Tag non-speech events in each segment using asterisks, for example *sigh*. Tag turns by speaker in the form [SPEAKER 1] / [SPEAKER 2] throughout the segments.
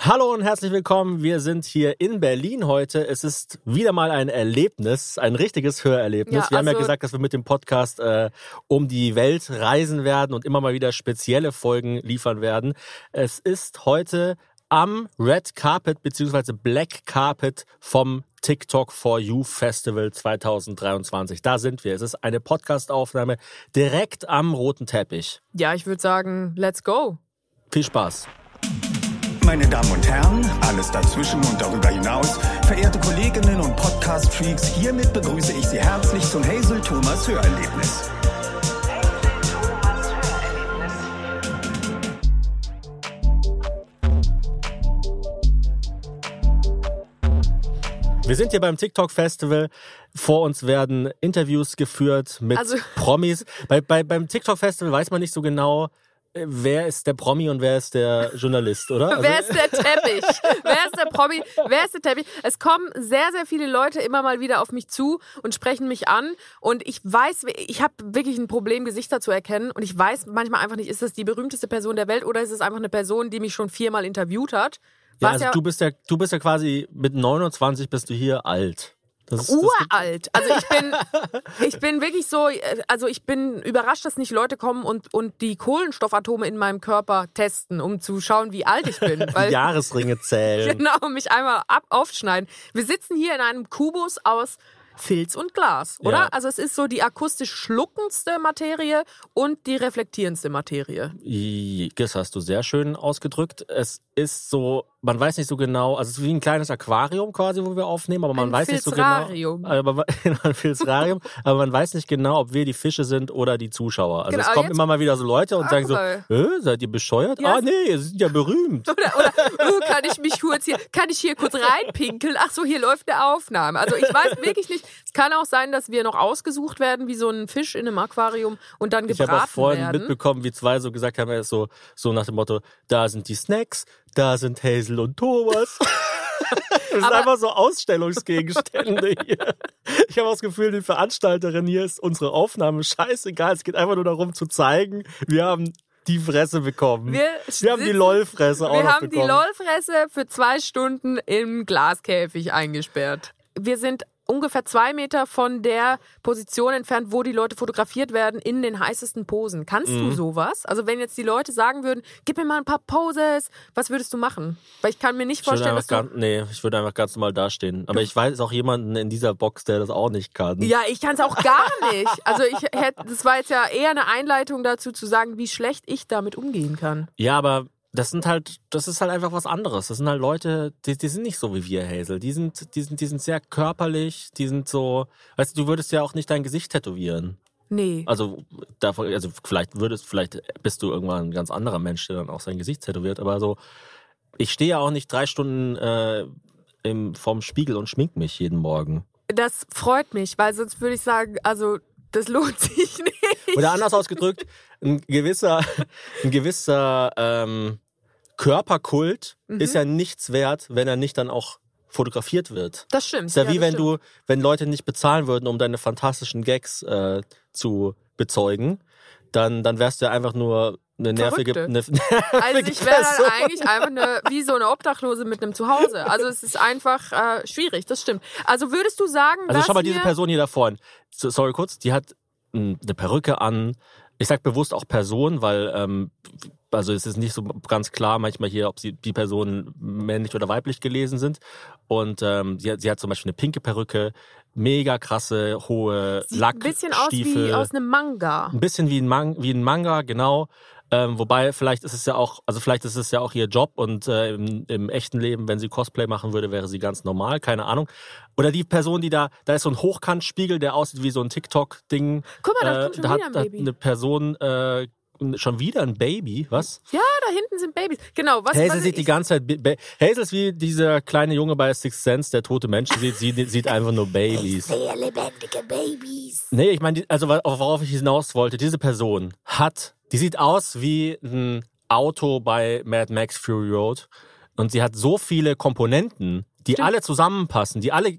[SPEAKER 1] Hallo und herzlich willkommen. Wir sind hier in Berlin heute. Es ist wieder mal ein Erlebnis, ein richtiges Hörerlebnis.
[SPEAKER 2] Ja,
[SPEAKER 1] wir haben ja
[SPEAKER 2] also-
[SPEAKER 1] gesagt, dass wir mit dem Podcast äh, um die Welt reisen werden und immer mal wieder spezielle Folgen liefern werden. Es ist heute am Red Carpet bzw. Black Carpet vom TikTok for You Festival 2023. Da sind wir. Es ist eine Podcastaufnahme direkt am roten Teppich.
[SPEAKER 2] Ja, ich würde sagen, let's go.
[SPEAKER 1] Viel Spaß.
[SPEAKER 3] Meine Damen und Herren, alles dazwischen und darüber hinaus, verehrte Kolleginnen und Podcast-Freaks, hiermit begrüße ich Sie herzlich zum Hazel Thomas Hörerlebnis.
[SPEAKER 1] Wir sind hier beim TikTok Festival. Vor uns werden Interviews geführt mit
[SPEAKER 2] Also- *laughs*
[SPEAKER 1] Promis. Bei, bei, beim TikTok Festival weiß man nicht so genau, äh, wer ist der Promi und wer ist der Journalist, oder? Also,
[SPEAKER 2] Wer ist der Teppich?
[SPEAKER 1] *laughs*
[SPEAKER 2] Wer ist der Promi? Wer ist der Teppich? Es kommen sehr, sehr viele Leute immer mal wieder auf mich zu und sprechen mich an. Und ich weiß, ich habe wirklich ein Problem, Gesichter zu erkennen. Und ich weiß manchmal einfach nicht, ist das die berühmteste Person der Welt oder ist es einfach eine Person, die mich schon viermal interviewt hat?
[SPEAKER 1] ja, also du bist ja, du bist ja quasi mit 29 bist du hier alt. Das ist, das gibt-
[SPEAKER 2] uralt. Also
[SPEAKER 1] *laughs*
[SPEAKER 2] ich bin, ich bin wirklich so, äh, also ich bin überrascht, dass nicht Leute kommen und, und die Kohlenstoffatome in meinem Körper testen, um zu schauen, wie alt
[SPEAKER 1] *laughs*
[SPEAKER 2] ich bin. Weil,
[SPEAKER 1] Jahresringe
[SPEAKER 2] *laughs*
[SPEAKER 1] zählen.
[SPEAKER 2] Genau, mich einmal ab aufschneiden. Wir sitzen hier in einem Kubus aus Filz und Glas, oder?
[SPEAKER 1] Ja.
[SPEAKER 2] Also es ist so die akustisch schluckendste Materie und die reflektierendste Materie. *laughs*
[SPEAKER 1] I- Das hast du sehr schön ausgedrückt. Es ist so, man weiß nicht so genau, also es ist wie ein kleines Aquarium quasi, wo wir aufnehmen, aber man
[SPEAKER 2] Ein
[SPEAKER 1] weiß nicht so genau.
[SPEAKER 2] Filzrarium.
[SPEAKER 1] Aber, *laughs* man- ein Filzrarium, aber man weiß nicht genau, ob wir die Fische sind oder die Zuschauer. Also
[SPEAKER 2] Genau,
[SPEAKER 1] es kommen
[SPEAKER 2] jetzt-
[SPEAKER 1] immer mal wieder so Leute und sagen so,
[SPEAKER 2] Andere.
[SPEAKER 1] äh, seid ihr bescheuert?
[SPEAKER 2] Ja,
[SPEAKER 1] ah
[SPEAKER 2] es-
[SPEAKER 1] nee, ihr seid ja berühmt.
[SPEAKER 2] Oder, oder uh, kann ich mich kurz hier, kann ich hier kurz reinpinkeln? Ach so, hier läuft eine Aufnahme. Also ich weiß wirklich nicht. Es kann auch sein, dass wir noch ausgesucht werden wie so ein Fisch in einem Aquarium und dann
[SPEAKER 1] Ich
[SPEAKER 2] gebraten
[SPEAKER 1] habe auch vorhin
[SPEAKER 2] werden.
[SPEAKER 1] mitbekommen, wie zwei so gesagt haben, er ist so, so nach dem Motto, da sind die Snacks, da sind Hazel und
[SPEAKER 2] *laughs*
[SPEAKER 1] Thomas. Das sind
[SPEAKER 2] Aber-
[SPEAKER 1] einfach so Ausstellungsgegenstände hier. Ich habe auch das Gefühl, die Veranstalterin hier ist unsere Aufnahme scheißegal. Es geht einfach nur darum zu zeigen, wir haben die Fresse bekommen.
[SPEAKER 2] Wir
[SPEAKER 1] haben die
[SPEAKER 2] sitzen-
[SPEAKER 1] LOL-Fresse auch
[SPEAKER 2] Wir
[SPEAKER 1] noch
[SPEAKER 2] haben die
[SPEAKER 1] bekommen.
[SPEAKER 2] LOL-Fresse für zwei Stunden im Glaskäfig eingesperrt. Wir sind ungefähr zwei Meter von der Position entfernt, wo die Leute fotografiert werden, in den heißesten Posen. Kannst
[SPEAKER 1] Mhm.
[SPEAKER 2] du sowas? Also wenn jetzt die Leute sagen würden, gib mir mal ein paar Poses, was würdest du machen? Weil ich kann mir nicht
[SPEAKER 1] ich würde
[SPEAKER 2] vorstellen,
[SPEAKER 1] einfach,
[SPEAKER 2] dass du...
[SPEAKER 1] ganz, nee, ich würde einfach ganz normal dastehen. Aber ich weiß auch jemanden in dieser Box, der das auch nicht kann.
[SPEAKER 2] Ja, ich kann es auch gar nicht. Also ich hätte, das war jetzt ja eher eine Einleitung dazu zu sagen, wie schlecht ich damit umgehen kann.
[SPEAKER 1] Ja, aber das sind halt, das ist halt einfach was anderes. Das sind halt Leute, die, die sind nicht so wie wir, Hazel. Die sind, die sind, die sind sehr körperlich, die sind so, weißt du, du würdest ja auch nicht dein Gesicht tätowieren.
[SPEAKER 2] Nee.
[SPEAKER 1] Also, davon, also vielleicht würdest, vielleicht bist du irgendwann ein ganz anderer Mensch, der dann auch sein Gesicht tätowiert, aber so, ich stehe ja auch nicht drei Stunden äh, im, vorm Spiegel und schmink mich jeden Morgen.
[SPEAKER 2] Das freut mich, weil sonst würde ich sagen, also das lohnt *laughs* sich nicht.
[SPEAKER 1] Oder anders ausgedrückt, ein gewisser, ein gewisser ähm, Körperkult
[SPEAKER 2] Mhm.
[SPEAKER 1] ist ja nichts wert, wenn er nicht dann auch fotografiert wird.
[SPEAKER 2] Das stimmt.
[SPEAKER 1] Ist ja, wie
[SPEAKER 2] das
[SPEAKER 1] wenn
[SPEAKER 2] stimmt.
[SPEAKER 1] du, wenn Leute nicht bezahlen würden, um deine fantastischen Gags äh, zu bezeugen, dann, dann wärst du ja einfach nur eine nervige. Eine,
[SPEAKER 2] Verrückte.
[SPEAKER 1] *laughs*
[SPEAKER 2] Also ich wäre
[SPEAKER 1] Person.
[SPEAKER 2] dann eigentlich einfach eine, wie so eine Obdachlose mit einem Zuhause. Also es ist einfach äh, schwierig, das stimmt. Also würdest du sagen,
[SPEAKER 1] Also
[SPEAKER 2] dass
[SPEAKER 1] schau mal, diese
[SPEAKER 2] wir-
[SPEAKER 1] Person hier da vorne. So- Sorry kurz, die hat m, eine Perücke an. Ich sag bewusst auch Person, weil ähm, also es ist nicht so ganz klar manchmal hier, ob sie die Personen männlich oder weiblich gelesen sind. Und ähm, sie, hat- sie hat zum Beispiel eine pinke Perücke, mega krasse, hohe
[SPEAKER 2] sieht ein bisschen aus
[SPEAKER 1] Lackstiefel.
[SPEAKER 2] wie aus einem Manga.
[SPEAKER 1] ein bisschen wie ein, Mang wie ein Manga, genau. Ähm, wobei, vielleicht ist es ja auch, also vielleicht ist es ja auch ihr Job und äh, im, im echten Leben, wenn sie Cosplay machen würde, wäre sie ganz normal, keine Ahnung. Oder die Person, die da, da ist so ein Hochkantspiegel, der aussieht wie so ein TikTok-Ding.
[SPEAKER 2] Guck mal, da kommt schon
[SPEAKER 1] Äh, da hat,
[SPEAKER 2] wieder ein
[SPEAKER 1] da hat
[SPEAKER 2] Baby.
[SPEAKER 1] eine Person äh, schon wieder ein Baby, was?
[SPEAKER 2] Ja, da hinten sind Babys. Genau, was,
[SPEAKER 1] Hazel
[SPEAKER 2] was
[SPEAKER 1] sieht die ganze Zeit, Ba- Ba- Hazel ist wie dieser kleine Junge bei Sixth Sense, der tote Menschen sieht, sie sieht einfach nur Babys.
[SPEAKER 4] Sehr lebendige Babys.
[SPEAKER 1] Nee, ich meine, die- also wa- worauf ich hinaus wollte, diese Person hat, die sieht aus wie ein Auto bei Mad Max Fury Road und sie hat so viele Komponenten, die alle zusammenpassen, die alle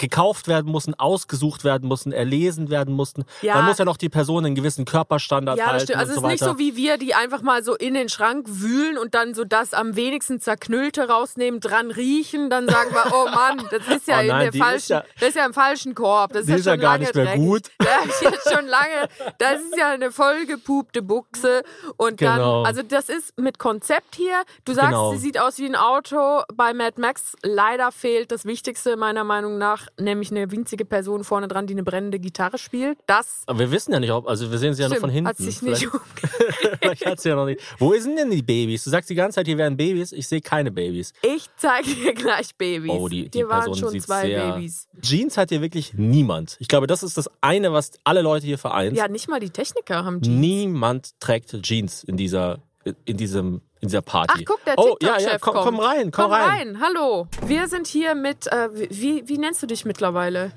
[SPEAKER 1] gekauft werden mussten, ausgesucht werden mussten, erlesen werden mussten.
[SPEAKER 2] Ja.
[SPEAKER 1] Dann muss ja noch die Person einen gewissen Körperstandard
[SPEAKER 2] Ja, das
[SPEAKER 1] halten
[SPEAKER 2] stimmt. Also
[SPEAKER 1] und
[SPEAKER 2] es
[SPEAKER 1] so
[SPEAKER 2] ist
[SPEAKER 1] weiter.
[SPEAKER 2] nicht so wie wir, die einfach mal so in den Schrank wühlen und dann so das am wenigsten zerknüllte rausnehmen, dran riechen, dann sagen wir, oh Mann, das ist ja
[SPEAKER 1] Oh nein,
[SPEAKER 2] in
[SPEAKER 1] die
[SPEAKER 2] der
[SPEAKER 1] ist
[SPEAKER 2] falschen,
[SPEAKER 1] ja-
[SPEAKER 2] das ist ja im falschen Korb. Das ist
[SPEAKER 1] die
[SPEAKER 2] ja
[SPEAKER 1] ist
[SPEAKER 2] schon
[SPEAKER 1] ja gar
[SPEAKER 2] lange
[SPEAKER 1] nicht mehr
[SPEAKER 2] dreckig.
[SPEAKER 1] gut.
[SPEAKER 2] *laughs* Ja, die ist schon lange. Das ist ja eine vollgepupte Buchse. Und dann,
[SPEAKER 1] Genau.
[SPEAKER 2] also das ist mit Konzept hier. Du sagst,
[SPEAKER 1] Genau.
[SPEAKER 2] sie sieht aus wie ein Auto. Bei Mad Max leider fehlt das Wichtigste meiner Meinung nach, nämlich eine winzige Person vorne dran, die eine brennende Gitarre spielt. Das
[SPEAKER 1] Aber wir wissen ja nicht, ob, also wir sehen sie ja nur
[SPEAKER 2] stimmt,
[SPEAKER 1] von hinten.
[SPEAKER 2] hat sich nicht *laughs* um
[SPEAKER 1] vielleicht, vielleicht hat sie ja noch nicht. Wo sind denn die Babys? Du sagst die ganze Zeit, hier wären Babys. Ich sehe keine Babys.
[SPEAKER 2] Ich zeige dir gleich Babys.
[SPEAKER 1] Oh, die, die
[SPEAKER 2] Hier waren
[SPEAKER 1] Person
[SPEAKER 2] schon
[SPEAKER 1] sieht
[SPEAKER 2] zwei
[SPEAKER 1] sehr.
[SPEAKER 2] Babys.
[SPEAKER 1] Jeans hat hier wirklich niemand. Ich glaube, das ist das eine, was alle Leute hier vereint.
[SPEAKER 2] Ja, nicht mal die Techniker haben die.
[SPEAKER 1] Niemand trägt Jeans in dieser, in diesem, in dieser Party.
[SPEAKER 2] Ach, guck, der
[SPEAKER 1] oh,
[SPEAKER 2] TikTok-Chef
[SPEAKER 1] ja, ja, komm,
[SPEAKER 2] kommt.
[SPEAKER 1] komm rein, komm, rein.
[SPEAKER 2] Hallo. Wir sind hier mit, äh, wie, wie nennst du dich mittlerweile?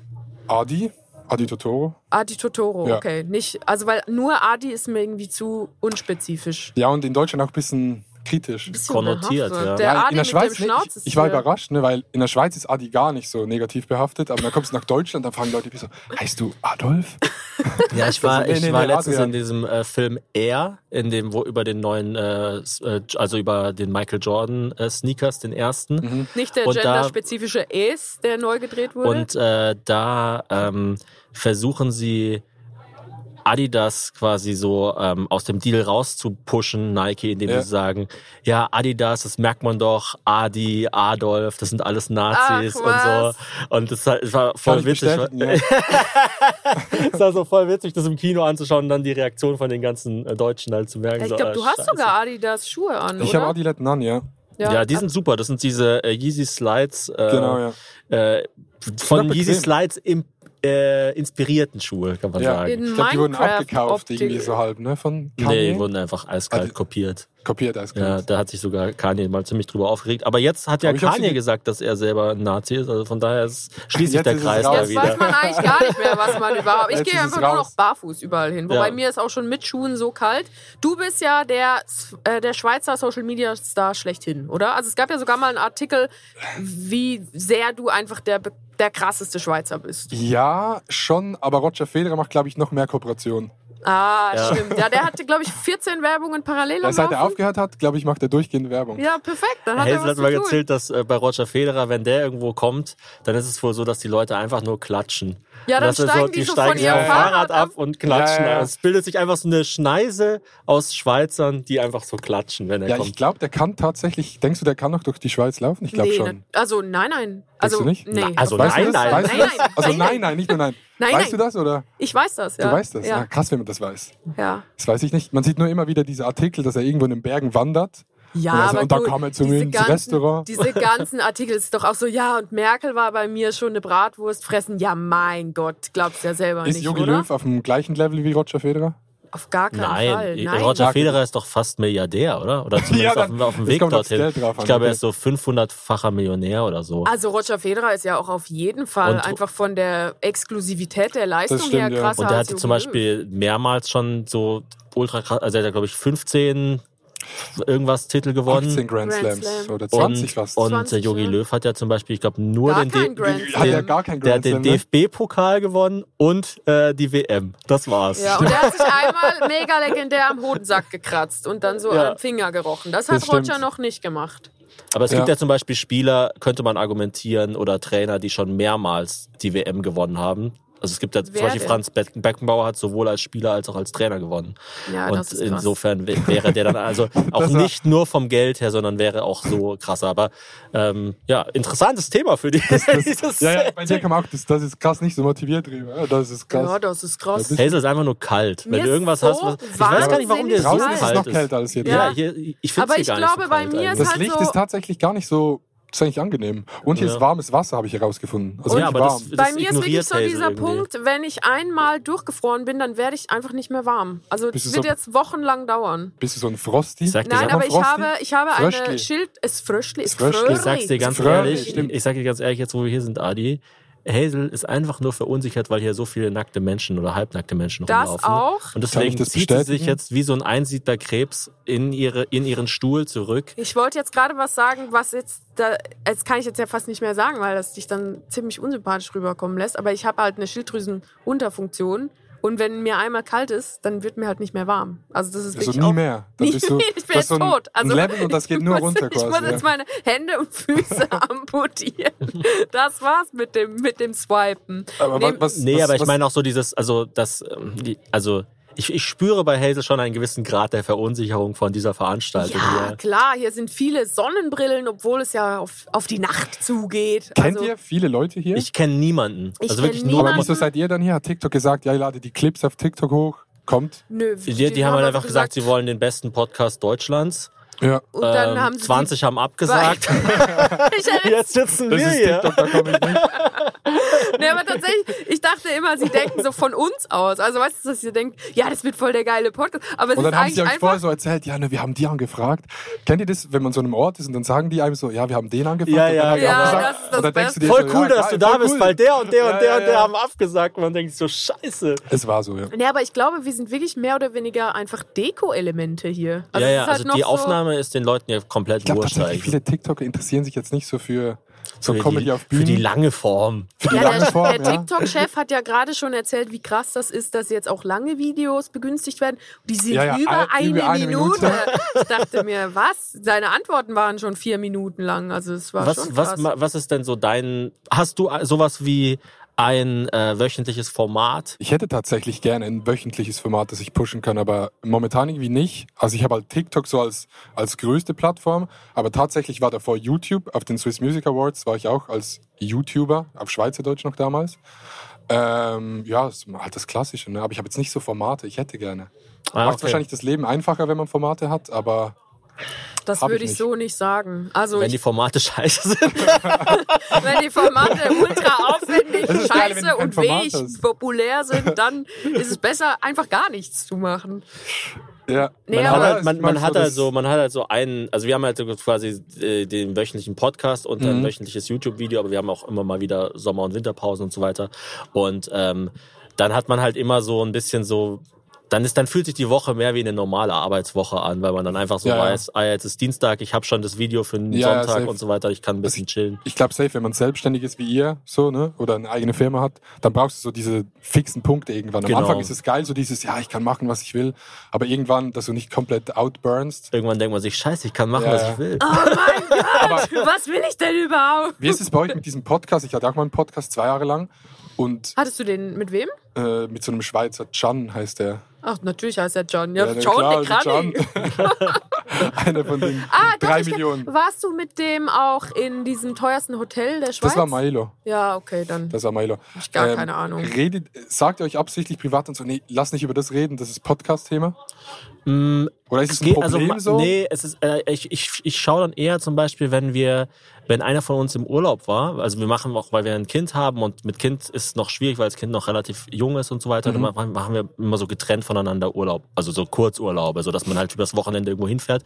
[SPEAKER 5] Adi, Adi Totoro.
[SPEAKER 2] Adi Totoro,
[SPEAKER 5] Ja.
[SPEAKER 2] okay. Nicht, also weil nur Adi ist mir irgendwie zu unspezifisch.
[SPEAKER 5] Ja, und in Deutschland auch ein bisschen kritisch.
[SPEAKER 2] Bisschen
[SPEAKER 1] Konnotiert,
[SPEAKER 2] behaftet.
[SPEAKER 1] ja.
[SPEAKER 2] Der
[SPEAKER 5] ja,
[SPEAKER 2] Adi mit dem
[SPEAKER 5] ne,
[SPEAKER 2] Schnauz
[SPEAKER 5] ich, ich war
[SPEAKER 2] hier-
[SPEAKER 5] überrascht, ne, weil in der Schweiz ist Adi gar nicht so negativ behaftet, aber dann kommst du nach Deutschland, dann fragen Leute mich so, heißt du Adolf?
[SPEAKER 1] Ja, ich war,
[SPEAKER 5] Also, nee,
[SPEAKER 1] ich
[SPEAKER 5] nee,
[SPEAKER 1] war
[SPEAKER 5] nee,
[SPEAKER 1] letztens
[SPEAKER 5] Adrian.
[SPEAKER 1] in diesem äh, Film Air, in dem, wo über den neuen, äh, s- äh, also über den Michael Jordan äh, Sneakers, den ersten.
[SPEAKER 5] Mhm.
[SPEAKER 2] Nicht der
[SPEAKER 1] Und da-
[SPEAKER 2] genderspezifische Es, der neu gedreht wurde.
[SPEAKER 1] Und äh, da ähm, versuchen sie Adidas quasi so ähm, aus dem Deal rauszupushen, Nike, indem
[SPEAKER 5] Ja.
[SPEAKER 1] sie sagen, ja, Adidas, das merkt man doch, Adi, Adolf, das sind alles Nazis
[SPEAKER 2] Ach,
[SPEAKER 1] und
[SPEAKER 2] was.
[SPEAKER 1] so. Und das halt- es war voll
[SPEAKER 5] ich
[SPEAKER 1] witzig.
[SPEAKER 5] bestätigen, ja.
[SPEAKER 1] *laughs* Es war so voll witzig, das im Kino anzuschauen und dann die Reaktion von den ganzen äh, Deutschen halt zu merken.
[SPEAKER 2] ich
[SPEAKER 1] so,
[SPEAKER 2] glaube,
[SPEAKER 1] ah,
[SPEAKER 2] du hast
[SPEAKER 1] Scheiße.
[SPEAKER 2] sogar Adidas Schuhe an,
[SPEAKER 5] Ich
[SPEAKER 2] oder?
[SPEAKER 5] habe Adiletten an, ja.
[SPEAKER 1] Ja, die sind super. Das sind diese äh, Yeezy Slides. Äh,
[SPEAKER 5] Genau, ja.
[SPEAKER 1] äh, von
[SPEAKER 5] Knapp
[SPEAKER 1] Yeezy
[SPEAKER 5] bequem.
[SPEAKER 1] Slides im, äh, inspirierten Schuhe, kann man
[SPEAKER 5] Ja.
[SPEAKER 1] sagen.
[SPEAKER 2] In
[SPEAKER 5] Ich glaube, die wurden
[SPEAKER 2] Minecraft
[SPEAKER 5] abgekauft,
[SPEAKER 2] Optik.
[SPEAKER 5] irgendwie so halb, ne? Von
[SPEAKER 1] Nee,
[SPEAKER 5] Kanye.
[SPEAKER 1] wurden einfach eiskalt
[SPEAKER 5] Also-
[SPEAKER 1] kopiert.
[SPEAKER 5] Kopiert als
[SPEAKER 1] Ja,
[SPEAKER 5] Kind.
[SPEAKER 1] da hat sich sogar Kanye mal ziemlich drüber aufgeregt. Aber jetzt hat ja
[SPEAKER 5] Aber ich hab sie
[SPEAKER 1] Kanye
[SPEAKER 5] ge-
[SPEAKER 1] gesagt, dass er selber ein Nazi ist. Also von daher ist, schließt sich
[SPEAKER 5] Jetzt
[SPEAKER 1] der
[SPEAKER 5] ist es
[SPEAKER 1] Kreis
[SPEAKER 5] raus.
[SPEAKER 1] mal
[SPEAKER 2] Jetzt
[SPEAKER 1] wieder.
[SPEAKER 2] weiß man eigentlich gar nicht mehr, was man überhaupt.
[SPEAKER 5] *laughs*
[SPEAKER 2] Ich
[SPEAKER 5] Jetzt
[SPEAKER 2] gehe
[SPEAKER 5] ist
[SPEAKER 2] einfach
[SPEAKER 5] es
[SPEAKER 2] nur
[SPEAKER 5] raus.
[SPEAKER 2] noch barfuß überall hin. Wobei
[SPEAKER 1] Ja.
[SPEAKER 2] mir ist auch schon mit Schuhen so kalt. Du bist ja der, S- äh, der Schweizer Social Media Star schlechthin, oder? Also es gab ja sogar mal einen Artikel, wie sehr du einfach der, be- der krasseste Schweizer bist.
[SPEAKER 5] Ja, schon, aber Roger Federer macht, glaube ich, noch mehr Kooperationen.
[SPEAKER 2] Ah,
[SPEAKER 1] Ja.
[SPEAKER 2] stimmt. Ja, der hatte, glaube ich, 14 Werbungen parallel am
[SPEAKER 5] Ja, seit er
[SPEAKER 2] Laufen.
[SPEAKER 5] aufgehört hat, glaube ich, macht er durchgehend Werbung.
[SPEAKER 2] Ja, perfekt. Dann hat
[SPEAKER 1] Hazel
[SPEAKER 2] er was
[SPEAKER 1] hat mal
[SPEAKER 2] zu tun.
[SPEAKER 1] erzählt, dass äh, bei Roger Federer, wenn der irgendwo kommt, dann ist es wohl so, dass die Leute einfach nur klatschen.
[SPEAKER 2] Ja, dann
[SPEAKER 1] Dass es
[SPEAKER 2] steigen die so von
[SPEAKER 1] steigen
[SPEAKER 5] ihrem
[SPEAKER 1] vom
[SPEAKER 2] Fahrrad
[SPEAKER 1] Fahrrad ab und klatschen.
[SPEAKER 5] Ja, ja, ja.
[SPEAKER 1] Es bildet sich einfach so eine Schneise aus Schweizern, die einfach so klatschen, wenn er
[SPEAKER 5] Ja, ich
[SPEAKER 1] kommt.
[SPEAKER 5] glaube, der kann tatsächlich. Denkst du, der kann noch durch die Schweiz laufen? Ich glaube
[SPEAKER 2] nee,
[SPEAKER 5] schon.
[SPEAKER 2] na- Also nein, nein. Also
[SPEAKER 5] du nicht?
[SPEAKER 2] nee.
[SPEAKER 1] Na, also
[SPEAKER 5] weißt
[SPEAKER 1] nein,
[SPEAKER 5] du das?
[SPEAKER 1] nein.
[SPEAKER 5] Weißt
[SPEAKER 2] Nein,
[SPEAKER 5] du
[SPEAKER 2] nein,
[SPEAKER 5] das? Also
[SPEAKER 2] nein,
[SPEAKER 5] nein,
[SPEAKER 2] nein.
[SPEAKER 5] nein, nicht nur nein.
[SPEAKER 2] Nein, nein.
[SPEAKER 5] weißt du das oder?
[SPEAKER 2] ich weiß das, ja.
[SPEAKER 5] Du weißt das. Ah,
[SPEAKER 2] Ja.
[SPEAKER 5] krass, wenn man das weiß.
[SPEAKER 2] ja.
[SPEAKER 5] Das weiß ich nicht. Man sieht nur immer wieder diese Artikel, dass er irgendwo in den Bergen wandert.
[SPEAKER 2] Ja,
[SPEAKER 5] Und also,
[SPEAKER 2] aber
[SPEAKER 5] und da
[SPEAKER 2] gut,
[SPEAKER 5] kam er zu
[SPEAKER 2] diese
[SPEAKER 5] mir ins
[SPEAKER 2] ganzen-
[SPEAKER 5] Restaurant.
[SPEAKER 2] Diese ganzen Artikel ist doch auch so, ja, und Merkel war bei mir schon eine Bratwurst fressen. Ja, mein Gott, glaubst ja selber
[SPEAKER 5] Ist
[SPEAKER 2] nicht,
[SPEAKER 5] Jogi
[SPEAKER 2] oder?
[SPEAKER 5] Löw auf dem gleichen Level wie Roger Federer?
[SPEAKER 2] Auf gar keinen Fall.
[SPEAKER 1] Nein, eh,
[SPEAKER 2] Nein.
[SPEAKER 1] Roger
[SPEAKER 5] Ja,
[SPEAKER 1] Federer ist doch fast Milliardär, oder?
[SPEAKER 5] *laughs*
[SPEAKER 1] Oder zumindest
[SPEAKER 5] Ja,
[SPEAKER 1] auf, dem-
[SPEAKER 5] dann-
[SPEAKER 1] auf dem
[SPEAKER 5] es
[SPEAKER 1] Weg
[SPEAKER 5] kommt aufs
[SPEAKER 1] dorthin.
[SPEAKER 5] Geld drauf an, ne?
[SPEAKER 1] ich glaube, er
[SPEAKER 5] okay.
[SPEAKER 1] ist so 500-facher Millionär oder so.
[SPEAKER 2] Also Roger Federer ist ja auch auf jeden Fall
[SPEAKER 1] Und-
[SPEAKER 2] einfach von der Exklusivität der Leistung
[SPEAKER 5] Das stimmt,
[SPEAKER 2] her
[SPEAKER 5] ja.
[SPEAKER 2] krasser
[SPEAKER 1] Und der
[SPEAKER 2] als
[SPEAKER 1] hatte zum
[SPEAKER 2] Jogi Löw.
[SPEAKER 1] Beispiel mehrmals schon so ultra krass, also er hat, glaube ich, 15 irgendwas Titel gewonnen.
[SPEAKER 5] 18 Grand
[SPEAKER 2] Grand
[SPEAKER 5] Slams
[SPEAKER 2] Slam.
[SPEAKER 5] oder
[SPEAKER 1] und
[SPEAKER 5] 20 fast.
[SPEAKER 1] und
[SPEAKER 2] 20,
[SPEAKER 1] äh, Jogi
[SPEAKER 2] ja.
[SPEAKER 1] Löw hat ja zum Beispiel, ich glaube, nur
[SPEAKER 2] Gar
[SPEAKER 1] den,
[SPEAKER 2] keinen
[SPEAKER 1] D-
[SPEAKER 2] Grand
[SPEAKER 5] hat ja
[SPEAKER 2] Slam.
[SPEAKER 5] gar keinen
[SPEAKER 1] der
[SPEAKER 5] Grand
[SPEAKER 1] hat den
[SPEAKER 5] Slam. ne?
[SPEAKER 1] DFB-Pokal gewonnen und äh, die WM. Das war's.
[SPEAKER 2] Ja, und der hat sich einmal mega legendär am Hodensack gekratzt und dann so
[SPEAKER 1] Ja.
[SPEAKER 2] am Finger gerochen. Das hat
[SPEAKER 5] Das
[SPEAKER 2] Roger
[SPEAKER 5] stimmt.
[SPEAKER 2] noch nicht gemacht.
[SPEAKER 1] Aber es
[SPEAKER 5] Ja.
[SPEAKER 1] gibt ja zum Beispiel Spieler, könnte man argumentieren, oder Trainer, die schon mehrmals die WM gewonnen haben. Also es gibt ja zum
[SPEAKER 2] Wer
[SPEAKER 1] Beispiel
[SPEAKER 2] denn?
[SPEAKER 1] Franz Beck- Beckenbauer hat sowohl als Spieler als auch als Trainer gewonnen.
[SPEAKER 2] Ja,
[SPEAKER 1] Und
[SPEAKER 2] das ist krass.
[SPEAKER 1] insofern wä- wäre der dann
[SPEAKER 5] *laughs*
[SPEAKER 1] also auch
[SPEAKER 5] war-
[SPEAKER 1] nicht nur vom Geld her, sondern wäre auch so krasser. Aber ähm, ja, interessantes Thema für die. *laughs* dieses-
[SPEAKER 5] Ja, ja,
[SPEAKER 2] *laughs*
[SPEAKER 5] bei dir kam auch, das, das ist krass nicht so motiviert drüber. ja, Das ist krass.
[SPEAKER 2] Ja, das ist krass.
[SPEAKER 5] Ja,
[SPEAKER 1] Hazel ist einfach nur kalt.
[SPEAKER 2] Mir
[SPEAKER 1] Wenn du
[SPEAKER 2] ist
[SPEAKER 1] irgendwas
[SPEAKER 2] so
[SPEAKER 1] hast, was, ich weiß gar nicht, warum dir so
[SPEAKER 2] wahnsinnig
[SPEAKER 5] Draußen ist es
[SPEAKER 1] kalt
[SPEAKER 5] noch
[SPEAKER 1] ist.
[SPEAKER 5] kälter als hier.
[SPEAKER 1] Ja,
[SPEAKER 5] drin.
[SPEAKER 2] Ja.
[SPEAKER 1] hier, ich finde
[SPEAKER 2] Aber
[SPEAKER 1] es hier
[SPEAKER 2] ich
[SPEAKER 1] gar nicht so
[SPEAKER 2] glaube, bei
[SPEAKER 1] kalt
[SPEAKER 2] mir
[SPEAKER 1] eigentlich.
[SPEAKER 2] ist
[SPEAKER 5] Das
[SPEAKER 2] halt
[SPEAKER 5] Licht
[SPEAKER 2] so-
[SPEAKER 5] ist tatsächlich gar nicht so ist eigentlich angenehm. Und hier
[SPEAKER 1] Ja.
[SPEAKER 5] ist warmes Wasser, habe ich herausgefunden. Also
[SPEAKER 1] ja,
[SPEAKER 5] wirklich
[SPEAKER 1] aber das, das
[SPEAKER 5] warm.
[SPEAKER 2] Bei mir ist
[SPEAKER 1] ignoriert
[SPEAKER 2] wirklich so
[SPEAKER 1] Hazel
[SPEAKER 2] dieser
[SPEAKER 1] irgendwie.
[SPEAKER 2] Punkt, wenn ich einmal durchgefroren bin, dann werde ich einfach nicht mehr warm. Also
[SPEAKER 5] Bist
[SPEAKER 2] es
[SPEAKER 5] du
[SPEAKER 2] wird
[SPEAKER 5] so-
[SPEAKER 2] jetzt wochenlang dauern.
[SPEAKER 5] Bist du so ein Frosty?
[SPEAKER 1] Sag dir
[SPEAKER 2] Nein,
[SPEAKER 1] sag
[SPEAKER 2] aber
[SPEAKER 5] mal
[SPEAKER 2] ich
[SPEAKER 5] Fröschli.
[SPEAKER 2] habe, ich habe eine
[SPEAKER 5] Fröschli.
[SPEAKER 2] Schild. Es Fröschli, es
[SPEAKER 5] Fröschli.
[SPEAKER 2] Fröschli.
[SPEAKER 1] Ich sag's dir ganz
[SPEAKER 5] Fröhlich,
[SPEAKER 1] ehrlich,
[SPEAKER 5] stimmt.
[SPEAKER 1] ich sag dir ganz ehrlich, jetzt wo wir hier sind, Adi, Hazel ist einfach nur verunsichert, weil hier so viele nackte Menschen oder halbnackte Menschen
[SPEAKER 2] Das
[SPEAKER 1] rumlaufen.
[SPEAKER 2] auch?
[SPEAKER 1] Und
[SPEAKER 5] Kann
[SPEAKER 1] deswegen
[SPEAKER 5] ich das
[SPEAKER 1] zieht sie sich
[SPEAKER 5] bestätigen?
[SPEAKER 1] jetzt wie so ein einsiedler Krebs in, ihre, in ihren Stuhl zurück.
[SPEAKER 2] Ich wollte jetzt gerade was sagen, was jetzt da, jetzt kann ich jetzt ja fast nicht mehr sagen, weil das dich dann ziemlich unsympathisch rüberkommen lässt. Aber ich habe halt eine Schilddrüsenunterfunktion und wenn mir einmal kalt ist, dann wird mir halt nicht mehr warm. Also das ist
[SPEAKER 5] Also
[SPEAKER 2] wirklich
[SPEAKER 5] nie
[SPEAKER 2] auch-
[SPEAKER 5] mehr. Dann
[SPEAKER 2] Nie
[SPEAKER 5] bist du,
[SPEAKER 2] mehr, *laughs* ich bin
[SPEAKER 5] das ist so
[SPEAKER 2] jetzt
[SPEAKER 5] ein,
[SPEAKER 2] tot. Also
[SPEAKER 5] ein Level und
[SPEAKER 2] *laughs*
[SPEAKER 5] das geht nur
[SPEAKER 2] ich muss-
[SPEAKER 5] runter
[SPEAKER 2] Ich muss
[SPEAKER 5] quasi.
[SPEAKER 2] jetzt
[SPEAKER 5] Ja.
[SPEAKER 2] meine Hände und Füße *laughs* amputieren. Das war's mit dem mit dem Swipen.
[SPEAKER 5] Aber wa-
[SPEAKER 2] Nehm-
[SPEAKER 5] was,
[SPEAKER 1] Nee,
[SPEAKER 5] was,
[SPEAKER 1] aber ich
[SPEAKER 5] was,
[SPEAKER 1] meine auch so dieses, also das, ähm, die- also ich, ich spüre bei Hazel schon einen gewissen Grad der Verunsicherung von dieser Veranstaltung.
[SPEAKER 2] Ja,
[SPEAKER 1] hier.
[SPEAKER 2] klar, hier sind viele Sonnenbrillen, obwohl es ja auf, auf die Nacht zugeht.
[SPEAKER 5] Kennt
[SPEAKER 2] also,
[SPEAKER 5] ihr viele Leute hier?
[SPEAKER 1] Ich kenne niemanden.
[SPEAKER 2] Ich
[SPEAKER 1] also
[SPEAKER 2] kenn
[SPEAKER 1] wirklich
[SPEAKER 5] aber
[SPEAKER 2] niemanden.
[SPEAKER 1] nur.
[SPEAKER 5] wieso seid ihr dann hier? Hat TikTok gesagt, ja, ich lade die Clips auf TikTok hoch, kommt.
[SPEAKER 2] Nö,
[SPEAKER 1] Die, die, haben halt einfach
[SPEAKER 2] also
[SPEAKER 1] gesagt, sie wollen den besten Podcast Deutschlands.
[SPEAKER 5] Ja.
[SPEAKER 2] Und dann
[SPEAKER 1] ähm,
[SPEAKER 2] haben sie
[SPEAKER 1] 20 haben abgesagt.
[SPEAKER 2] Die, *laughs* ich,
[SPEAKER 1] *laughs*
[SPEAKER 2] hätte-
[SPEAKER 1] Jetzt sitzen
[SPEAKER 5] Das
[SPEAKER 1] wir
[SPEAKER 5] ist
[SPEAKER 1] hier.
[SPEAKER 5] TikTok, da komme ich nicht.
[SPEAKER 2] nee, aber tatsächlich, ich dachte immer, sie denken so von uns aus. Also weißt du, dass ihr denkt, ja, das wird voll der geile Podcast. Aber es
[SPEAKER 5] Und
[SPEAKER 2] ist
[SPEAKER 5] dann haben sie
[SPEAKER 2] eigentlich
[SPEAKER 5] euch vorher
[SPEAKER 2] einfach.
[SPEAKER 5] so erzählt, ja, ne, wir haben die angefragt. Kennt ihr das, wenn man so an einem Ort ist und dann sagen die einem so, ja, wir haben den angefragt?
[SPEAKER 1] Ja,
[SPEAKER 5] und
[SPEAKER 1] ja,
[SPEAKER 5] dann haben die
[SPEAKER 1] ja.
[SPEAKER 5] auch
[SPEAKER 2] Ja,
[SPEAKER 5] gesagt-
[SPEAKER 2] das ist das
[SPEAKER 5] und dann denkst du dir
[SPEAKER 1] Voll
[SPEAKER 5] so,
[SPEAKER 1] cool,
[SPEAKER 5] ja,
[SPEAKER 1] dass
[SPEAKER 5] geil,
[SPEAKER 1] du da
[SPEAKER 5] voll
[SPEAKER 1] bist,
[SPEAKER 5] cool.
[SPEAKER 1] weil der und der
[SPEAKER 5] Ja,
[SPEAKER 1] und der
[SPEAKER 5] ja,
[SPEAKER 1] und der
[SPEAKER 5] ja.
[SPEAKER 1] haben abgesagt. Man denkt so, scheiße.
[SPEAKER 5] Es war so, ja.
[SPEAKER 2] Nee, aber ich glaube, wir sind wirklich mehr oder weniger einfach Deko-Elemente hier. Also
[SPEAKER 1] ja, ja,
[SPEAKER 2] es ist halt
[SPEAKER 1] also
[SPEAKER 2] noch
[SPEAKER 1] die
[SPEAKER 2] so,
[SPEAKER 1] Aufnahme ist den Leuten ja komplett
[SPEAKER 5] Ich glaube
[SPEAKER 1] wurscht
[SPEAKER 5] tatsächlich,
[SPEAKER 1] eigentlich.
[SPEAKER 5] viele TikToker interessieren sich jetzt nicht so für so
[SPEAKER 1] Für
[SPEAKER 5] Comedy
[SPEAKER 1] die,
[SPEAKER 5] auf
[SPEAKER 1] für
[SPEAKER 5] Bühnen.
[SPEAKER 1] die lange Form.
[SPEAKER 5] Für die
[SPEAKER 2] Ja,
[SPEAKER 5] lange
[SPEAKER 2] der,
[SPEAKER 5] Form,
[SPEAKER 2] der
[SPEAKER 5] ja.
[SPEAKER 2] TikTok-Chef hat ja gerade schon erzählt, wie krass das ist, dass jetzt auch lange Videos begünstigt werden. Die sind
[SPEAKER 5] Ja, ja,
[SPEAKER 2] über,
[SPEAKER 5] ein-
[SPEAKER 2] eine,
[SPEAKER 5] über eine
[SPEAKER 2] Minute.
[SPEAKER 5] Minute.
[SPEAKER 2] Ich dachte mir, was? Seine Antworten waren schon vier Minuten lang. Also es war schon
[SPEAKER 1] Was,
[SPEAKER 2] krass.
[SPEAKER 1] was, ma- was ist denn so dein. Hast du a- sowas wie ein äh, wöchentliches Format?
[SPEAKER 5] Ich hätte tatsächlich gerne ein wöchentliches Format, das ich pushen kann, aber momentan irgendwie nicht. Also ich habe halt TikTok so als, als größte Plattform, aber tatsächlich war davor YouTube. Auf den Swiss Music Awards war ich auch als YouTuber, auf Schweizerdeutsch noch damals. Ähm, ja, ist halt das Klassische, ne? aber ich habe jetzt nicht so Formate, ich hätte gerne.
[SPEAKER 1] Ah,
[SPEAKER 5] Macht
[SPEAKER 1] okay.
[SPEAKER 5] wahrscheinlich das Leben einfacher, wenn man Formate hat, aber
[SPEAKER 2] das
[SPEAKER 5] hab
[SPEAKER 2] würde
[SPEAKER 5] ich
[SPEAKER 2] ich
[SPEAKER 5] nicht.
[SPEAKER 2] so nicht sagen. Also
[SPEAKER 1] Wenn
[SPEAKER 2] wenn
[SPEAKER 1] die
[SPEAKER 2] ich,
[SPEAKER 1] Formate *laughs* scheiße sind.
[SPEAKER 2] wenn die Formate ultra aufwendig,
[SPEAKER 5] *laughs* Das ist geil, wenn
[SPEAKER 2] scheiße
[SPEAKER 5] du kein
[SPEAKER 2] und
[SPEAKER 5] Format
[SPEAKER 2] wenig
[SPEAKER 5] hast.
[SPEAKER 2] populär sind, dann ist es besser, einfach gar nichts zu machen.
[SPEAKER 5] ja.
[SPEAKER 2] Nee,
[SPEAKER 1] Man
[SPEAKER 2] Ja,
[SPEAKER 1] hat
[SPEAKER 2] aber
[SPEAKER 1] halt, man, man hat
[SPEAKER 5] das-
[SPEAKER 1] halt so, man hat halt so einen, also wir haben halt so quasi äh, den wöchentlichen Podcast und
[SPEAKER 5] Mhm.
[SPEAKER 1] ein wöchentliches YouTube-Video, aber wir haben auch immer mal wieder Sommer- und Winterpausen und so weiter. Und ähm, dann hat man halt immer so ein bisschen so, dann ist, dann fühlt sich die Woche mehr wie eine normale Arbeitswoche an, weil man dann einfach so
[SPEAKER 5] Ja, ja.
[SPEAKER 1] weiß, ah, jetzt ist Dienstag, ich habe schon das Video für den
[SPEAKER 5] Ja, ja,
[SPEAKER 1] Sonntag
[SPEAKER 5] safe. Also
[SPEAKER 1] und so weiter, ich kann ein bisschen chillen.
[SPEAKER 5] ich glaube safe, wenn man selbstständig ist wie ihr, so, ne, oder eine eigene Firma hat, dann brauchst du so diese fixen Punkte irgendwann. Am
[SPEAKER 1] Genau.
[SPEAKER 5] Anfang ist es geil, so dieses, ja, ich kann machen, was ich will, aber irgendwann, dass du nicht komplett outburnst.
[SPEAKER 1] Irgendwann denkt man sich, scheiße, ich kann machen,
[SPEAKER 5] Ja,
[SPEAKER 1] was
[SPEAKER 5] ja.
[SPEAKER 1] ich will.
[SPEAKER 5] Aber
[SPEAKER 2] Was will ich denn überhaupt?
[SPEAKER 5] wie ist es bei euch mit diesem Podcast? Ich hatte auch mal einen Podcast zwei Jahre lang und
[SPEAKER 2] Hattest du den mit wem?
[SPEAKER 5] äh, mit so einem Schweizer Can heißt der.
[SPEAKER 2] Ach, natürlich heißt er John. Ja,
[SPEAKER 5] der-
[SPEAKER 2] John
[SPEAKER 5] klar, also
[SPEAKER 2] Nekrani.
[SPEAKER 5] Can. *laughs* Einer von den
[SPEAKER 2] Ah, doch,
[SPEAKER 5] drei
[SPEAKER 2] ich kenn-
[SPEAKER 5] Millionen.
[SPEAKER 2] Warst du mit dem auch in diesem teuersten Hotel der Schweiz?
[SPEAKER 5] Das war Milo.
[SPEAKER 2] Ja, okay, dann.
[SPEAKER 5] Das war Milo. Ich
[SPEAKER 2] gar keine Ahnung.
[SPEAKER 5] Redet, sagt ihr euch absichtlich privat und so, nee, lass nicht über das reden, das ist Podcast-Thema? Oder ist es ein
[SPEAKER 1] Geht-
[SPEAKER 5] Problem
[SPEAKER 1] Mm, also ma-
[SPEAKER 5] so?
[SPEAKER 1] Nee, es ist, äh, ich, ich, ich schaue dann eher zum Beispiel, wenn wir, wenn einer von uns im Urlaub war, also wir machen auch, weil wir ein Kind haben und mit Kind ist noch schwierig, weil das Kind noch relativ jung ist und so weiter,
[SPEAKER 5] Mhm.
[SPEAKER 1] dann machen, machen wir immer so getrennt voneinander Urlaub, also so Kurzurlaube, so dass man halt übers Wochenende irgendwo hinfährt.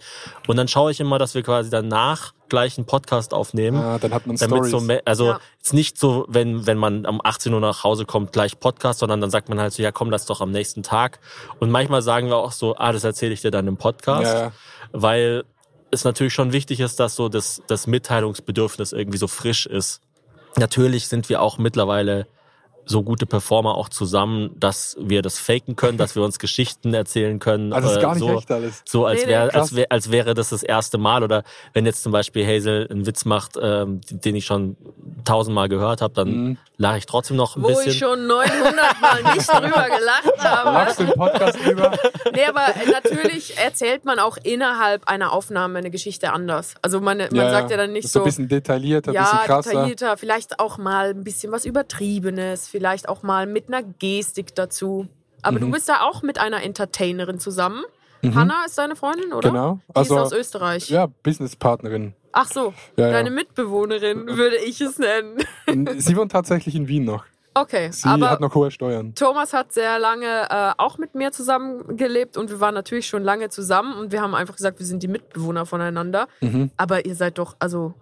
[SPEAKER 1] Und dann schaue ich immer, dass wir quasi danach gleich einen Podcast aufnehmen.
[SPEAKER 5] Ah, dann hat man
[SPEAKER 1] Damit
[SPEAKER 5] Stories.
[SPEAKER 1] so, me- also
[SPEAKER 2] Ja.
[SPEAKER 1] jetzt nicht so, wenn, wenn man um 18 Uhr nach Hause kommt, gleich Podcast, sondern dann sagt man halt so, ja komm, lass doch am nächsten Tag. Und manchmal sagen wir auch so, ah, das erzähle ich dir dann im Podcast,
[SPEAKER 5] Ja, ja.
[SPEAKER 1] weil es natürlich schon wichtig ist, dass so das, das Mitteilungsbedürfnis irgendwie so frisch ist. Natürlich sind wir auch mittlerweile so gute Performer auch zusammen, dass wir das faken können, dass wir
[SPEAKER 5] *laughs*
[SPEAKER 1] uns Geschichten erzählen können.
[SPEAKER 5] Also es ist
[SPEAKER 1] äh,
[SPEAKER 5] gar nicht
[SPEAKER 1] so.
[SPEAKER 5] echt alles.
[SPEAKER 1] So als,
[SPEAKER 2] Nee,
[SPEAKER 1] wär,
[SPEAKER 2] nee.
[SPEAKER 1] als,
[SPEAKER 5] Krass.
[SPEAKER 1] wär, als wäre das das erste Mal oder wenn jetzt zum Beispiel Hazel einen Witz macht, ähm, den ich schon tausendmal gehört habe, dann
[SPEAKER 5] Mhm.
[SPEAKER 1] lache ich trotzdem noch ein
[SPEAKER 2] wo
[SPEAKER 1] bisschen.
[SPEAKER 2] ich schon 900 Mal
[SPEAKER 5] *laughs*
[SPEAKER 2] nicht drüber gelacht habe.
[SPEAKER 5] Lachst du im Podcast
[SPEAKER 2] *laughs*
[SPEAKER 5] drüber?
[SPEAKER 2] Nee, aber natürlich erzählt man auch innerhalb einer Aufnahme eine Geschichte anders. Also man, man sagt ja dann nicht
[SPEAKER 5] Das ist so
[SPEAKER 2] so,
[SPEAKER 5] ein bisschen detaillierter, ein
[SPEAKER 2] ja,
[SPEAKER 5] bisschen krasser.
[SPEAKER 2] detaillierter, vielleicht auch mal ein bisschen was Übertriebenes, vielleicht auch mal mit einer Gestik dazu. Aber
[SPEAKER 5] Mhm.
[SPEAKER 2] du bist da auch mit einer Entertainerin zusammen. Hanna ist deine Freundin, oder?
[SPEAKER 5] Genau.
[SPEAKER 2] Die
[SPEAKER 5] Also-
[SPEAKER 2] ist aus Österreich.
[SPEAKER 5] Ja, Businesspartnerin.
[SPEAKER 2] Ach so,
[SPEAKER 5] Ja, ja.
[SPEAKER 2] deine Mitbewohnerin würde ich es nennen.
[SPEAKER 5] Sie wohnt tatsächlich in Wien noch.
[SPEAKER 2] Okay,
[SPEAKER 5] Sie
[SPEAKER 2] aber
[SPEAKER 5] hat noch hohe Steuern.
[SPEAKER 2] Thomas hat sehr lange äh, auch mit mir zusammengelebt und wir waren natürlich schon
[SPEAKER 5] Mhm.
[SPEAKER 2] lange zusammen und wir haben einfach gesagt, wir sind die Mitbewohner voneinander. Aber ihr seid doch, also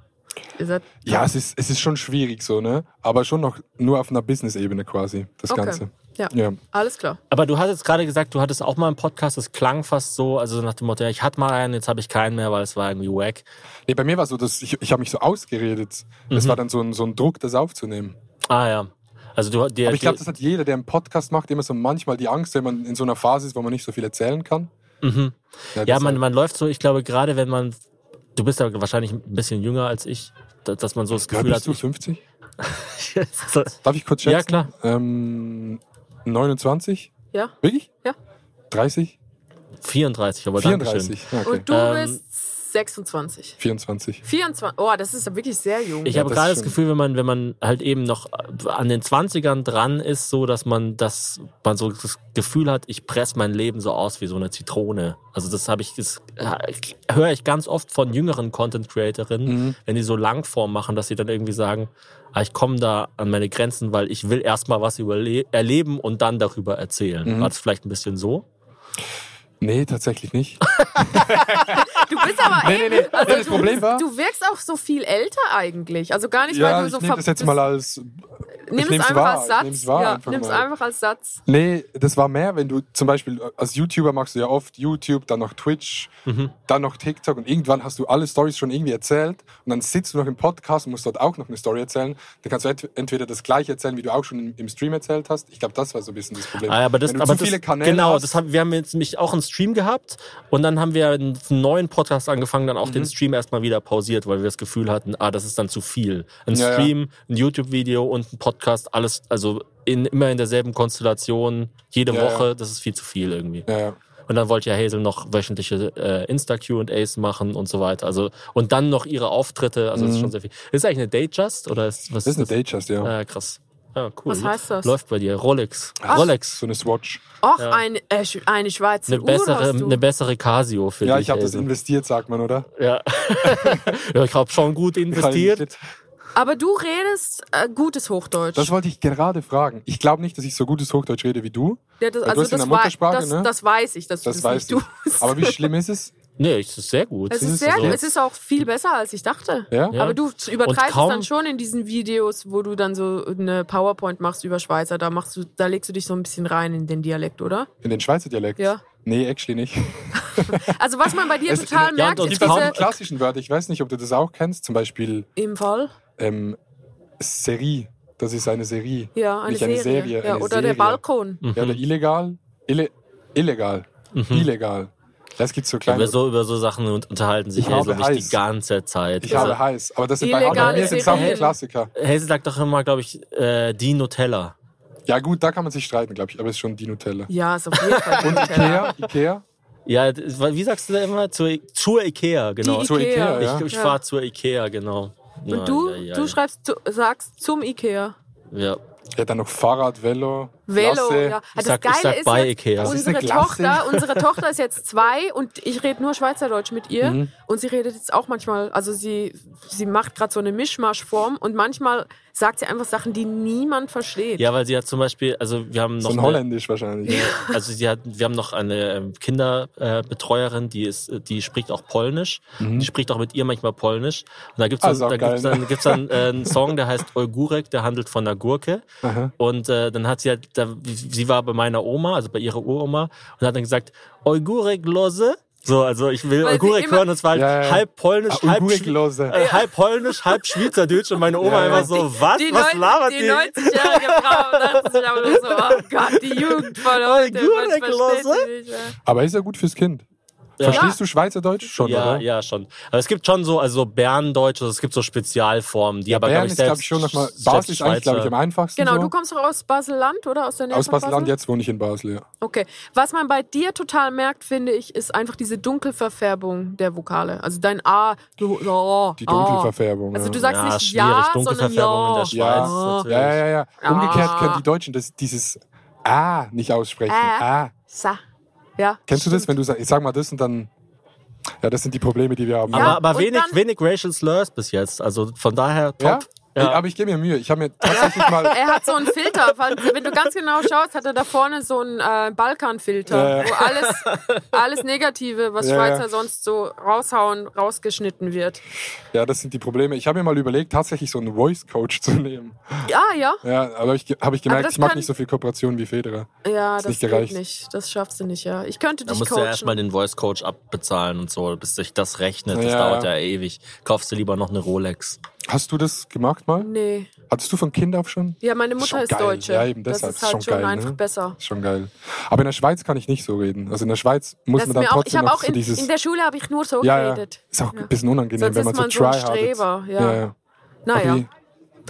[SPEAKER 2] Ist das
[SPEAKER 5] Ja, es ist, es ist schon schwierig so, ne? Aber schon noch nur auf einer Business-Ebene quasi, das
[SPEAKER 2] Okay.
[SPEAKER 5] Ganze.
[SPEAKER 2] Ja.
[SPEAKER 5] Ja.
[SPEAKER 2] Alles klar.
[SPEAKER 1] Aber du hast jetzt gerade gesagt, du hattest auch mal einen Podcast, das klang fast so, also nach dem Motto, ja, ich hatte mal einen, jetzt habe ich keinen mehr, weil es war irgendwie wack.
[SPEAKER 5] Nee, bei mir war so, dass ich, ich habe mich so ausgeredet. Es war dann so ein, so ein Druck, das aufzunehmen.
[SPEAKER 1] Ah Mhm. ja. Also du dir
[SPEAKER 5] Aber ich glaube, das hat jeder, der einen Podcast macht, immer so manchmal die Angst, wenn man in so einer Phase ist, wo man nicht so viel erzählen kann.
[SPEAKER 1] Mhm. Ja,
[SPEAKER 5] das
[SPEAKER 1] man,
[SPEAKER 5] hat-
[SPEAKER 1] man läuft so, ich glaube, gerade wenn man, du bist ja wahrscheinlich ein bisschen jünger als ich, da- dass man so das
[SPEAKER 5] Ja,
[SPEAKER 1] Gefühl
[SPEAKER 5] bist
[SPEAKER 1] hat,
[SPEAKER 5] du
[SPEAKER 1] ich,
[SPEAKER 5] 50?
[SPEAKER 1] so, *laughs*
[SPEAKER 5] *laughs* Darf ich kurz schätzen?
[SPEAKER 1] Ja, klar.
[SPEAKER 5] Ähm, 29?
[SPEAKER 2] Ja.
[SPEAKER 5] Wirklich?
[SPEAKER 2] Ja.
[SPEAKER 5] 30?
[SPEAKER 1] 34, aber
[SPEAKER 5] 34?
[SPEAKER 1] Dankeschön.
[SPEAKER 5] Ja, okay.
[SPEAKER 2] Und du
[SPEAKER 1] Ähm,
[SPEAKER 2] bist 26.
[SPEAKER 5] 24.
[SPEAKER 2] 24. Oh, das ist ja wirklich sehr jung.
[SPEAKER 1] Ich habe
[SPEAKER 5] das
[SPEAKER 1] gerade das
[SPEAKER 5] schon.
[SPEAKER 1] Gefühl, wenn man, wenn man halt eben noch an den 20ern dran ist, so dass man das, man so das Gefühl hat, ich presse mein Leben so aus wie so eine Zitrone. Also das habe ich, das äh, höre ich ganz oft von jüngeren Content Creatorinnen, wenn die so Langform machen, dass sie dann irgendwie sagen, ah, ich komme da an meine Grenzen, weil ich will erstmal was überle erleben und dann darüber erzählen. War das vielleicht ein bisschen so?
[SPEAKER 5] Nee,
[SPEAKER 2] *laughs*
[SPEAKER 5] tatsächlich nicht.
[SPEAKER 2] Du bist
[SPEAKER 5] *laughs*
[SPEAKER 2] aber
[SPEAKER 5] Nee, nee, nee. Nee, das
[SPEAKER 2] Also du,
[SPEAKER 5] Problem war-
[SPEAKER 2] du wirkst auch so viel älter eigentlich. Also gar nicht, weil
[SPEAKER 5] ja,
[SPEAKER 2] du
[SPEAKER 5] ich
[SPEAKER 2] so
[SPEAKER 5] nehme das jetzt mal als.
[SPEAKER 2] Nimm es
[SPEAKER 5] nehm's
[SPEAKER 2] einfach
[SPEAKER 5] wahr.
[SPEAKER 2] als
[SPEAKER 5] Ich
[SPEAKER 2] Satz.
[SPEAKER 5] nehm's wahr
[SPEAKER 2] ja,
[SPEAKER 5] einfach
[SPEAKER 2] nimm's
[SPEAKER 5] mal.
[SPEAKER 2] einfach als Satz.
[SPEAKER 5] Nee, das war mehr, wenn du zum Beispiel äh, als YouTuber machst du ja oft YouTube, dann noch Twitch,
[SPEAKER 1] Mhm.
[SPEAKER 5] dann noch TikTok und irgendwann hast du alle Stories schon irgendwie erzählt und dann sitzt du noch im Podcast und musst dort auch noch eine Story erzählen. Dann kannst du ent- entweder das gleiche erzählen, wie du auch schon im, im Stream erzählt hast. Ich glaube, das war so ein bisschen das Problem.
[SPEAKER 1] Ah, ja, aber das,
[SPEAKER 5] wenn du
[SPEAKER 1] aber
[SPEAKER 5] zu viele
[SPEAKER 1] das,
[SPEAKER 5] Kanäle
[SPEAKER 1] genau,
[SPEAKER 5] hast,
[SPEAKER 1] das haben, wir haben jetzt nämlich auch einen Stream gehabt und dann haben wir einen neuen Podcast angefangen, dann auch
[SPEAKER 5] Mhm.
[SPEAKER 1] den Stream erstmal wieder pausiert, weil wir das Gefühl hatten, ah, das ist dann zu viel. Ein
[SPEAKER 5] Ja, ja.
[SPEAKER 1] Stream, ein YouTube-Video und ein Podcast, alles, also in, immer in derselben Konstellation, jede
[SPEAKER 5] Ja,
[SPEAKER 1] Woche,
[SPEAKER 5] ja.
[SPEAKER 1] das ist viel zu viel irgendwie.
[SPEAKER 5] ja, ja.
[SPEAKER 1] Und dann wollte ja Hazel noch wöchentliche äh, Insta-QAs machen und so weiter. Also, und dann noch ihre Auftritte, also das ist schon sehr viel. Ist das eigentlich eine Datejust oder ist, was
[SPEAKER 5] Mhm. das ist eine Datejust, ja.
[SPEAKER 1] Ah, krass. Ah, cool.
[SPEAKER 2] Was heißt das?
[SPEAKER 1] Läuft bei dir. Rolex. Rolex.
[SPEAKER 5] So eine Swatch.
[SPEAKER 2] Och, eine, äh, eine Schweizer
[SPEAKER 1] Eine
[SPEAKER 2] Uhr
[SPEAKER 1] bessere,
[SPEAKER 2] hast du.
[SPEAKER 1] eine bessere Casio für
[SPEAKER 5] Ja,
[SPEAKER 1] dich.
[SPEAKER 5] ich habe das
[SPEAKER 1] also.
[SPEAKER 5] investiert, sagt man, oder?
[SPEAKER 1] ja. *laughs* ja, ich habe schon gut investiert.
[SPEAKER 2] Aber du redest äh, gutes Hochdeutsch.
[SPEAKER 5] Das wollte ich gerade fragen. Ich glaube nicht, dass ich so gutes Hochdeutsch rede wie du.
[SPEAKER 2] ja, das, also
[SPEAKER 5] du hast in
[SPEAKER 2] das,
[SPEAKER 5] der
[SPEAKER 2] wei-
[SPEAKER 5] Muttersprache,
[SPEAKER 2] das,
[SPEAKER 5] ne?
[SPEAKER 2] das weiß ich, dass du *laughs*
[SPEAKER 5] Das,
[SPEAKER 2] das
[SPEAKER 5] weiß
[SPEAKER 2] nicht
[SPEAKER 5] ich.
[SPEAKER 2] tust.
[SPEAKER 5] Aber wie schlimm ist es?
[SPEAKER 1] Nee, es ist sehr gut.
[SPEAKER 2] es
[SPEAKER 5] ist
[SPEAKER 2] ist
[SPEAKER 5] es
[SPEAKER 2] sehr,
[SPEAKER 5] so?
[SPEAKER 2] es ist auch viel besser, als ich dachte.
[SPEAKER 5] Ja?
[SPEAKER 1] Ja.
[SPEAKER 2] Aber du übertreibst
[SPEAKER 1] kaum-
[SPEAKER 2] es dann schon in diesen Videos, wo du dann so eine PowerPoint machst über Schweizer. Da machst du, da legst du dich so ein bisschen rein in den Dialekt, oder?
[SPEAKER 5] In den Schweizer Dialekt?
[SPEAKER 2] Ja.
[SPEAKER 5] Nee,
[SPEAKER 1] *laughs*
[SPEAKER 5] actually nicht.
[SPEAKER 2] Also was man bei dir
[SPEAKER 5] Es-
[SPEAKER 2] total
[SPEAKER 1] ja,
[SPEAKER 2] merkt,
[SPEAKER 1] und- und
[SPEAKER 2] ist
[SPEAKER 5] Es gibt auch
[SPEAKER 1] kaum-
[SPEAKER 5] die
[SPEAKER 2] diese
[SPEAKER 5] klassischen Wörter. Ich weiß nicht, ob du das auch kennst. Zum Beispiel
[SPEAKER 2] im Fall.
[SPEAKER 5] ähm, Serie. Das ist eine Serie.
[SPEAKER 2] Ja, eine
[SPEAKER 5] nicht
[SPEAKER 2] Serie.
[SPEAKER 5] eine Serie.
[SPEAKER 2] ja,
[SPEAKER 5] eine
[SPEAKER 2] oder
[SPEAKER 5] Serie.
[SPEAKER 2] der Balkon.
[SPEAKER 5] Ja,
[SPEAKER 1] Mhm.
[SPEAKER 5] oder illegal. Ille illegal. Illegal. Das gibt so kleine.
[SPEAKER 1] Über Mhm. so, über so Sachen und- unterhalten sich
[SPEAKER 5] Ich
[SPEAKER 1] Hazel und
[SPEAKER 5] habe
[SPEAKER 1] ich die
[SPEAKER 5] heiß.
[SPEAKER 1] ganze Zeit.
[SPEAKER 5] ich habe heiß. Aber das sind bei
[SPEAKER 2] Illegale
[SPEAKER 5] aber mir sind Sachen
[SPEAKER 2] Serien.
[SPEAKER 5] Klassiker.
[SPEAKER 1] Hazel sagt doch immer, glaube ich, äh, die Nutella.
[SPEAKER 5] Ja, gut, da kann man sich streiten, glaube ich. Aber es ist schon die Nutella.
[SPEAKER 2] Ja, ist auf jeden Fall.
[SPEAKER 5] Und Ikea. Ikea.
[SPEAKER 1] Ja, das war- wie sagst du da immer? Zur, E-, zur Ikea, genau.
[SPEAKER 2] Die
[SPEAKER 5] Zu
[SPEAKER 2] Ikea.
[SPEAKER 5] Ikea, ja.
[SPEAKER 1] Ich, ich
[SPEAKER 2] Ja.
[SPEAKER 1] fahre zur Ikea, genau.
[SPEAKER 2] Und du, du schreibst, zu, sagst zum Ikea.
[SPEAKER 1] Ja.
[SPEAKER 5] Ja, dann noch Fahrrad, Velo.
[SPEAKER 2] Velo,
[SPEAKER 5] Klasse.
[SPEAKER 2] ja. Also
[SPEAKER 1] Ich sag- ich sag
[SPEAKER 2] ist
[SPEAKER 1] bei
[SPEAKER 2] jetzt,
[SPEAKER 1] Ikea. Das
[SPEAKER 5] ist eine
[SPEAKER 2] Unsere,
[SPEAKER 5] Klasse.
[SPEAKER 2] Tochter, unsere Tochter ist jetzt zwei und ich rede nur Schweizerdeutsch mit ihr.
[SPEAKER 1] Mhm.
[SPEAKER 2] Und sie redet jetzt auch manchmal, also sie, sie macht gerade so eine Mischmaschform und manchmal sagt sie einfach Sachen, die niemand versteht.
[SPEAKER 1] ja, weil sie hat zum Beispiel, also wir haben noch.
[SPEAKER 5] So ein
[SPEAKER 1] eine-
[SPEAKER 5] Holländisch wahrscheinlich.
[SPEAKER 1] Also sie hat, wir haben noch eine ähm, Kinderbetreuerin, äh, Betreuerin, die ist, äh, die spricht auch Polnisch. Die spricht auch mit ihr manchmal Polnisch. Und da gibt's
[SPEAKER 5] Mhm. Ah,
[SPEAKER 1] dann,
[SPEAKER 5] ist auch
[SPEAKER 1] da
[SPEAKER 5] geil,
[SPEAKER 1] gibt's
[SPEAKER 5] ne?
[SPEAKER 1] dann, gibt's
[SPEAKER 5] *laughs*
[SPEAKER 1] dann äh, einen Song, der heißt Olgurek, der handelt von einer Gurke. Und äh, dann hat sie halt, da, sie war bei meiner Oma, also bei ihrer Uroma, und hat dann gesagt, Olgurek lose. So, also ich will
[SPEAKER 2] Weil sie
[SPEAKER 1] Olgurek
[SPEAKER 2] immer-
[SPEAKER 1] hören, und zwar halt
[SPEAKER 5] Ja, ja.
[SPEAKER 1] halb polnisch,
[SPEAKER 5] Ah,
[SPEAKER 1] halb,
[SPEAKER 5] Olgurek
[SPEAKER 1] Schwe-
[SPEAKER 5] lose.
[SPEAKER 1] äh, halb polnisch, halb schweizerdeutsch. Und meine Oma
[SPEAKER 5] Ja, ja.
[SPEAKER 1] immer so, also was,
[SPEAKER 2] die
[SPEAKER 1] was
[SPEAKER 2] neun-
[SPEAKER 1] labert
[SPEAKER 2] die 90-jährige
[SPEAKER 1] *laughs*
[SPEAKER 2] Frau ne? dachte sich aber nur so, oh Gott, die Jugend von heute,
[SPEAKER 1] Gurek
[SPEAKER 2] man versteht
[SPEAKER 1] losse?
[SPEAKER 2] sie nicht. Ja.
[SPEAKER 5] Aber ist ja gut fürs Kind.
[SPEAKER 1] Ja.
[SPEAKER 5] Verstehst du Schweizerdeutsch schon,
[SPEAKER 1] ja,
[SPEAKER 5] oder?
[SPEAKER 1] ja, schon. Aber es gibt schon so, also so Berndeutsch, also es gibt so Spezialformen, die aber, glaube
[SPEAKER 5] Bern
[SPEAKER 1] ich,
[SPEAKER 5] ist,
[SPEAKER 1] selbst.
[SPEAKER 5] glaube ich, schon nochmal.
[SPEAKER 1] selbst
[SPEAKER 5] Basel ist eigentlich, glaube ich,
[SPEAKER 1] Schweizer-
[SPEAKER 5] am einfachsten.
[SPEAKER 2] Genau,
[SPEAKER 5] so.
[SPEAKER 2] du kommst doch aus Basel-Land, oder? Aus der Nähe
[SPEAKER 5] Aus
[SPEAKER 2] von
[SPEAKER 5] Basel-Land,
[SPEAKER 2] Basel?
[SPEAKER 5] jetzt wohne ich in Basel, ja.
[SPEAKER 2] Okay. Was man bei dir total merkt, finde ich, ist einfach diese Dunkelverfärbung der Vokale. Also dein A, du, oh, Dunkelverfärbung.
[SPEAKER 5] Die Dunkelverfärbung.
[SPEAKER 2] Also du
[SPEAKER 5] ja.
[SPEAKER 2] sagst
[SPEAKER 1] Ja,
[SPEAKER 2] nicht
[SPEAKER 1] schwierig.
[SPEAKER 2] ja, sondern
[SPEAKER 1] Dunkelverfärbung in
[SPEAKER 2] ja.
[SPEAKER 1] der Schweiz.
[SPEAKER 5] Ja.
[SPEAKER 1] natürlich.
[SPEAKER 5] ja, ja, ja, ja. Umgekehrt
[SPEAKER 2] Ah.
[SPEAKER 5] können die Deutschen das, dieses Ah nicht aussprechen.
[SPEAKER 2] Äh.
[SPEAKER 5] Ah.
[SPEAKER 2] Sa. Ja.
[SPEAKER 5] Kennst du das, wenn du sagst, ich sag mal das und dann. Ja, das sind die Probleme, die wir haben.
[SPEAKER 1] Aber,
[SPEAKER 2] Ja,
[SPEAKER 1] aber
[SPEAKER 2] und
[SPEAKER 1] wenig,
[SPEAKER 2] dann-
[SPEAKER 1] wenig Racial Slurs bis jetzt. Also von daher top.
[SPEAKER 5] Ja? Ey, aber ich gebe mir Mühe. Ich habe mir tatsächlich mal.
[SPEAKER 2] *laughs* Er hat so einen Filter. Weil, wenn du ganz genau schaust, hat er da vorne so einen äh, Balkanfilter,
[SPEAKER 5] Ja.
[SPEAKER 2] wo alles, alles Negative, was
[SPEAKER 5] Ja,
[SPEAKER 2] Schweizer
[SPEAKER 5] ja.
[SPEAKER 2] sonst so raushauen, rausgeschnitten wird.
[SPEAKER 5] Ja, das sind die Probleme. Ich habe mir mal überlegt, tatsächlich so einen Voice Coach zu nehmen.
[SPEAKER 2] Ja, Ah, ja.
[SPEAKER 5] Ja, aber ich ge- habe ich
[SPEAKER 2] Aber
[SPEAKER 5] gemerkt,
[SPEAKER 2] das
[SPEAKER 5] ich mag
[SPEAKER 2] kann-
[SPEAKER 5] nicht so viel Kooperation wie Federer.
[SPEAKER 2] Ja,
[SPEAKER 5] Ist
[SPEAKER 2] das
[SPEAKER 5] nicht
[SPEAKER 2] geht
[SPEAKER 5] gereicht.
[SPEAKER 2] nicht. Das schaffst du nicht, ja. Ich könnte
[SPEAKER 1] Da
[SPEAKER 2] dich
[SPEAKER 1] musst du ja erstmal
[SPEAKER 2] coachen.
[SPEAKER 1] den Voice Coach abbezahlen und so, bis sich das rechnet. Das
[SPEAKER 5] Ja.
[SPEAKER 1] dauert ja ewig. Kaufst du lieber noch eine Rolex.
[SPEAKER 5] Hast du das gemacht mal?
[SPEAKER 2] Nee.
[SPEAKER 5] Hattest du von Kind auf schon?
[SPEAKER 2] Ja, meine Mutter
[SPEAKER 5] Schon
[SPEAKER 2] ist
[SPEAKER 5] geil.
[SPEAKER 2] Deutsche.
[SPEAKER 5] Ja, eben
[SPEAKER 2] das
[SPEAKER 5] deshalb.
[SPEAKER 2] ist halt schon,
[SPEAKER 5] Schon geil,
[SPEAKER 2] einfach
[SPEAKER 5] ne?
[SPEAKER 2] besser.
[SPEAKER 5] Schon geil. Aber in der Schweiz kann ich nicht so reden. Also in der Schweiz muss
[SPEAKER 2] Das
[SPEAKER 5] man
[SPEAKER 2] ist
[SPEAKER 5] dann
[SPEAKER 2] mir auch, ich
[SPEAKER 5] trotzdem
[SPEAKER 2] habe
[SPEAKER 5] noch
[SPEAKER 2] auch
[SPEAKER 5] so
[SPEAKER 2] in,
[SPEAKER 5] dieses.
[SPEAKER 2] in der Schule habe ich nur so
[SPEAKER 5] ja, ja.
[SPEAKER 2] geredet.
[SPEAKER 5] Ist auch
[SPEAKER 2] Ja.
[SPEAKER 5] ein bisschen unangenehm,
[SPEAKER 2] Sonst
[SPEAKER 5] wenn
[SPEAKER 2] ist
[SPEAKER 5] man
[SPEAKER 2] man
[SPEAKER 5] so
[SPEAKER 2] so ein
[SPEAKER 5] tryhardet.
[SPEAKER 2] Streber, ja. Ah,
[SPEAKER 5] ja.
[SPEAKER 2] Naja.
[SPEAKER 5] Aber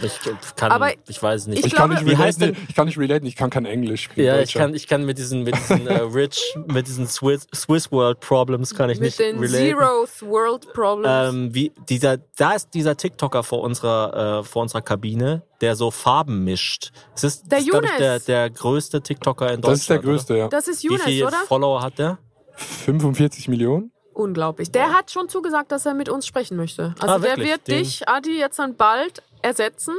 [SPEAKER 1] Ich kann,
[SPEAKER 2] Aber
[SPEAKER 1] ich weiß nicht.
[SPEAKER 2] ich
[SPEAKER 5] Ich,
[SPEAKER 2] glaube-
[SPEAKER 5] kann nicht
[SPEAKER 1] wie heißt
[SPEAKER 5] relaten,
[SPEAKER 1] denn,
[SPEAKER 5] ich kann nicht relaten, ich kann kein Englisch. bin
[SPEAKER 1] ja, ich
[SPEAKER 5] Deutscher.
[SPEAKER 1] kann, ich kann mit diesen, mit diesen äh, Rich, mit diesen Swiss, Swiss World Problems kann ich
[SPEAKER 2] Mit
[SPEAKER 1] nicht
[SPEAKER 2] den
[SPEAKER 1] relaten.
[SPEAKER 2] Zeroth World Problems.
[SPEAKER 1] Ähm, wie dieser, da ist dieser TikToker vor unserer, äh, vor unserer Kabine, der so Farben mischt. Es ist,
[SPEAKER 2] Der
[SPEAKER 1] ist glaub ich,
[SPEAKER 2] Younes.
[SPEAKER 1] der, der größte TikToker in Deutschland.
[SPEAKER 5] Das ist der
[SPEAKER 1] oder?
[SPEAKER 5] größte, ja.
[SPEAKER 2] das ist
[SPEAKER 1] Wie
[SPEAKER 2] Younes,
[SPEAKER 1] viele
[SPEAKER 2] oder?
[SPEAKER 1] Follower hat der?
[SPEAKER 5] 45 Millionen?
[SPEAKER 2] Unglaublich. Der hat schon zugesagt, dass er mit uns sprechen möchte. Also
[SPEAKER 1] Ah,
[SPEAKER 2] der
[SPEAKER 1] wirklich?
[SPEAKER 2] wird
[SPEAKER 1] Den-
[SPEAKER 2] dich, Adi, jetzt dann bald ersetzen.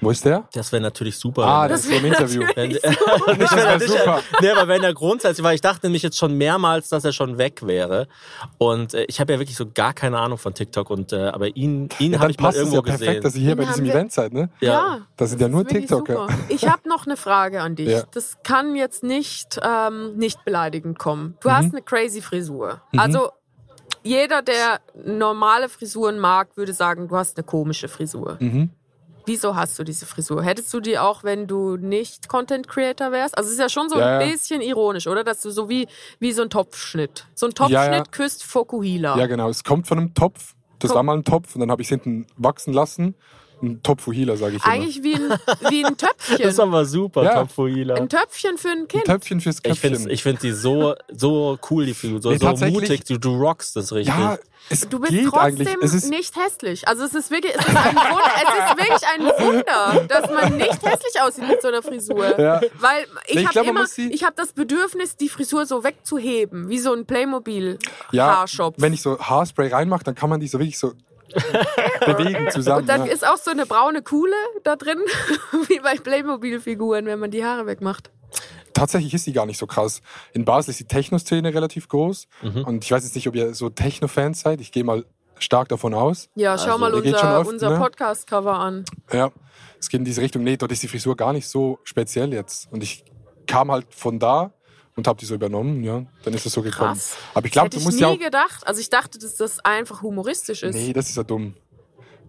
[SPEAKER 5] Wo ist der?
[SPEAKER 1] Das wäre natürlich super.
[SPEAKER 5] Ah,
[SPEAKER 1] wenn
[SPEAKER 5] das ist im Interview.
[SPEAKER 1] Wenn, *laughs* ich
[SPEAKER 5] wär
[SPEAKER 1] wär natürlich-
[SPEAKER 5] super.
[SPEAKER 1] Nee, aber wenn er grundsätzlich, weil ich dachte nämlich jetzt schon mehrmals, dass er schon weg wäre. Und äh, ich habe ja wirklich so gar keine Ahnung von TikTok. Und äh, aber ihn, ihn
[SPEAKER 5] Ja,
[SPEAKER 1] habe
[SPEAKER 5] dann
[SPEAKER 1] ich mal
[SPEAKER 5] passt es ja
[SPEAKER 1] irgendwo
[SPEAKER 5] perfekt,
[SPEAKER 1] gesehen.
[SPEAKER 5] dass ihr hier
[SPEAKER 2] Den
[SPEAKER 5] bei diesem
[SPEAKER 2] haben wir-
[SPEAKER 5] Event seid, ne?
[SPEAKER 1] Ja.
[SPEAKER 5] Das sind ja nur
[SPEAKER 2] ist wirklich
[SPEAKER 5] TikToker.
[SPEAKER 2] super. Ich habe noch eine Frage an dich.
[SPEAKER 5] Ja.
[SPEAKER 2] Das kann jetzt nicht, ähm, nicht beleidigend kommen.
[SPEAKER 5] Mhm.
[SPEAKER 2] Du hast eine crazy Frisur. Also jeder, der normale Frisuren mag, würde sagen, du hast eine komische Frisur.
[SPEAKER 5] Mhm.
[SPEAKER 2] Wieso hast du diese Frisur? Hättest du die auch, wenn du nicht Content Creator wärst? Also es ist ja schon so
[SPEAKER 5] Ja,
[SPEAKER 2] ein
[SPEAKER 5] ja.
[SPEAKER 2] bisschen ironisch, oder? Dass du so wie, wie so ein Topfschnitt. So ein Topfschnitt
[SPEAKER 5] Ja, ja.
[SPEAKER 2] küsst Fokuhila.
[SPEAKER 5] Ja, genau. Es kommt von einem Topf. Das
[SPEAKER 2] Guck.
[SPEAKER 5] war mal ein Topf und dann habe ich es hinten wachsen lassen. Ein Topfuhila, sage ich immer.
[SPEAKER 2] Eigentlich wie ein, wie
[SPEAKER 5] *laughs*
[SPEAKER 2] ein
[SPEAKER 1] Das ist
[SPEAKER 2] Töpfchen.
[SPEAKER 1] aber super,
[SPEAKER 5] Ja.
[SPEAKER 1] Top Fuila.
[SPEAKER 2] Ein Töpfchen für ein
[SPEAKER 5] Ein
[SPEAKER 2] Kind.
[SPEAKER 5] Töpfchen fürs
[SPEAKER 1] Ich
[SPEAKER 5] Köpfchen.
[SPEAKER 1] finde ich find die so, so cool, die Figur. So,
[SPEAKER 5] Nee,
[SPEAKER 1] so
[SPEAKER 5] tatsächlich-
[SPEAKER 1] mutig. Du, du rockst das richtig.
[SPEAKER 5] ja, es
[SPEAKER 2] Du bist
[SPEAKER 5] geht eigentlich.
[SPEAKER 2] trotzdem
[SPEAKER 5] Es ist,
[SPEAKER 2] nicht hässlich. Also es ist wirklich, es ist ein Wunder, es ist wirklich ein Wunder, dass man nicht hässlich aussieht mit so einer Frisur.
[SPEAKER 5] Ja.
[SPEAKER 2] Weil ich
[SPEAKER 5] Nee, ich
[SPEAKER 2] habe
[SPEAKER 5] glaub, man
[SPEAKER 2] immer,
[SPEAKER 5] muss sie-
[SPEAKER 2] ich habe das Bedürfnis, die Frisur so wegzuheben, wie so ein Playmobil
[SPEAKER 5] ja,
[SPEAKER 2] Haarshop.
[SPEAKER 5] wenn ich so Haarspray reinmache, dann kann man die so wirklich so bewegen zusammen.
[SPEAKER 2] Und dann
[SPEAKER 5] ja.
[SPEAKER 2] ist auch so eine braune Kuhle da drin, *laughs* wie bei Playmobil-Figuren, wenn man die Haare wegmacht.
[SPEAKER 5] Tatsächlich ist die gar nicht so krass. In Basel ist die Techno-Szene relativ groß. Und ich weiß jetzt nicht, ob ihr so Techno-Fans seid. Ich gehe mal stark davon aus.
[SPEAKER 2] Ja, schau mal
[SPEAKER 5] der geht schon
[SPEAKER 2] unser,
[SPEAKER 5] oft,
[SPEAKER 2] unser
[SPEAKER 5] ne?
[SPEAKER 2] Podcast-Cover an.
[SPEAKER 5] Ja, es geht in diese Richtung. Nee, dort ist die Frisur gar nicht so speziell jetzt. Und ich kam halt von da und habe die so übernommen. Ja, dann ist es so gekommen.
[SPEAKER 2] Krass.
[SPEAKER 5] Aber ich glaube,
[SPEAKER 2] Hätte
[SPEAKER 5] du
[SPEAKER 2] ich
[SPEAKER 5] musst
[SPEAKER 2] nie
[SPEAKER 5] ja auch.
[SPEAKER 2] gedacht. Also ich dachte, dass das einfach humoristisch ist.
[SPEAKER 5] Nee, das ist ja dumm.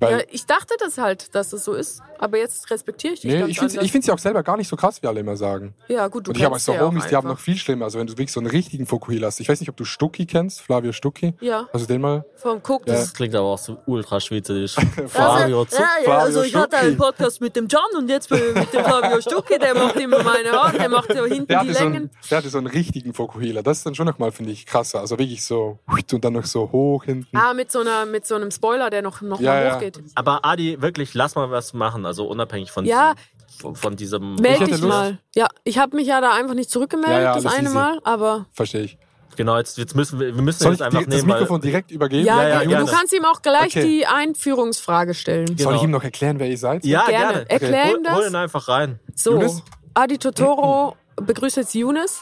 [SPEAKER 2] ja,
[SPEAKER 5] Weil,
[SPEAKER 2] ich dachte das halt, dass es so ist. Aber jetzt respektiere ich dich
[SPEAKER 5] nee,
[SPEAKER 2] ganz
[SPEAKER 5] ich
[SPEAKER 2] anders.
[SPEAKER 5] finde es ja auch selber gar nicht so krass, wie alle immer sagen.
[SPEAKER 2] ja, gut, du
[SPEAKER 5] und ich habe
[SPEAKER 2] kennst
[SPEAKER 5] so
[SPEAKER 2] ja auch
[SPEAKER 5] Homies, die haben noch
[SPEAKER 2] einfach.
[SPEAKER 5] viel schlimmer. Also wenn du wirklich so einen richtigen Fokuhila hast. Ich weiß nicht, ob du Stucki kennst, Flavio Stucki.
[SPEAKER 2] Ja.
[SPEAKER 5] Hast du den mal?
[SPEAKER 2] Vom Guck, das
[SPEAKER 5] äh,
[SPEAKER 1] Das klingt aber auch so ultra
[SPEAKER 5] *laughs*
[SPEAKER 1] schweizerisch.
[SPEAKER 6] Also,
[SPEAKER 1] Fabio Zuck.
[SPEAKER 6] ja, ja, also ich hatte einen Podcast mit dem John und jetzt bin ich mit dem
[SPEAKER 2] Flavio Stucke, der macht immer meine Haare, der macht so hinten
[SPEAKER 5] Der
[SPEAKER 2] die
[SPEAKER 5] hatte, so
[SPEAKER 2] Längen.
[SPEAKER 5] einen, der hatte so einen richtigen Fokuhila. Das ist dann schon nochmal, finde ich, krasser. Also wirklich so und dann noch so hoch hinten.
[SPEAKER 2] Ah, mit so, einer, mit so einem Spoiler, der noch, noch
[SPEAKER 5] Ja,
[SPEAKER 2] mal
[SPEAKER 5] ja.
[SPEAKER 2] hochgeht.
[SPEAKER 1] Aber Adi, wirklich, lass mal was machen. Also unabhängig von,
[SPEAKER 2] Ja.
[SPEAKER 1] diesem, von diesem.
[SPEAKER 2] Meld
[SPEAKER 5] hätte
[SPEAKER 2] dich
[SPEAKER 5] Lust.
[SPEAKER 2] mal. Ja, ich habe mich ja da einfach nicht zurückgemeldet,
[SPEAKER 5] Ja, ja,
[SPEAKER 2] das
[SPEAKER 5] alles
[SPEAKER 2] eine
[SPEAKER 5] easy.
[SPEAKER 2] Mal, aber
[SPEAKER 5] Verstehe ich.
[SPEAKER 1] Genau, jetzt, jetzt müssen wir, wir müssen
[SPEAKER 5] Soll ich
[SPEAKER 1] jetzt einfach
[SPEAKER 5] dir das
[SPEAKER 1] nehmen.
[SPEAKER 5] Mikrofon
[SPEAKER 1] Weil,
[SPEAKER 5] direkt übergeben?
[SPEAKER 2] Ja,
[SPEAKER 1] Ja, ja,
[SPEAKER 2] du
[SPEAKER 1] gerne.
[SPEAKER 2] kannst ihm auch gleich
[SPEAKER 5] Okay.
[SPEAKER 2] die Einführungsfrage stellen.
[SPEAKER 5] Soll ich
[SPEAKER 1] Genau.
[SPEAKER 5] ihm noch erklären, wer ihr seid?
[SPEAKER 1] ja,
[SPEAKER 2] Gerne.
[SPEAKER 1] gerne.
[SPEAKER 2] Erklär ihm
[SPEAKER 1] hol,
[SPEAKER 2] das.
[SPEAKER 1] hol ihn einfach rein.
[SPEAKER 2] So,
[SPEAKER 5] Jonas?
[SPEAKER 2] Adi Totoro begrüßt jetzt Younes.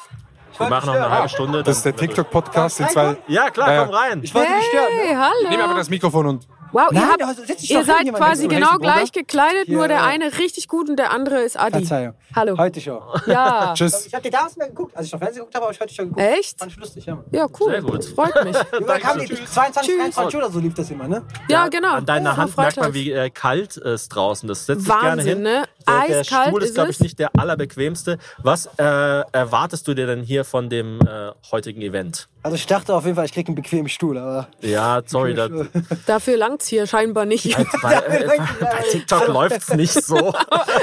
[SPEAKER 1] Wir machen noch eine halbe Stunde.
[SPEAKER 5] Das ist der
[SPEAKER 1] dann-
[SPEAKER 5] TikTok-Podcast in zwei.
[SPEAKER 1] Ja, klar,
[SPEAKER 5] Ja, ja.
[SPEAKER 1] komm rein.
[SPEAKER 7] Ich wollte nicht stören.
[SPEAKER 2] Hey,
[SPEAKER 5] Nehmen einfach
[SPEAKER 2] hallo.
[SPEAKER 5] das Mikrofon und.
[SPEAKER 2] Wow, ihr,
[SPEAKER 7] Nein,
[SPEAKER 2] habt,
[SPEAKER 7] also setz dich
[SPEAKER 2] ihr
[SPEAKER 7] doch
[SPEAKER 2] seid
[SPEAKER 7] hin, jemand,
[SPEAKER 2] quasi
[SPEAKER 7] wenn du
[SPEAKER 2] genau
[SPEAKER 5] heißen, Bruder.
[SPEAKER 2] gleich gekleidet, nur
[SPEAKER 7] Hier.
[SPEAKER 2] der eine richtig gut und der andere ist Adi.
[SPEAKER 7] Verzeihung.
[SPEAKER 2] Hallo.
[SPEAKER 7] Heute schon.
[SPEAKER 2] Ja.
[SPEAKER 5] Tschüss.
[SPEAKER 7] Ich habe die damals mehr geguckt, als ich noch Fernsehen geguckt habe, habe ich heute schon geguckt.
[SPEAKER 2] Echt?
[SPEAKER 7] Fand ich lustig, ja. Mann.
[SPEAKER 2] Ja, cool.
[SPEAKER 1] Sehr gut. *laughs*
[SPEAKER 2] Freut mich.
[SPEAKER 7] Junge, da kam die 22, 23 oder so lief das immer, ne?
[SPEAKER 2] Ja, genau.
[SPEAKER 1] An deiner
[SPEAKER 2] Immer
[SPEAKER 1] Hand merkt man,
[SPEAKER 2] freitags.
[SPEAKER 1] wie äh, kalt es draußen ist. Setz dich gerne
[SPEAKER 2] Wahnsinn,
[SPEAKER 1] hin.
[SPEAKER 2] ne?
[SPEAKER 1] Der, der
[SPEAKER 2] Eiskalt
[SPEAKER 1] Stuhl
[SPEAKER 2] ist
[SPEAKER 1] ist, glaube
[SPEAKER 2] es.
[SPEAKER 1] ich, nicht der allerbequemste. Was äh, erwartest du dir denn hier von dem äh, heutigen Event?
[SPEAKER 7] Also ich dachte auf jeden Fall, ich krieg einen bequemen Stuhl, aber...
[SPEAKER 1] Ja, sorry,
[SPEAKER 7] *laughs*
[SPEAKER 1] da, äh,
[SPEAKER 2] Dafür langt's hier scheinbar nicht.
[SPEAKER 1] bei, äh, bei TikTok läuft's nicht so.
[SPEAKER 2] *laughs*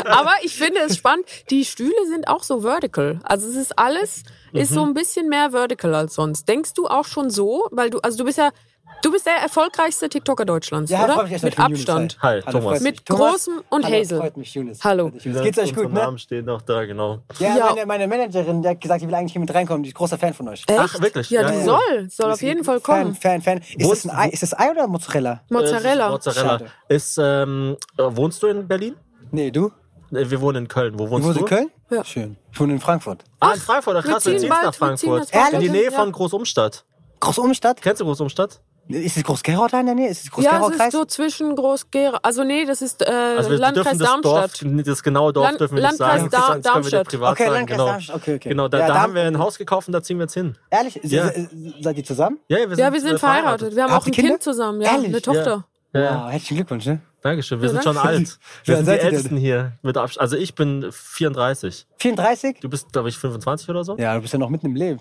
[SPEAKER 2] Aber ich finde es spannend. Die Stühle sind auch so vertical. Also es
[SPEAKER 1] Mhm.
[SPEAKER 2] ist alles, ist so ein bisschen mehr vertical als sonst. Denkst du auch schon so? Weil du, also du bist ja
[SPEAKER 8] Du bist der erfolgreichste TikToker Deutschlands,
[SPEAKER 7] Ja,
[SPEAKER 8] oder?
[SPEAKER 7] freut mich erstmal, ich
[SPEAKER 8] Mit
[SPEAKER 7] bin Yunus,
[SPEAKER 8] Abstand.
[SPEAKER 1] Hi, Thomas.
[SPEAKER 7] freut mich.
[SPEAKER 8] Mit Großem und
[SPEAKER 7] hallo,
[SPEAKER 8] Hazel.
[SPEAKER 7] Freut mich, Yunus.
[SPEAKER 8] Hallo.
[SPEAKER 7] Freut mich, Yunus. *laughs* Geht's euch
[SPEAKER 1] Unser
[SPEAKER 7] gut, ne?
[SPEAKER 1] Namen steht noch da, genau.
[SPEAKER 7] Ja,
[SPEAKER 8] Ja.
[SPEAKER 7] Meine, meine Managerin, die hat gesagt, die will eigentlich hier mit reinkommen. Die ist großer Fan von euch.
[SPEAKER 8] Echt?
[SPEAKER 1] Ach, wirklich?
[SPEAKER 8] Ja,
[SPEAKER 1] Ja,
[SPEAKER 8] die
[SPEAKER 1] ja.
[SPEAKER 8] soll. Soll auf jeden Fall kommen.
[SPEAKER 7] Fan, Fan, Fan. Ist
[SPEAKER 1] Wo
[SPEAKER 7] das
[SPEAKER 1] ist-
[SPEAKER 7] ein Ei, ist das Ei oder Mozzarella?
[SPEAKER 1] Äh,
[SPEAKER 8] Mozzarella.
[SPEAKER 1] Mozzarella.
[SPEAKER 7] Schade.
[SPEAKER 1] Ist, ähm, äh, wohnst du in Berlin?
[SPEAKER 7] Nee, du?
[SPEAKER 1] Äh, Wir wohnen in Köln. Wo wohnst
[SPEAKER 7] Wo ist
[SPEAKER 1] du?
[SPEAKER 7] in Köln?
[SPEAKER 8] Ja.
[SPEAKER 7] Schön. Ich wohne in Frankfurt.
[SPEAKER 1] Ah, in Frankfurt. Ach, Krass,
[SPEAKER 8] wir
[SPEAKER 1] wir
[SPEAKER 8] ziehen
[SPEAKER 1] ziehen
[SPEAKER 8] bald,
[SPEAKER 1] nach
[SPEAKER 8] wir ziehen
[SPEAKER 1] Frankfurt.
[SPEAKER 8] nach
[SPEAKER 1] in die
[SPEAKER 7] Frankfurt,
[SPEAKER 1] Nähe
[SPEAKER 8] ja.
[SPEAKER 1] von Großumstadt.
[SPEAKER 7] Große Umstadt?
[SPEAKER 1] Kennst du Großumstadt?
[SPEAKER 7] Ist es Groß-Gerau da in der Nähe? Ist es
[SPEAKER 8] Ja, es ist
[SPEAKER 7] Groß-Gerau-Kreis?
[SPEAKER 8] so zwischen groß -Gera. Also nee, das ist äh,
[SPEAKER 1] Also wir
[SPEAKER 8] Landkreis
[SPEAKER 1] dürfen das
[SPEAKER 8] Darmstadt.
[SPEAKER 1] Dorf, das genaue Dorf
[SPEAKER 8] Land-
[SPEAKER 1] dürfen wir
[SPEAKER 8] Landkreis
[SPEAKER 1] nicht sagen.
[SPEAKER 8] Dar-
[SPEAKER 1] das können wir dir
[SPEAKER 8] Darmstadt.
[SPEAKER 1] privat
[SPEAKER 7] Okay,
[SPEAKER 1] sagen.
[SPEAKER 7] Landkreis
[SPEAKER 1] Genau,
[SPEAKER 7] Darmstadt. Okay, okay.
[SPEAKER 1] genau da,
[SPEAKER 7] Ja,
[SPEAKER 1] da
[SPEAKER 7] Darm-
[SPEAKER 1] haben wir ein Haus gekauft und da ziehen wir jetzt hin.
[SPEAKER 7] Ehrlich?
[SPEAKER 1] Ja.
[SPEAKER 7] Se- se- Seid ihr zusammen?
[SPEAKER 1] Ja, wir sind,
[SPEAKER 8] Ja, wir sind
[SPEAKER 1] äh,
[SPEAKER 8] verheiratet. Wir haben
[SPEAKER 7] Habt
[SPEAKER 8] auch
[SPEAKER 7] ihr
[SPEAKER 8] ein
[SPEAKER 7] Kinder?
[SPEAKER 8] Kind zusammen. Ja,
[SPEAKER 7] Ehrlich?
[SPEAKER 8] eine Tochter.
[SPEAKER 1] Ja,
[SPEAKER 7] Wow, herzlichen Glückwunsch, ne?
[SPEAKER 1] Dankeschön. Wir
[SPEAKER 8] Ja,
[SPEAKER 1] sind schon
[SPEAKER 7] *laughs*
[SPEAKER 1] alt. Wir
[SPEAKER 7] Ja,
[SPEAKER 1] sind die
[SPEAKER 7] seid ihr denn?
[SPEAKER 1] Ältesten hier mit Abstand. Also ich bin 34.
[SPEAKER 7] 34?
[SPEAKER 1] Du bist, glaube ich, 25 oder so.
[SPEAKER 7] Ja, du bist ja noch mitten im Leben.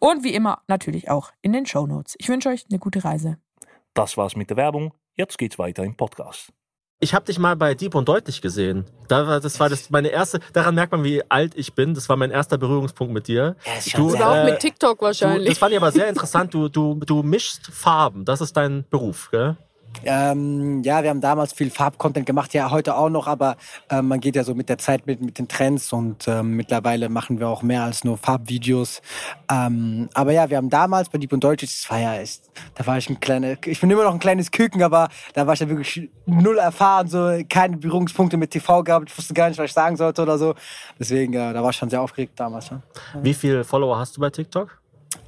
[SPEAKER 2] Und wie immer natürlich auch in den Shownotes. Ich wünsche euch eine gute Reise.
[SPEAKER 9] Das war's mit der Werbung. Jetzt geht's weiter im Podcast.
[SPEAKER 1] Ich habe dich mal bei Deep und Deutlich gesehen. Da war, das war das meine erste. Daran merkt man, wie alt ich bin. Das war mein erster Berührungspunkt mit dir.
[SPEAKER 7] Er ist
[SPEAKER 1] Du-
[SPEAKER 7] schon
[SPEAKER 8] Oder
[SPEAKER 7] sehr
[SPEAKER 8] auch
[SPEAKER 1] Äh,
[SPEAKER 8] mit TikTok
[SPEAKER 1] Du, das
[SPEAKER 8] wahrscheinlich.
[SPEAKER 1] fand ich aber sehr interessant. Du, du, du mischst Farben. Das ist dein Beruf, gell?
[SPEAKER 7] Ähm, ja, wir haben damals viel Farbcontent gemacht, ja heute auch noch, aber ähm, man geht ja so mit der Zeit mit, mit den Trends und ähm, mittlerweile machen wir auch mehr als nur Farbvideos. Ähm, aber ja, wir haben damals bei Deep und Deutsch, das war ja, ist, da war ich ein kleiner, ich bin immer noch ein kleines Küken, aber da war ich ja wirklich null erfahren, so keine Berührungspunkte mit TV gehabt, ich wusste gar nicht, was ich sagen sollte oder so. Deswegen, äh, da war ich schon sehr aufgeregt damals. Ne?
[SPEAKER 1] Wie viele Follower hast du bei TikTok?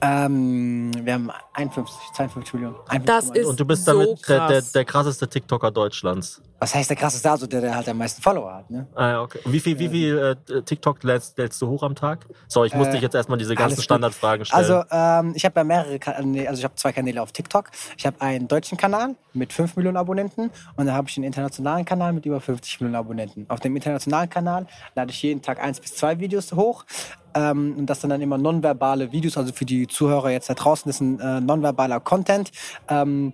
[SPEAKER 7] Ähm, wir haben 51, 52 Millionen. 51,
[SPEAKER 8] Das ist-
[SPEAKER 1] Und du bist
[SPEAKER 8] So
[SPEAKER 1] damit der, der,
[SPEAKER 8] krass.
[SPEAKER 1] der krasseste TikToker Deutschlands.
[SPEAKER 7] was heißt der krasseste, also der, der halt am meisten Follower hat, ne?
[SPEAKER 1] Ah, okay. Wie viel, wie viel äh, TikTok lädst, lädst du hoch am Tag? So, ich muss
[SPEAKER 7] Äh,
[SPEAKER 1] dich jetzt erstmal diese
[SPEAKER 7] alles
[SPEAKER 1] ganzen
[SPEAKER 7] gut.
[SPEAKER 1] Standardfragen stellen.
[SPEAKER 7] Also ähm, ich habe ja mehrere, Ka- nee, also ich habe zwei Kanäle auf TikTok. Ich habe einen deutschen Kanal mit 5 Millionen Abonnenten und dann habe ich einen internationalen Kanal mit über 50 Millionen Abonnenten. Auf dem internationalen Kanal lade ich jeden Tag eins bis zwei Videos hoch. Ähm, und das sind dann immer nonverbale Videos, also für die Zuhörer jetzt da draußen, das ist ein äh, nonverbaler Content. Ähm,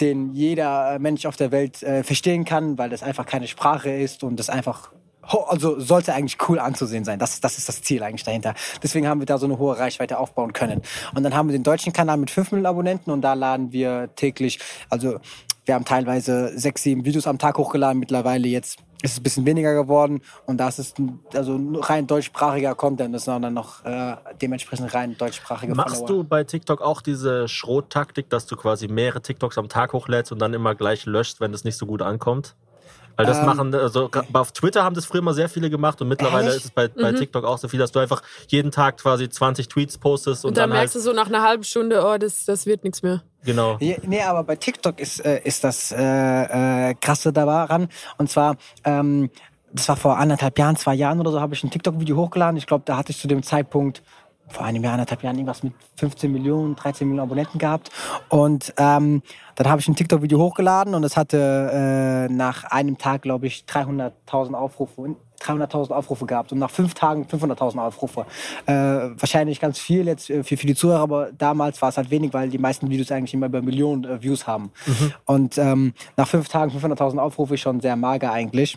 [SPEAKER 7] den jeder äh, Mensch auf der Welt äh, verstehen kann, weil das einfach keine Sprache ist und das einfach ho- also sollte eigentlich cool anzusehen sein. Das, das ist das Ziel eigentlich dahinter. Deswegen haben wir da so eine hohe Reichweite aufbauen können. Und dann haben wir den deutschen Kanal mit 5 Millionen Abonnenten und da laden wir täglich, also wir haben teilweise sechs, sieben Videos am Tag hochgeladen. Mittlerweile jetzt ist es ein bisschen weniger geworden und das ist ein, also ein rein deutschsprachiger Content, das sind dann noch äh, dementsprechend rein deutschsprachige
[SPEAKER 1] Machst du
[SPEAKER 7] Follower.
[SPEAKER 1] bei TikTok auch diese Schrottaktik, dass du quasi mehrere TikToks am Tag hochlädst und dann immer gleich löscht, wenn es nicht so gut ankommt? Weil
[SPEAKER 7] Ähm,
[SPEAKER 1] das machen, also gra- auf Twitter haben das früher immer sehr viele gemacht und mittlerweile
[SPEAKER 7] äh, Ehrlich? Mhm.
[SPEAKER 1] ist es bei, bei TikTok auch so viel, dass du einfach jeden Tag quasi 20 Tweets postest und,
[SPEAKER 8] Und
[SPEAKER 1] dann,
[SPEAKER 8] dann merkst du
[SPEAKER 1] halt,
[SPEAKER 8] so nach einer halben Stunde, oh, das, das wird nichts mehr.
[SPEAKER 1] genau.
[SPEAKER 7] Ja, nee, aber bei TikTok ist, äh, ist das äh, äh, Krasse daran. Und zwar, ähm, das war vor anderthalb Jahren, zwei Jahren oder so, habe ich ein TikTok-Video hochgeladen. Ich glaube, da hatte ich zu dem Zeitpunkt vor einem Jahr, anderthalb Jahren irgendwas mit 15 Millionen, 13 Millionen Abonnenten gehabt. Und ähm, dann habe ich ein TikTok-Video hochgeladen und es hatte äh, nach einem Tag, glaube ich, 300.000 Aufrufe. 300.000 Aufrufe gehabt und nach fünf Tagen 500.000 Aufrufe. Äh, wahrscheinlich ganz viel jetzt äh, für, für die Zuhörer, aber damals war es halt wenig, weil die meisten Videos eigentlich immer über Millionen äh, Views haben. Und ähm, nach fünf Tagen 500.000 Aufrufe ist schon sehr mager eigentlich.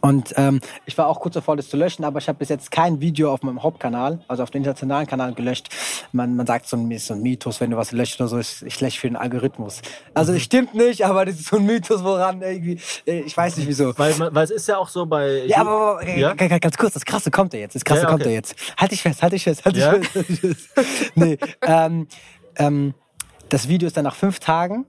[SPEAKER 7] Und ähm, ich war auch kurz davor, das zu löschen, aber ich habe bis jetzt kein Video auf meinem Hauptkanal, also auf dem internationalen Kanal gelöscht. Man, man sagt so ein, ist so ein Mythos, wenn du was löscht oder so, ich, ich lösche für den Algorithmus. Also es stimmt nicht, aber das ist so ein Mythos, woran irgendwie, äh, ich weiß nicht wieso.
[SPEAKER 1] Weil, man- weil es ist ja auch so bei.
[SPEAKER 7] Ja, aber aber, äh,
[SPEAKER 1] Ja?
[SPEAKER 7] g- g- ganz kurz, das Krasse kommt ja jetzt, das Krasse
[SPEAKER 1] Ja, ja,
[SPEAKER 7] kommt ja
[SPEAKER 1] okay.
[SPEAKER 7] jetzt. Halt dich fest, halt dich fest, halt dich
[SPEAKER 1] Ja?
[SPEAKER 7] fest. Halt dich fest. *laughs* nee, ähm, ähm, das Video ist dann nach fünf Tagen,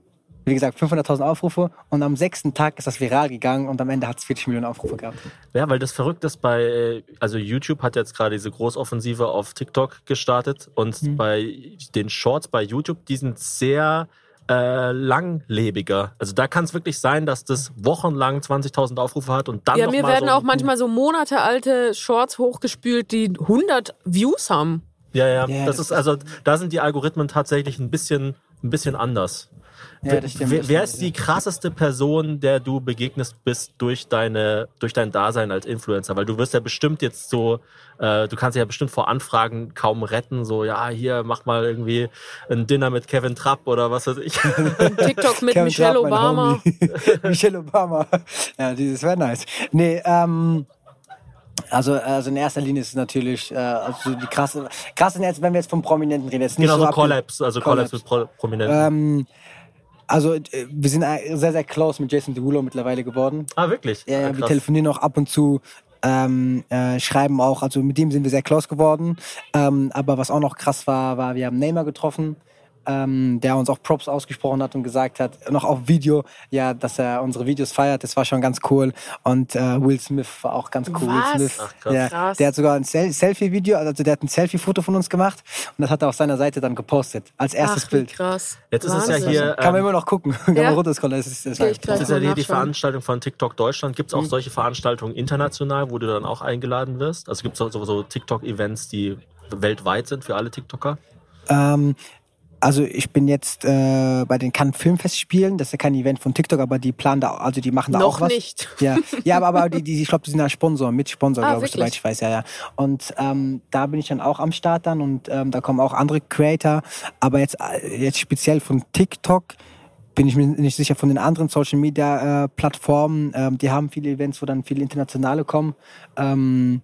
[SPEAKER 7] wie gesagt, 500.000 Aufrufe und am sechsten Tag ist das viral gegangen und am Ende hat es 40 Millionen Aufrufe gehabt.
[SPEAKER 1] Ja, weil das verrückt ist bei, äh, also YouTube hat jetzt gerade diese Großoffensive auf TikTok gestartet und
[SPEAKER 8] Mhm.
[SPEAKER 1] bei den Shorts bei YouTube, die sind sehr äh, langlebiger. Also da kann es wirklich sein, dass das wochenlang 20.000 Aufrufe hat und dann
[SPEAKER 8] Ja,
[SPEAKER 1] noch
[SPEAKER 8] mir
[SPEAKER 1] mal
[SPEAKER 8] werden
[SPEAKER 1] so,
[SPEAKER 8] auch manchmal so monateläte Shorts hochgespült, die 100 *laughs* Views haben.
[SPEAKER 1] Ja, ja,
[SPEAKER 7] Ja,
[SPEAKER 1] das
[SPEAKER 7] das-
[SPEAKER 1] ist also da sind die Algorithmen tatsächlich ein bisschen ein bisschen anders.
[SPEAKER 7] Ja, das stimmt,
[SPEAKER 1] wer,
[SPEAKER 7] das
[SPEAKER 1] wer
[SPEAKER 7] stimmt,
[SPEAKER 1] ist die krasseste Person, der du begegnet bist durch deine durch dein Dasein als Influencer? Weil du wirst ja bestimmt jetzt so, äh, du kannst dich ja bestimmt vor Anfragen kaum retten. So ja, hier mach mal irgendwie ein Dinner mit Kevin Trapp oder was weiß ich.
[SPEAKER 8] TikTok mit
[SPEAKER 7] Kevin
[SPEAKER 8] Michelle
[SPEAKER 7] Trapp, mein
[SPEAKER 8] Obama.
[SPEAKER 7] Homie. *laughs* Michelle Obama. Ja, dieses wäre nice. Nee, ähm. Also, also in erster Linie ist es natürlich äh, also die krasse, krasse jetzt, wenn wir jetzt vom Prominenten reden, jetzt nicht
[SPEAKER 1] genau
[SPEAKER 7] so
[SPEAKER 1] so
[SPEAKER 7] ab-
[SPEAKER 1] Collabs, also Collabs, mit Pro Prominenten.
[SPEAKER 7] Ähm, also äh, wir sind äh, sehr, sehr close mit Jason Derulo mittlerweile geworden.
[SPEAKER 1] ah wirklich?
[SPEAKER 7] Ja,
[SPEAKER 1] Ah,
[SPEAKER 7] ja, wir
[SPEAKER 1] krass.
[SPEAKER 7] telefonieren auch ab und zu, ähm, äh, schreiben auch. Also mit dem sind wir sehr close geworden. Ähm, aber was auch noch krass war, war, wir haben Neymar getroffen. Ähm, der uns auch Props ausgesprochen hat und gesagt hat, noch auf Video, ja, dass er unsere Videos feiert, das war schon ganz cool. Und äh, Will Smith war auch ganz cool.
[SPEAKER 8] Was?
[SPEAKER 7] Will Smith,
[SPEAKER 1] Ach, krass.
[SPEAKER 7] Ja,
[SPEAKER 8] Krass.
[SPEAKER 7] Der hat sogar ein Sel Selfie-Video, also der hat ein Selfie-Foto von uns gemacht und das hat er auf seiner Seite dann gepostet, als erstes
[SPEAKER 8] Ach, wie
[SPEAKER 7] Bild.
[SPEAKER 8] krass.
[SPEAKER 1] Jetzt ist es ja
[SPEAKER 8] Wahnsinn.
[SPEAKER 1] hier.
[SPEAKER 7] Kann man
[SPEAKER 1] ähm,
[SPEAKER 7] immer noch gucken. *laughs* Kann
[SPEAKER 8] Ja.
[SPEAKER 7] man runterscrollen. Das ist, das
[SPEAKER 8] Sehe
[SPEAKER 7] war
[SPEAKER 8] ich gleich.
[SPEAKER 7] das
[SPEAKER 1] Das ist ja die, die
[SPEAKER 8] nachschauen.
[SPEAKER 1] Veranstaltung von TikTok Deutschland. Gibt es auch
[SPEAKER 7] Mhm.
[SPEAKER 1] solche Veranstaltungen international, wo du dann auch eingeladen wirst? Also gibt es so, so TikTok-Events, die weltweit sind für alle TikToker?
[SPEAKER 7] ähm, also ich bin jetzt äh, bei den Cannes Filmfestspielen. Das ist ja kein Event von TikTok, aber die planen da, also die machen da
[SPEAKER 8] Noch
[SPEAKER 7] auch was.
[SPEAKER 8] nicht.
[SPEAKER 7] Ja, ja aber, aber die, die, ich glaube, die sind da Sponsor, mit Sponsor,
[SPEAKER 8] Ah,
[SPEAKER 7] glaube ich,
[SPEAKER 8] wirklich?
[SPEAKER 7] soweit ich weiß, ja, ja. Und ähm, da bin ich dann auch am Start dann und ähm, da kommen auch andere Creator. Aber jetzt, äh, jetzt speziell von TikTok bin ich mir nicht sicher von den anderen Social Media äh, Plattformen. Ähm, die haben viele Events, wo dann viele internationale kommen. Ähm,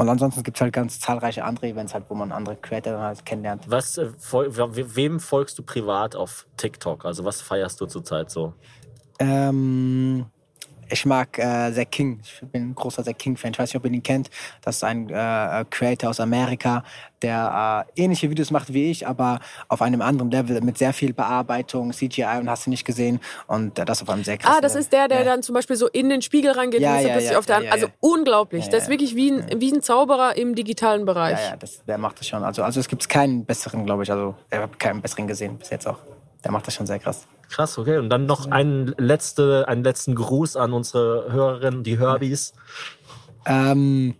[SPEAKER 7] und ansonsten gibt's halt ganz zahlreiche andere Events, halt, wo man andere Creator dann halt kennenlernt.
[SPEAKER 1] Was, äh, fol- we- wem folgst du privat auf TikTok? Also was feierst du zurzeit so?
[SPEAKER 7] Ähm, ich mag äh, Zack King. Ich bin ein großer Zack King-Fan. Ich weiß nicht, ob ihr ihn kennt. Das ist ein äh, Creator aus Amerika, der äh, ähnliche Videos macht wie ich, aber auf einem anderen Level mit sehr viel Bearbeitung, CGI und hast du nicht gesehen. Und äh, das auf einem sehr krassen
[SPEAKER 8] Ah, das
[SPEAKER 7] Level.
[SPEAKER 8] ist der, der
[SPEAKER 7] ja.
[SPEAKER 8] dann zum Beispiel so in den Spiegel reingeht
[SPEAKER 7] Ja,
[SPEAKER 8] und ist so
[SPEAKER 7] ja,
[SPEAKER 8] plötzlich
[SPEAKER 7] ja,
[SPEAKER 8] auf der
[SPEAKER 7] ja,
[SPEAKER 8] Hand.
[SPEAKER 7] ja,
[SPEAKER 8] Also
[SPEAKER 7] ja.
[SPEAKER 8] unglaublich.
[SPEAKER 7] Ja,
[SPEAKER 8] das ist
[SPEAKER 7] ja.
[SPEAKER 8] wirklich wie ein, wie ein Zauberer im digitalen Bereich.
[SPEAKER 7] Ja, ja, das, der macht das schon. Also, also es gibt keinen besseren, glaube ich. Also ich habe keinen besseren gesehen bis jetzt auch. Der macht das schon sehr krass.
[SPEAKER 1] Krass, okay. Und dann noch einen, letzte, einen letzten Gruß an unsere Hörerinnen, die Herbies.
[SPEAKER 7] Ähm,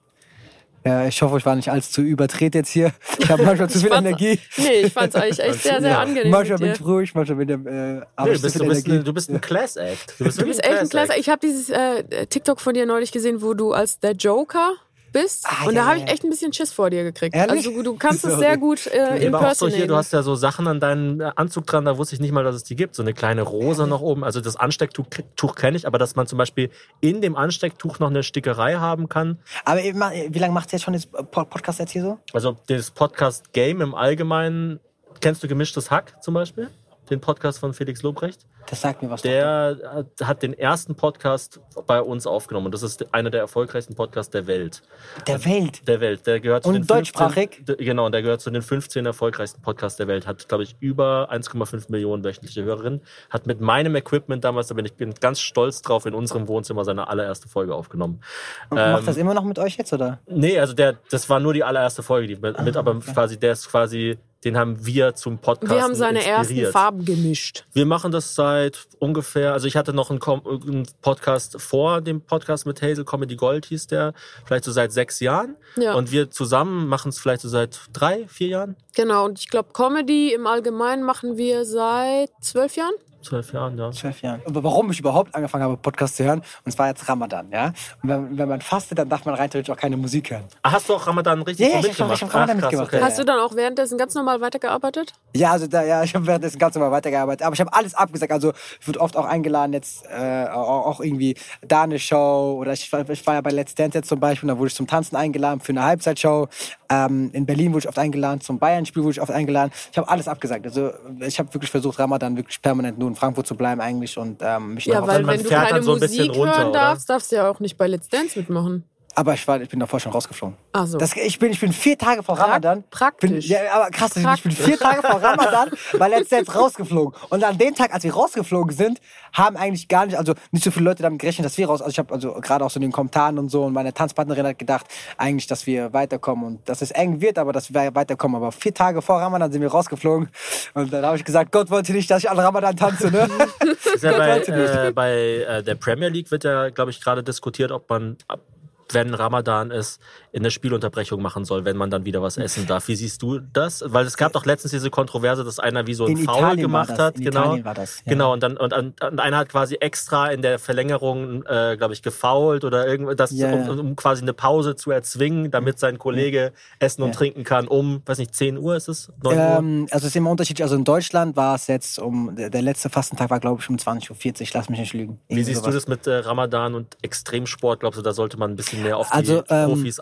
[SPEAKER 7] ja, ich hoffe, ich war nicht allzu überdreht jetzt hier. Ich habe
[SPEAKER 8] *laughs*
[SPEAKER 7] manchmal zu viel
[SPEAKER 8] fand's-
[SPEAKER 7] Energie.
[SPEAKER 8] Nee, ich
[SPEAKER 7] *laughs*
[SPEAKER 8] fand's eigentlich echt sehr, sehr angenehm.
[SPEAKER 7] Manchmal
[SPEAKER 8] Mit
[SPEAKER 7] bin
[SPEAKER 8] dir.
[SPEAKER 7] ich ruhig, manchmal bin ich. Äh, aber
[SPEAKER 1] Nee,
[SPEAKER 7] ich
[SPEAKER 1] du, bist, du, bist, ein- du bist ein Class-Act. Du bist,
[SPEAKER 8] Du bist echt ein Klasse. Ich habe dieses äh, TikTok von dir neulich gesehen, wo du als der Joker bist.
[SPEAKER 7] Ah,
[SPEAKER 8] und
[SPEAKER 7] ja,
[SPEAKER 8] da habe
[SPEAKER 7] ja,
[SPEAKER 8] ich
[SPEAKER 7] ja.
[SPEAKER 8] echt ein bisschen Schiss vor dir gekriegt.
[SPEAKER 7] Ehrlich?
[SPEAKER 8] Also du kannst es
[SPEAKER 7] Sorry.
[SPEAKER 8] sehr gut äh,
[SPEAKER 1] Ich war auch so hier,
[SPEAKER 8] impersonaten.
[SPEAKER 1] du hast ja so Sachen an deinem Anzug dran, da wusste ich nicht mal, dass es die gibt. So eine kleine Rose noch oben. Also das Anstecktuch Tuch kenne ich, aber dass man zum Beispiel in dem Anstecktuch noch eine Stickerei haben kann.
[SPEAKER 7] aber eben, wie lange macht ihr jetzt schon das Pod- Podcast jetzt hier so?
[SPEAKER 1] Also das Podcast Game im Allgemeinen. Kennst du gemischtes Hack zum Beispiel? Den Podcast von Felix Lobrecht?
[SPEAKER 7] Das sagt mir was.
[SPEAKER 1] Der hat- hat den ersten Podcast bei uns aufgenommen. Und das ist einer der erfolgreichsten Podcasts der Welt.
[SPEAKER 7] der Welt.
[SPEAKER 1] Der Welt. Der gehört zu
[SPEAKER 7] Und
[SPEAKER 1] den 15
[SPEAKER 7] deutschsprachig?
[SPEAKER 1] d- genau, und der gehört zu den 15 erfolgreichsten Podcasts der Welt. Hat, glaube ich, über 1,5 Millionen wöchentliche Hörerinnen. Hat mit meinem Equipment damals, da bin ich bin ganz stolz drauf, in unserem Wohnzimmer seine allererste Folge aufgenommen.
[SPEAKER 7] Und
[SPEAKER 1] Ähm,
[SPEAKER 7] macht das immer noch mit euch jetzt, oder?
[SPEAKER 1] Nee, also der, das war nur die allererste Folge, die mit, mit aber quasi, der ist quasi Den haben wir zum Podcast
[SPEAKER 8] Wir haben seine ersten
[SPEAKER 1] inspiriert.
[SPEAKER 8] Farben gemischt.
[SPEAKER 1] Wir machen das seit ungefähr, also ich hatte noch einen, Kom einen Podcast vor dem Podcast mit Hazel, Comedy Gold hieß der, vielleicht so seit sechs Jahren.
[SPEAKER 8] Ja.
[SPEAKER 1] Und wir zusammen machen es vielleicht so seit drei, vier Jahren,
[SPEAKER 8] Genau, und ich glaube, Comedy im Allgemeinen machen wir seit zwölf Jahren.
[SPEAKER 1] zwölf Jahren, ja.
[SPEAKER 7] zwölf Jahren. Aber warum ich überhaupt angefangen habe, Podcast zu hören, und zwar jetzt Ramadan, ja. Und wenn, wenn man fastet, dann darf man rein theoretisch auch keine Musik hören.
[SPEAKER 1] Ah, Hast du auch Ramadan richtig
[SPEAKER 7] Ja, ja,
[SPEAKER 1] so
[SPEAKER 7] ich hab schon-
[SPEAKER 1] mitgemacht?
[SPEAKER 7] ich hab Ramadan
[SPEAKER 1] Ach, krass,
[SPEAKER 7] mitgemacht,
[SPEAKER 1] okay.
[SPEAKER 7] ja.
[SPEAKER 8] Hast du dann auch währenddessen ganz normal weitergearbeitet?
[SPEAKER 7] Ja, also da, ja, ich habe währenddessen ganz normal weitergearbeitet, aber ich habe alles abgesagt. Also ich wurde oft auch eingeladen, jetzt äh, auch auch irgendwie da eine Show oder ich, war- ich war ja bei Let's Dance jetzt zum Beispiel, da wurde ich zum Tanzen eingeladen für eine Halbzeitshow. Ähm, in Berlin wurde ich oft eingeladen, zum Bayern-Spiel wurde ich oft eingeladen. Ich habe alles abgesagt. Also ich habe wirklich versucht, Ramadan wirklich permanent nur in Frankfurt zu bleiben eigentlich und ähm, mich
[SPEAKER 8] Ja,
[SPEAKER 7] noch
[SPEAKER 8] weil
[SPEAKER 1] man
[SPEAKER 8] wenn du
[SPEAKER 1] fährt
[SPEAKER 8] keine
[SPEAKER 1] dann so ein bisschen
[SPEAKER 8] Musik
[SPEAKER 1] runter,
[SPEAKER 8] hören
[SPEAKER 1] oder?
[SPEAKER 8] darfst, darfst du ja auch nicht bei Let's Dance mitmachen.
[SPEAKER 7] Aber ich, war, ich bin davor schon rausgeflogen.
[SPEAKER 8] Ach so.
[SPEAKER 7] Das, ich, bin, ich bin vier Tage vor Ramadan.
[SPEAKER 8] praktisch.
[SPEAKER 7] Bin, ja, aber krass, ich bin vier Tage vor
[SPEAKER 8] *laughs*
[SPEAKER 7] Ramadan, weil jetzt jetzt rausgeflogen. Und an dem Tag, als wir rausgeflogen sind, haben eigentlich gar nicht, also nicht so viele Leute damit gerechnet, dass wir raus. Also ich habe also gerade auch so in den Kommentaren und so und meine Tanzpartnerin hat gedacht, eigentlich, dass wir weiterkommen und dass es eng wird, aber dass wir weiterkommen. Aber vier Tage vor Ramadan sind wir rausgeflogen und dann habe ich gesagt, Gott wollte nicht, dass ich an Ramadan tanze,
[SPEAKER 8] *laughs*
[SPEAKER 7] ne?
[SPEAKER 1] Ist ja bei äh, bei äh, der Premier League wird ja, glaube ich, gerade diskutiert, ob man, ab- wenn Ramadan ist, in der Spielunterbrechung machen soll, wenn man dann wieder was essen darf. Wie siehst du das? Weil es gab doch letztens diese Kontroverse, dass einer wie so ein
[SPEAKER 7] In
[SPEAKER 1] Foul
[SPEAKER 7] Italien war
[SPEAKER 1] gemacht
[SPEAKER 7] das,
[SPEAKER 1] hat.
[SPEAKER 7] in
[SPEAKER 1] genau.
[SPEAKER 7] Italien war das, ja.
[SPEAKER 1] Genau, und dann und, und, und einer hat quasi extra in der Verlängerung, äh, glaube ich, gefault oder irgendwas, das-
[SPEAKER 7] Ja, ja.
[SPEAKER 1] um, um quasi eine Pause zu erzwingen, damit sein Kollege essen und trinken kann um, weiß nicht, 10 Uhr ist es? 9 Uhr?
[SPEAKER 7] Ähm, also es ist immer unterschiedlich. Also in Deutschland war es jetzt um, der der letzte Fastentag war glaube ich um 20.40 Uhr, lass mich nicht lügen.
[SPEAKER 1] Wie
[SPEAKER 7] Irgendwie
[SPEAKER 1] siehst du
[SPEAKER 7] sowas.
[SPEAKER 1] das mit äh, Ramadan und Extremsport? Glaubst du, da sollte man ein bisschen mehr auf
[SPEAKER 7] Also,
[SPEAKER 1] die
[SPEAKER 7] ähm,
[SPEAKER 1] Profis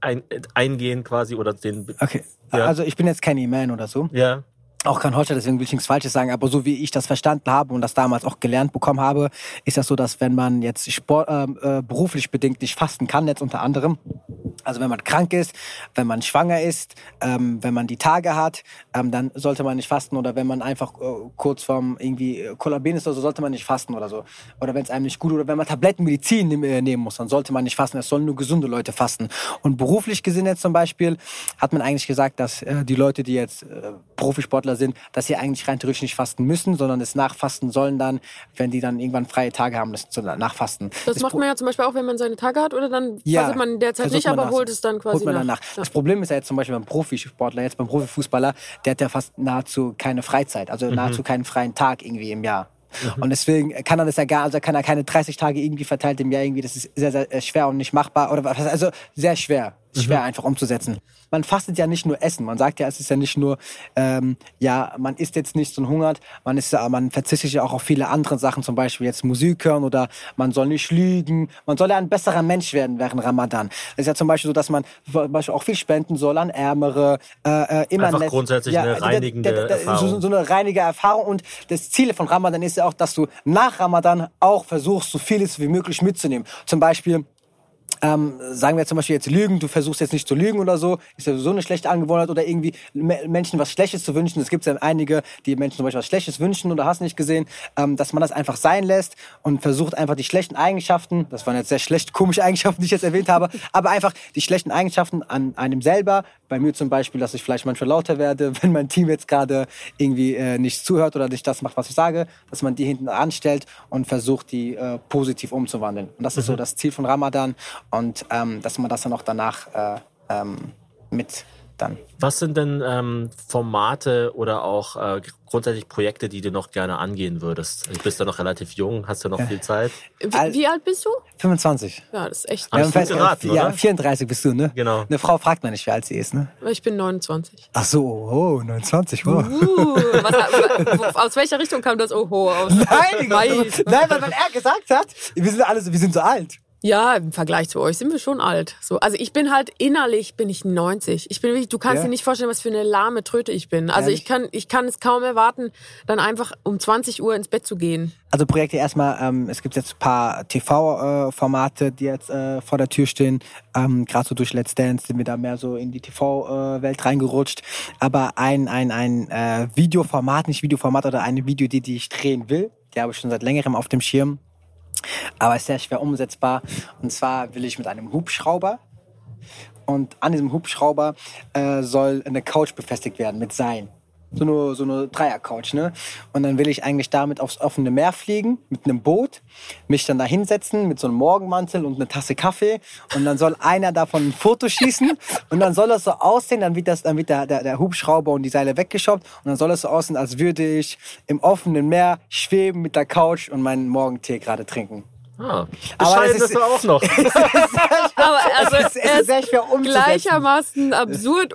[SPEAKER 1] ein, äh, eingehen quasi oder den...
[SPEAKER 7] Okay.
[SPEAKER 1] Ja.
[SPEAKER 7] Also ich bin jetzt kein E-Man oder so.
[SPEAKER 1] Ja,
[SPEAKER 7] Auch kein Hotter, deswegen will ich nichts Falsches sagen. Aber so wie ich das verstanden habe und das damals auch gelernt bekommen habe, ist das so, dass wenn man jetzt Sport, ähm, äh, beruflich bedingt nicht fasten kann, jetzt unter anderem, also wenn man krank ist, wenn man schwanger ist, ähm, wenn man die Tage hat, ähm, dann sollte man nicht fasten oder wenn man einfach äh, kurz vorm irgendwie äh, kollabieren ist oder so, sollte man nicht fasten oder so. Oder wenn es einem nicht gut oder wenn man Tablettenmedizin nehm, äh, nehmen muss, dann sollte man nicht fasten. Es sollen nur gesunde Leute fasten. Und beruflich gesehen jetzt zum Beispiel hat man eigentlich gesagt, dass äh, die Leute, die jetzt äh, Profisportler sind, dass sie eigentlich rein theoretisch nicht fasten müssen, sondern es nachfasten sollen dann, wenn die dann irgendwann freie Tage haben, das zu nachfasten.
[SPEAKER 8] Das macht man ja zum Beispiel auch, wenn man seine Tage hat oder dann ja, fastet man in der Zeit
[SPEAKER 7] versucht
[SPEAKER 8] nicht,
[SPEAKER 7] man
[SPEAKER 8] aber
[SPEAKER 7] das.
[SPEAKER 8] holt es dann quasi
[SPEAKER 7] holt man
[SPEAKER 8] nach.
[SPEAKER 7] danach. Das Problem ist ja jetzt zum Beispiel beim Profisportler, jetzt beim Profifußballer, der hat ja fast nahezu keine Freizeit, also nahezu keinen freien Tag irgendwie im Jahr. Und deswegen kann er das ja gar, also kann er keine 30 Tage irgendwie verteilt im Jahr irgendwie, das ist sehr, sehr äh, schwer und nicht machbar oder was, also sehr schwer, schwer einfach umzusetzen. Man fastet ja nicht nur Essen, man sagt ja, es ist ja nicht nur, ähm, ja, man isst jetzt nichts und hungert, man ist, ja- man verzichtet ja auch auf viele andere Sachen, zum Beispiel jetzt Musik hören oder man soll nicht lügen, man soll ja ein besserer Mensch werden während Ramadan. Es ist ja zum Beispiel so, dass man zum Beispiel auch viel spenden soll an Ärmere, äh, äh, immer
[SPEAKER 1] Einfach
[SPEAKER 7] nett-
[SPEAKER 1] grundsätzlich eine reinigende
[SPEAKER 7] so,
[SPEAKER 1] Erfahrung.
[SPEAKER 7] so eine reinige Erfahrung und das Ziel von Ramadan ist ja auch, dass du nach Ramadan auch versuchst, so vieles wie möglich mitzunehmen. Zum Beispiel ähm, sagen wir zum Beispiel jetzt Lügen, du versuchst jetzt nicht zu lügen oder so, ist ja so eine schlechte Angewohnheit oder irgendwie Me- Menschen was Schlechtes zu wünschen. Es gibt ja einige, die Menschen zum Beispiel was Schlechtes wünschen oder hast nicht gesehen, ähm, dass man das einfach sein lässt und versucht einfach die schlechten Eigenschaften, das waren jetzt sehr schlecht komische Eigenschaften, die ich jetzt erwähnt habe, aber einfach die schlechten Eigenschaften an einem selber, bei mir zum Beispiel, dass ich vielleicht manchmal lauter werde, *laughs* wenn mein Team jetzt gerade irgendwie äh, nicht zuhört oder nicht das macht, was ich sage, dass man die hinten anstellt und versucht, die äh, positiv umzuwandeln. Und das ist
[SPEAKER 1] Mhm.
[SPEAKER 7] so das Ziel von Ramadan und ähm, dass man das dann auch danach äh, ähm, mit dann.
[SPEAKER 1] was sind denn ähm, Formate oder auch äh, grundsätzlich Projekte, die du noch gerne angehen würdest? Also, Du bist ja noch relativ jung, hast ja noch viel Zeit.
[SPEAKER 8] Wie, wie alt bist du?
[SPEAKER 7] 25.
[SPEAKER 8] Ja, das ist echt.
[SPEAKER 1] Hab ich
[SPEAKER 7] Ja,
[SPEAKER 1] gut geraten,
[SPEAKER 7] ja,
[SPEAKER 1] oder?
[SPEAKER 7] 34 bist du, ne?
[SPEAKER 1] Genau.
[SPEAKER 7] Eine Frau fragt man nicht, wie alt sie ist, ne?
[SPEAKER 8] Ich bin 29.
[SPEAKER 7] Ach so, oh, 29, wow.
[SPEAKER 8] Uh, *laughs* was, aus welcher Richtung kam das Oho? Aus,
[SPEAKER 7] *laughs* Nein,
[SPEAKER 8] Mei.
[SPEAKER 7] nein, weil man er gesagt hat, wir sind alle so, wir sind so alt.
[SPEAKER 8] Ja, im Vergleich zu euch sind wir schon alt. So, also ich bin halt innerlich bin ich 90. Ich bin wirklich, du kannst
[SPEAKER 7] Ja.
[SPEAKER 8] dir nicht vorstellen, was für eine lahme Tröte ich bin. Also
[SPEAKER 7] Ehrlich?
[SPEAKER 8] ich kann, ich kann es kaum erwarten, dann einfach um 20 Uhr ins Bett zu gehen.
[SPEAKER 7] Also Projekte erstmal, ähm, es gibt jetzt ein paar TV-Formate, die jetzt äh, vor der Tür stehen. Ähm, Gerade so durch Let's Dance sind wir da mehr so in die TV-Welt reingerutscht. Aber ein, ein, ein äh, Videoformat, nicht Videoformat oder eine Videoidee, die ich drehen will, die habe ich schon seit längerem auf dem Schirm, aber ist sehr schwer umsetzbar. Und zwar will ich mit einem Hubschrauber Und an diesem Hubschrauber äh, soll eine Couch befestigt werden mit Seilen. So eine, so eine Dreier-Couch, ne? Und dann will ich eigentlich damit aufs offene Meer fliegen, mit einem Boot, mich dann da hinsetzen mit so einem Morgenmantel und eine Tasse Kaffee. Und dann soll einer davon ein Foto schießen. Und dann soll das so aussehen, dann wird, das, dann wird der, der, der Hubschrauber und die Seile weggeschoppt. Und dann soll das so aussehen, als würde ich im offenen Meer schweben mit der Couch und meinen Morgentee gerade trinken.
[SPEAKER 1] Ah,
[SPEAKER 7] das
[SPEAKER 1] aber das
[SPEAKER 7] ist-
[SPEAKER 1] ist auch
[SPEAKER 7] *laughs*
[SPEAKER 1] noch.
[SPEAKER 8] Aber also,
[SPEAKER 7] Es ist, es ist sehr schwer umzusetzen.
[SPEAKER 8] gleichermaßen absurd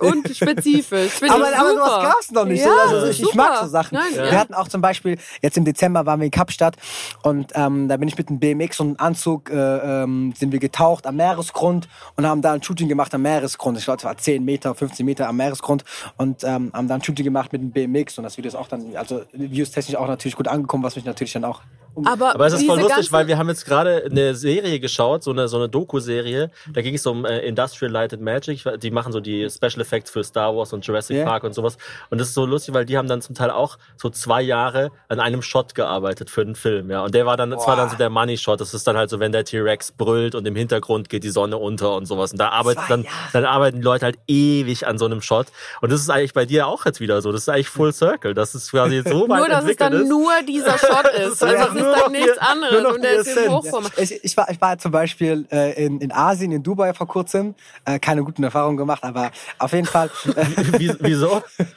[SPEAKER 7] *laughs*
[SPEAKER 8] und spezifisch. Finde
[SPEAKER 7] Aber,
[SPEAKER 8] ich
[SPEAKER 7] aber
[SPEAKER 8] super.
[SPEAKER 7] sowas gab's noch nicht.
[SPEAKER 8] Ja,
[SPEAKER 7] also ich, ich
[SPEAKER 8] super.
[SPEAKER 7] mag so Sachen.
[SPEAKER 8] Nein,
[SPEAKER 7] Wir
[SPEAKER 8] ja.
[SPEAKER 7] hatten auch zum Beispiel, jetzt im Dezember waren wir in Kapstadt und ähm, da bin ich mit einem BMX und einem Anzug, äh, ähm, sind wir getaucht am Meeresgrund und haben da ein Shooting gemacht am Meeresgrund. Ich glaube, es war 10 Meter, 15 Meter am Meeresgrund und ähm, haben da ein Shooting gemacht mit einem BMX und das Video ist auch dann, also viewstechnisch auch natürlich gut angekommen, was mich natürlich dann auch... um-
[SPEAKER 8] Aber,
[SPEAKER 1] Aber es ist
[SPEAKER 8] diese
[SPEAKER 1] voll lustig,
[SPEAKER 8] ganzen-
[SPEAKER 1] weil wir haben jetzt gerade eine Serie geschaut, so eine, so eine Doku-Serie. Da ging es um äh, Industrial Light and Magic. Ich we- Die machen so die Special Effects für Star Wars und Jurassic
[SPEAKER 7] Ja.
[SPEAKER 1] Park und sowas. Und das ist so lustig, weil die haben dann zum Teil auch so zwei Jahre an einem Shot gearbeitet für einen Film. Ja. Und der war dann, das war dann so der Money-Shot. Das ist dann halt so, wenn der T-Rex brüllt und im Hintergrund geht die Sonne unter und sowas. Und da arbeitet dann, dann arbeiten die Leute halt ewig an so einem Shot. Und das ist eigentlich bei dir auch jetzt wieder so. Das ist eigentlich Full Circle. Das ist quasi
[SPEAKER 8] *laughs*
[SPEAKER 1] so weit
[SPEAKER 8] nur, dass es
[SPEAKER 1] entwickelt
[SPEAKER 8] dann
[SPEAKER 1] ist.
[SPEAKER 8] nur dieser Shot
[SPEAKER 1] Es
[SPEAKER 8] ist.
[SPEAKER 1] ist
[SPEAKER 8] Also
[SPEAKER 1] einfach
[SPEAKER 8] es ist
[SPEAKER 1] nur noch
[SPEAKER 8] dann
[SPEAKER 1] die-
[SPEAKER 8] nichts
[SPEAKER 1] nur noch
[SPEAKER 8] anderes. Und der
[SPEAKER 1] die
[SPEAKER 8] ist im
[SPEAKER 1] Essenz.
[SPEAKER 8] Hochformat.
[SPEAKER 7] Ich, ich, war, ich war zum Beispiel äh, in, in Asien, in Dubai vor kurzem, äh, keine guten Erfahrungen gemacht, aber auf jeden
[SPEAKER 8] *laughs*
[SPEAKER 7] Fall...
[SPEAKER 1] *laughs* Wie, wieso?
[SPEAKER 7] *laughs*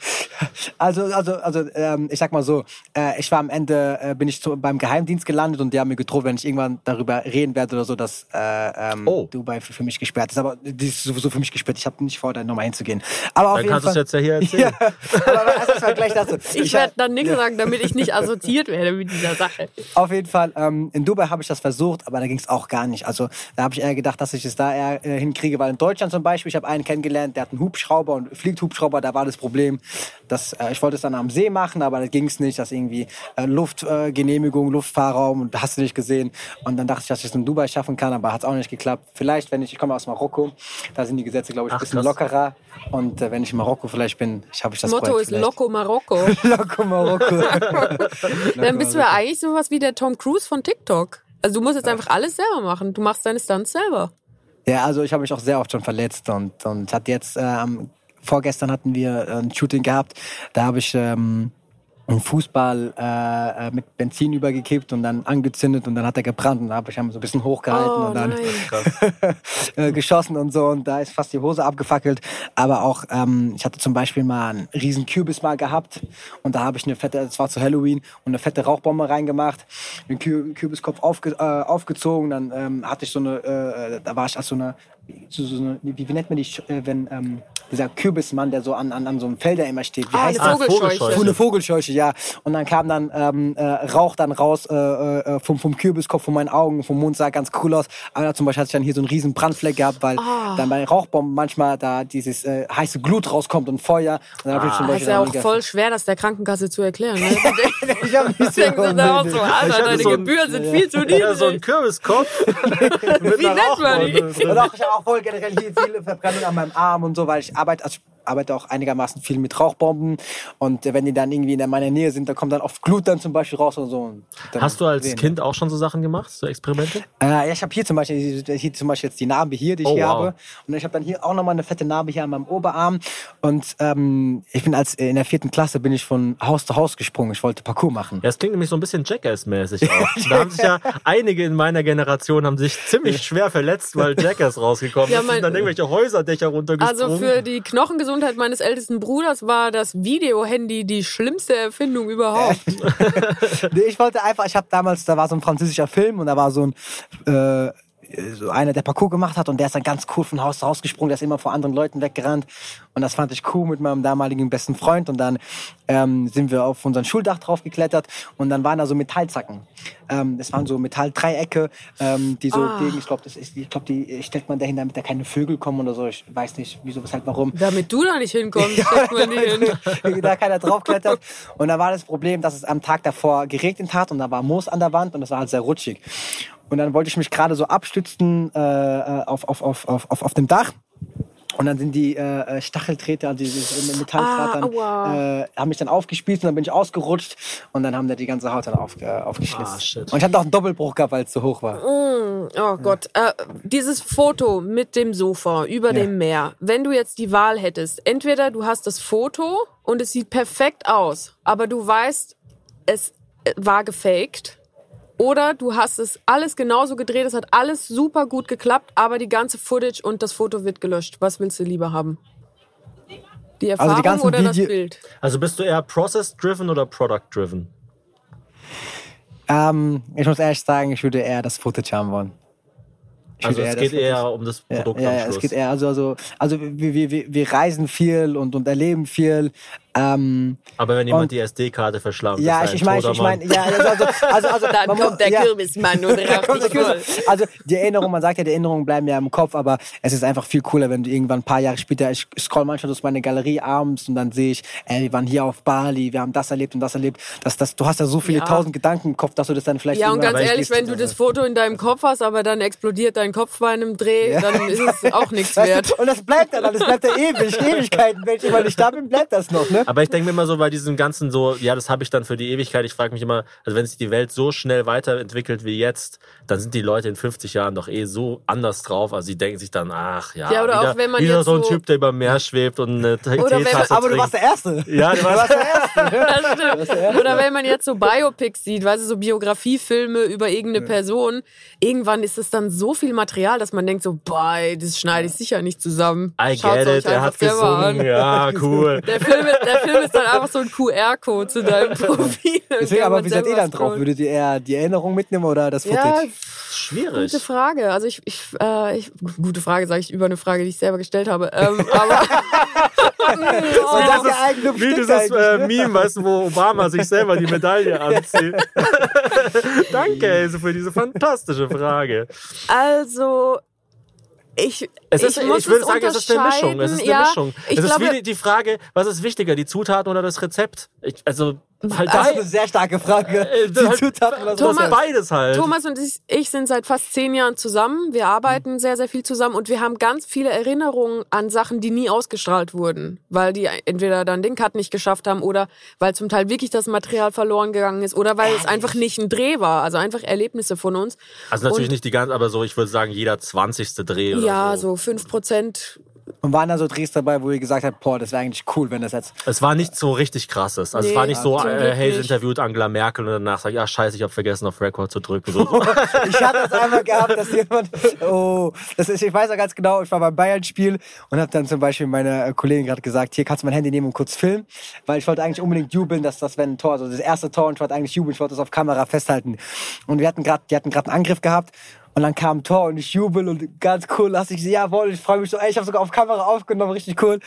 [SPEAKER 7] Also, also, also ähm, ich sag mal so, äh, ich war am Ende, äh, bin ich zu, beim Geheimdienst gelandet und die haben mir gedroht, wenn ich irgendwann darüber reden werde oder so, dass äh, ähm,
[SPEAKER 1] Oh.
[SPEAKER 7] Dubai für, für mich gesperrt ist. Aber die ist sowieso für mich gesperrt. Ich habe nicht vor, da nochmal hinzugehen. Aber auf
[SPEAKER 1] Dann
[SPEAKER 7] jeden
[SPEAKER 1] kannst du es
[SPEAKER 7] Fall-
[SPEAKER 1] jetzt ja hier erzählen.
[SPEAKER 7] *laughs* aber aber erst mal gleich dazu.
[SPEAKER 8] Ich, werde dann nichts sagen, damit ich nicht assoziiert werde mit dieser Sache.
[SPEAKER 7] Auf jeden Fall, ähm, in Dubai habe ich das versucht, aber da ging es auch gar nicht. Also da habe ich eher gedacht, dass ich es da eher äh, hinkriege, weil in Deutschland zum Beispiel, ich habe einen kennengelernt, der hat einen Hubschrauber und fliegt Hubschrauber, da war das Problem, dass äh, ich wollte es dann am See machen, aber da ging es nicht, dass irgendwie äh, Luftgenehmigung, äh, Genehmigung, Luftfahrraum und hast du nicht gesehen. Und dann dachte ich, dass ich es in Dubai schaffen kann, aber hat es auch nicht geklappt. Vielleicht, wenn ich, ich komme aus Marokko, da sind die Gesetze, glaube ich, ein
[SPEAKER 1] Ach,
[SPEAKER 7] bisschen
[SPEAKER 1] krass.
[SPEAKER 7] lockerer. Und äh, wenn ich in Marokko vielleicht bin, schaffe ich das
[SPEAKER 8] Das Motto
[SPEAKER 7] Projekt *laughs*
[SPEAKER 8] ist
[SPEAKER 7] vielleicht.
[SPEAKER 1] *laughs*
[SPEAKER 8] Loco Marokko.
[SPEAKER 7] Loco Marokko.
[SPEAKER 8] Dann bist du ja eigentlich sowas wie der Tom Cruise von TikTok. Also du musst jetzt einfach alles selber machen. Du machst deine Stunts selber.
[SPEAKER 7] Ja, also ich habe mich auch sehr oft schon verletzt und, und hat jetzt, äh, am- vorgestern hatten wir äh, ein Shooting gehabt, da habe ich ähm, einen Fußball äh, äh, mit Benzin übergekippt und dann angezündet und dann hat er gebrannt und da habe ich ihn so ein bisschen hochgehalten
[SPEAKER 8] Oh
[SPEAKER 7] und dann
[SPEAKER 8] nein.
[SPEAKER 7] äh, geschossen und so und da ist fast die Hose abgefackelt. Aber auch, ähm, ich hatte zum Beispiel mal einen riesen Kürbis mal gehabt und da habe ich eine fette, es war zu Halloween, und eine fette Rauchbombe reingemacht, den Kü Kürbiskopf aufge äh, aufgezogen, dann ähm, hatte ich so eine, äh, da war ich als so eine, so, so eine wie, wie nennt man die, Sch- äh, wenn ähm, dieser Kürbismann, der so an, an, an so einem Felder immer steht, wie
[SPEAKER 8] Ah, eine
[SPEAKER 7] heißt der?
[SPEAKER 8] Vogelscheuche.
[SPEAKER 7] Eine Vogelscheuche, ja. Und dann kam dann ähm, äh, Rauch dann raus äh, äh, vom, vom Kürbiskopf, von meinen Augen, vom Mund, sah ganz cool aus. Aber zum Beispiel hatte ich dann hier so einen riesen Brandfleck gehabt, weil
[SPEAKER 8] Ah.
[SPEAKER 7] dann bei Rauchbomben manchmal da dieses äh, heiße Glut rauskommt und Feuer. Und dann hab ich zum
[SPEAKER 8] Das Ah, ist
[SPEAKER 7] Beispiel
[SPEAKER 8] ja
[SPEAKER 7] dann
[SPEAKER 8] auch
[SPEAKER 7] gegessen.
[SPEAKER 8] voll schwer, das der Krankenkasse zu
[SPEAKER 1] *laughs*
[SPEAKER 8] erklären. Ne? Die denken-
[SPEAKER 7] Ich hab ein
[SPEAKER 8] *laughs* die denken sich da auch so,
[SPEAKER 7] bisschen
[SPEAKER 8] Alter,
[SPEAKER 1] hatte
[SPEAKER 8] deine
[SPEAKER 1] so ein-
[SPEAKER 8] Gebühren sind viel zu
[SPEAKER 1] *laughs* Ja, so ein
[SPEAKER 7] *laughs*
[SPEAKER 8] niedrig.
[SPEAKER 1] Kürbiskopf. Wie
[SPEAKER 8] nennt man die?
[SPEAKER 7] Und auch, ich habe auch voll generell hier viele Verbrennungen an meinem Arm und so, weil ich arbeite, also ich arbeite auch einigermaßen viel mit Rauchbomben. Und äh, wenn die dann irgendwie in meiner Nähe sind, da kommt dann oft Glut dann zum Beispiel raus und so. Und dann
[SPEAKER 1] Hast du als
[SPEAKER 7] sehen.
[SPEAKER 1] Kind auch schon so Sachen gemacht, so Experimente?
[SPEAKER 7] Äh, ja, ich habe hier zum Beispiel hier zum Beispiel jetzt die Narbe hier, die ich
[SPEAKER 1] Oh,
[SPEAKER 7] hier
[SPEAKER 1] wow.
[SPEAKER 7] habe. Und ich habe dann hier auch nochmal eine fette Narbe hier an meinem Oberarm. Und ähm, ich bin als in der vierten Klasse bin ich von Haus zu Haus gesprungen. Ich wollte Parcours machen.
[SPEAKER 1] Ja, es klingt nämlich so ein bisschen Jackass-mäßig auch.
[SPEAKER 7] *laughs*
[SPEAKER 1] da haben sich ja einige in meiner Generation haben sich ziemlich schwer verletzt, weil Jackass rausgekommen
[SPEAKER 8] Ja,
[SPEAKER 1] ist. sind
[SPEAKER 8] mein-
[SPEAKER 1] dann irgendwelche Häuserdächer runtergesprungen.
[SPEAKER 8] Also für die Knochengesundheit meines ältesten Bruders war das Videohandy die schlimmste Erfindung überhaupt.
[SPEAKER 7] *laughs* Nee, ich wollte einfach, ich habe damals, da war so ein französischer Film und da war so ein äh, so einer, der Parcours gemacht hat und der ist dann ganz cool von Haus zu Haus gesprungen, der ist immer vor anderen Leuten weggerannt und das fand ich cool mit meinem damaligen besten Freund und dann ähm, sind wir auf unseren Schuldach drauf geklettert und dann waren da so Metallzacken. Ähm, das waren so Metalldreiecke, ähm, die so gegen, ich glaube, das ist, ich glaube, die stellt man dahin, damit da keine Vögel kommen oder so. Ich weiß nicht, wieso, weshalb, warum
[SPEAKER 8] Damit du da nicht hinkommst, steckt man die
[SPEAKER 7] *laughs*
[SPEAKER 8] hin.
[SPEAKER 7] da keiner draufklettert. Und da war das Problem, dass es am Tag davor geregnet hat und da war Moos an der Wand und das war halt sehr rutschig. äh, Und dann wollte ich mich gerade so abstützen äh, auf, auf, auf, auf, auf, auf dem Dach. Und dann sind die äh, äh, Stacheltreter, also diese Metallfratern,
[SPEAKER 8] aua.
[SPEAKER 7] äh, haben mich dann aufgespießt und dann bin ich ausgerutscht und dann haben da die ganze Haut dann auf, äh, aufgeschnitten.
[SPEAKER 1] Ah, shit.
[SPEAKER 7] und ich hatte noch einen Doppelbruch gehabt, weil es zu hoch war.
[SPEAKER 8] Oh Gott, äh, dieses Foto mit dem Sofa über dem Meer. Wenn du jetzt die Wahl hättest, entweder du hast das Foto und es sieht perfekt aus, aber du weißt, es äh, war gefaked. Oder du hast es alles genauso gedreht, es hat alles super gut geklappt, aber die ganze Footage und das Foto wird gelöscht. Was willst du lieber haben? Die Erfahrung
[SPEAKER 7] Also ganzen
[SPEAKER 8] oder das
[SPEAKER 7] Video-
[SPEAKER 8] Bild?
[SPEAKER 1] Also bist du eher process-driven oder product-driven?
[SPEAKER 7] Ähm, ich muss ehrlich sagen, ich würde eher das Footage haben wollen. Ich
[SPEAKER 1] Also
[SPEAKER 7] würde
[SPEAKER 1] es
[SPEAKER 7] das
[SPEAKER 1] geht
[SPEAKER 7] Footage-
[SPEAKER 1] eher um das
[SPEAKER 7] Ja,
[SPEAKER 1] Produkt
[SPEAKER 7] ja,
[SPEAKER 1] am
[SPEAKER 7] ja,
[SPEAKER 1] Schluss.
[SPEAKER 7] es geht eher, also, also, also wir, wir, wir- wir reisen viel und, und erleben viel. Ähm,
[SPEAKER 1] Aber wenn jemand
[SPEAKER 7] Und-
[SPEAKER 1] die SD-Karte verschlammt,
[SPEAKER 7] ja,
[SPEAKER 1] ist er
[SPEAKER 7] ich, ich
[SPEAKER 1] ein
[SPEAKER 7] meine,
[SPEAKER 1] toter
[SPEAKER 7] ich meine,
[SPEAKER 1] Mann.
[SPEAKER 7] ja, also, also,
[SPEAKER 8] *laughs*
[SPEAKER 7] also, also
[SPEAKER 8] Dann
[SPEAKER 7] man muss-
[SPEAKER 8] kommt der
[SPEAKER 7] ja. *laughs*
[SPEAKER 8] Kürbismann und raucht dich voll.
[SPEAKER 7] Also die Erinnerung, man sagt ja, die Erinnerungen bleiben ja im Kopf, aber es ist einfach viel cooler, wenn du irgendwann ein paar Jahre später, ich scroll manchmal durch meine Galerie abends und dann sehe ich, ey, wir waren hier auf Bali, wir haben das erlebt und das erlebt. Das, das, du hast ja so viele
[SPEAKER 8] Ja.
[SPEAKER 7] tausend Gedanken im Kopf, dass du das dann vielleicht
[SPEAKER 8] Ja, und
[SPEAKER 7] irgendwann
[SPEAKER 8] ganz ehrlich,
[SPEAKER 7] vergisst
[SPEAKER 8] wenn du
[SPEAKER 7] oder
[SPEAKER 8] das
[SPEAKER 7] so.
[SPEAKER 8] Foto in deinem Kopf hast, aber dann explodiert dein Kopf bei einem Dreh, dann ist
[SPEAKER 7] *laughs*
[SPEAKER 8] es auch nichts
[SPEAKER 7] Weißt du,
[SPEAKER 8] wert.
[SPEAKER 7] Und das bleibt dann, das bleibt ja ewig,
[SPEAKER 8] *laughs*
[SPEAKER 7] Ewigkeiten. Wenn ich immer nicht da bin, bleibt das noch, ne?
[SPEAKER 1] Aber ich denke mir immer so bei diesem ganzen so, ja, das habe ich dann für die Ewigkeit. Ich frage mich immer, also wenn sich die Welt so schnell weiterentwickelt wie jetzt, dann sind die Leute in 50 Jahren doch eh so anders drauf. Also sie denken sich dann, ach ja,
[SPEAKER 8] Ja, oder
[SPEAKER 1] wieder,
[SPEAKER 8] auch wenn man
[SPEAKER 1] wieder
[SPEAKER 8] jetzt
[SPEAKER 1] so ein
[SPEAKER 8] so-
[SPEAKER 1] Typ, der über dem Meer schwebt und eine Te-
[SPEAKER 8] *laughs* Oder wenn-
[SPEAKER 1] Teetasse
[SPEAKER 7] Aber du
[SPEAKER 1] trinkt.
[SPEAKER 7] warst der Erste.
[SPEAKER 1] Ja, du warst
[SPEAKER 8] *laughs* *laughs* Das stimmt. Oder wenn man jetzt so Biopics sieht, weißt du, so Biografiefilme über irgendeine Person, irgendwann ist es dann so viel Material, dass man denkt so, boah, ey, das schneide ich sicher nicht zusammen.
[SPEAKER 1] I
[SPEAKER 8] Schaut's
[SPEAKER 1] get
[SPEAKER 8] euch
[SPEAKER 1] it, er
[SPEAKER 8] einfach
[SPEAKER 1] hat
[SPEAKER 8] selber
[SPEAKER 1] gesungen.
[SPEAKER 8] an. *laughs*
[SPEAKER 1] Ja, cool.
[SPEAKER 8] Der Film, ist, der Film ist dann einfach so ein QR-Code
[SPEAKER 7] *laughs*
[SPEAKER 8] zu deinem Profil.
[SPEAKER 7] Deswegen,
[SPEAKER 8] Kann
[SPEAKER 7] aber
[SPEAKER 8] man
[SPEAKER 7] wie seid ihr
[SPEAKER 8] selber
[SPEAKER 7] dann drauf?
[SPEAKER 8] scrollen.
[SPEAKER 7] Würdet ihr eher die Erinnerung mitnehmen oder das Footage?
[SPEAKER 8] Ja,
[SPEAKER 1] Schwierig.
[SPEAKER 8] Gute Frage. Also ich, ich, äh, ich gute Frage, sage ich über eine Frage, die ich selber gestellt habe. Ähm, *laughs*
[SPEAKER 1] *laughs*
[SPEAKER 8] aber
[SPEAKER 7] Und das
[SPEAKER 1] dieses-
[SPEAKER 7] ist eigene
[SPEAKER 1] Wie
[SPEAKER 7] Stück
[SPEAKER 1] dieses
[SPEAKER 7] eigentlich,
[SPEAKER 1] äh,
[SPEAKER 7] ne?
[SPEAKER 1] Meme, weißt du, wo Obama sich selber die Medaille
[SPEAKER 8] *laughs*
[SPEAKER 1] anzieht. *laughs* Danke, Else, für diese fantastische Frage.
[SPEAKER 8] *laughs* also ich,
[SPEAKER 1] Es ist,
[SPEAKER 8] ich
[SPEAKER 1] ich,
[SPEAKER 8] muss
[SPEAKER 1] würde
[SPEAKER 8] es
[SPEAKER 1] sagen, es ist eine
[SPEAKER 8] unterscheiden.
[SPEAKER 1] Mischung. Es ist eine
[SPEAKER 8] ja,
[SPEAKER 1] Mischung.
[SPEAKER 8] Ich
[SPEAKER 1] Es ist
[SPEAKER 8] glaube,
[SPEAKER 1] wie die, die Frage, was ist wichtiger, die Zutaten oder das Rezept? Ich, also, halt
[SPEAKER 7] Das ist eine
[SPEAKER 1] beides.
[SPEAKER 7] sehr starke Frage.
[SPEAKER 1] Äh,
[SPEAKER 7] Die
[SPEAKER 1] halt-
[SPEAKER 7] Zutaten, was
[SPEAKER 1] das
[SPEAKER 8] Thomas-
[SPEAKER 1] beides halt.
[SPEAKER 8] Thomas und ich, ich sind seit fast zehn Jahren zusammen.
[SPEAKER 1] Mhm.
[SPEAKER 8] Wir arbeiten sehr, sehr viel zusammen und wir haben ganz viele Erinnerungen an Sachen, die nie ausgestrahlt wurden, weil die entweder dann den Cut nicht geschafft haben oder weil zum Teil wirklich das Material verloren gegangen ist oder weil es einfach nicht ein Dreh war. Also einfach Erlebnisse von uns.
[SPEAKER 1] also natürlich
[SPEAKER 8] und-
[SPEAKER 1] nicht die ganze, aber so, ich würde sagen, jeder 20. Dreh oder
[SPEAKER 8] Ja,
[SPEAKER 1] so.
[SPEAKER 8] so fünf Prozent
[SPEAKER 7] Und waren da so Drehs dabei, wo ihr gesagt habt, boah, das wäre eigentlich cool, wenn das jetzt.
[SPEAKER 1] Es war nicht so richtig krasses. Also es
[SPEAKER 8] Nee,
[SPEAKER 1] war nicht so,
[SPEAKER 8] zum
[SPEAKER 1] äh,
[SPEAKER 8] Glück
[SPEAKER 1] hey, sie
[SPEAKER 8] nicht.
[SPEAKER 1] interviewt Angela Merkel und danach sagt, ja, scheiße, ich habe vergessen, auf Record zu drücken. So,
[SPEAKER 8] *laughs*
[SPEAKER 1] so.
[SPEAKER 7] Ich hatte das einmal gehabt, dass jemand. Oh, das ist, ich weiß auch ganz genau, ich war beim Bayern-Spiel und habe dann zum Beispiel meiner äh, Kollegin gerade gesagt, hier kannst du mein Handy nehmen und kurz filmen, weil ich wollte eigentlich unbedingt jubeln, dass das, wenn ein Tor, also das erste Tor, und ich wollte eigentlich jubeln, ich wollte das auf Kamera festhalten. Und wir hatten gerade, die hatten gerade einen Angriff gehabt. Und dann kam ein Tor und ich jubel und ganz cool lasse ich sie, jawohl, ich freue mich so, ey, ich habe sogar auf Kamera aufgenommen, richtig cool.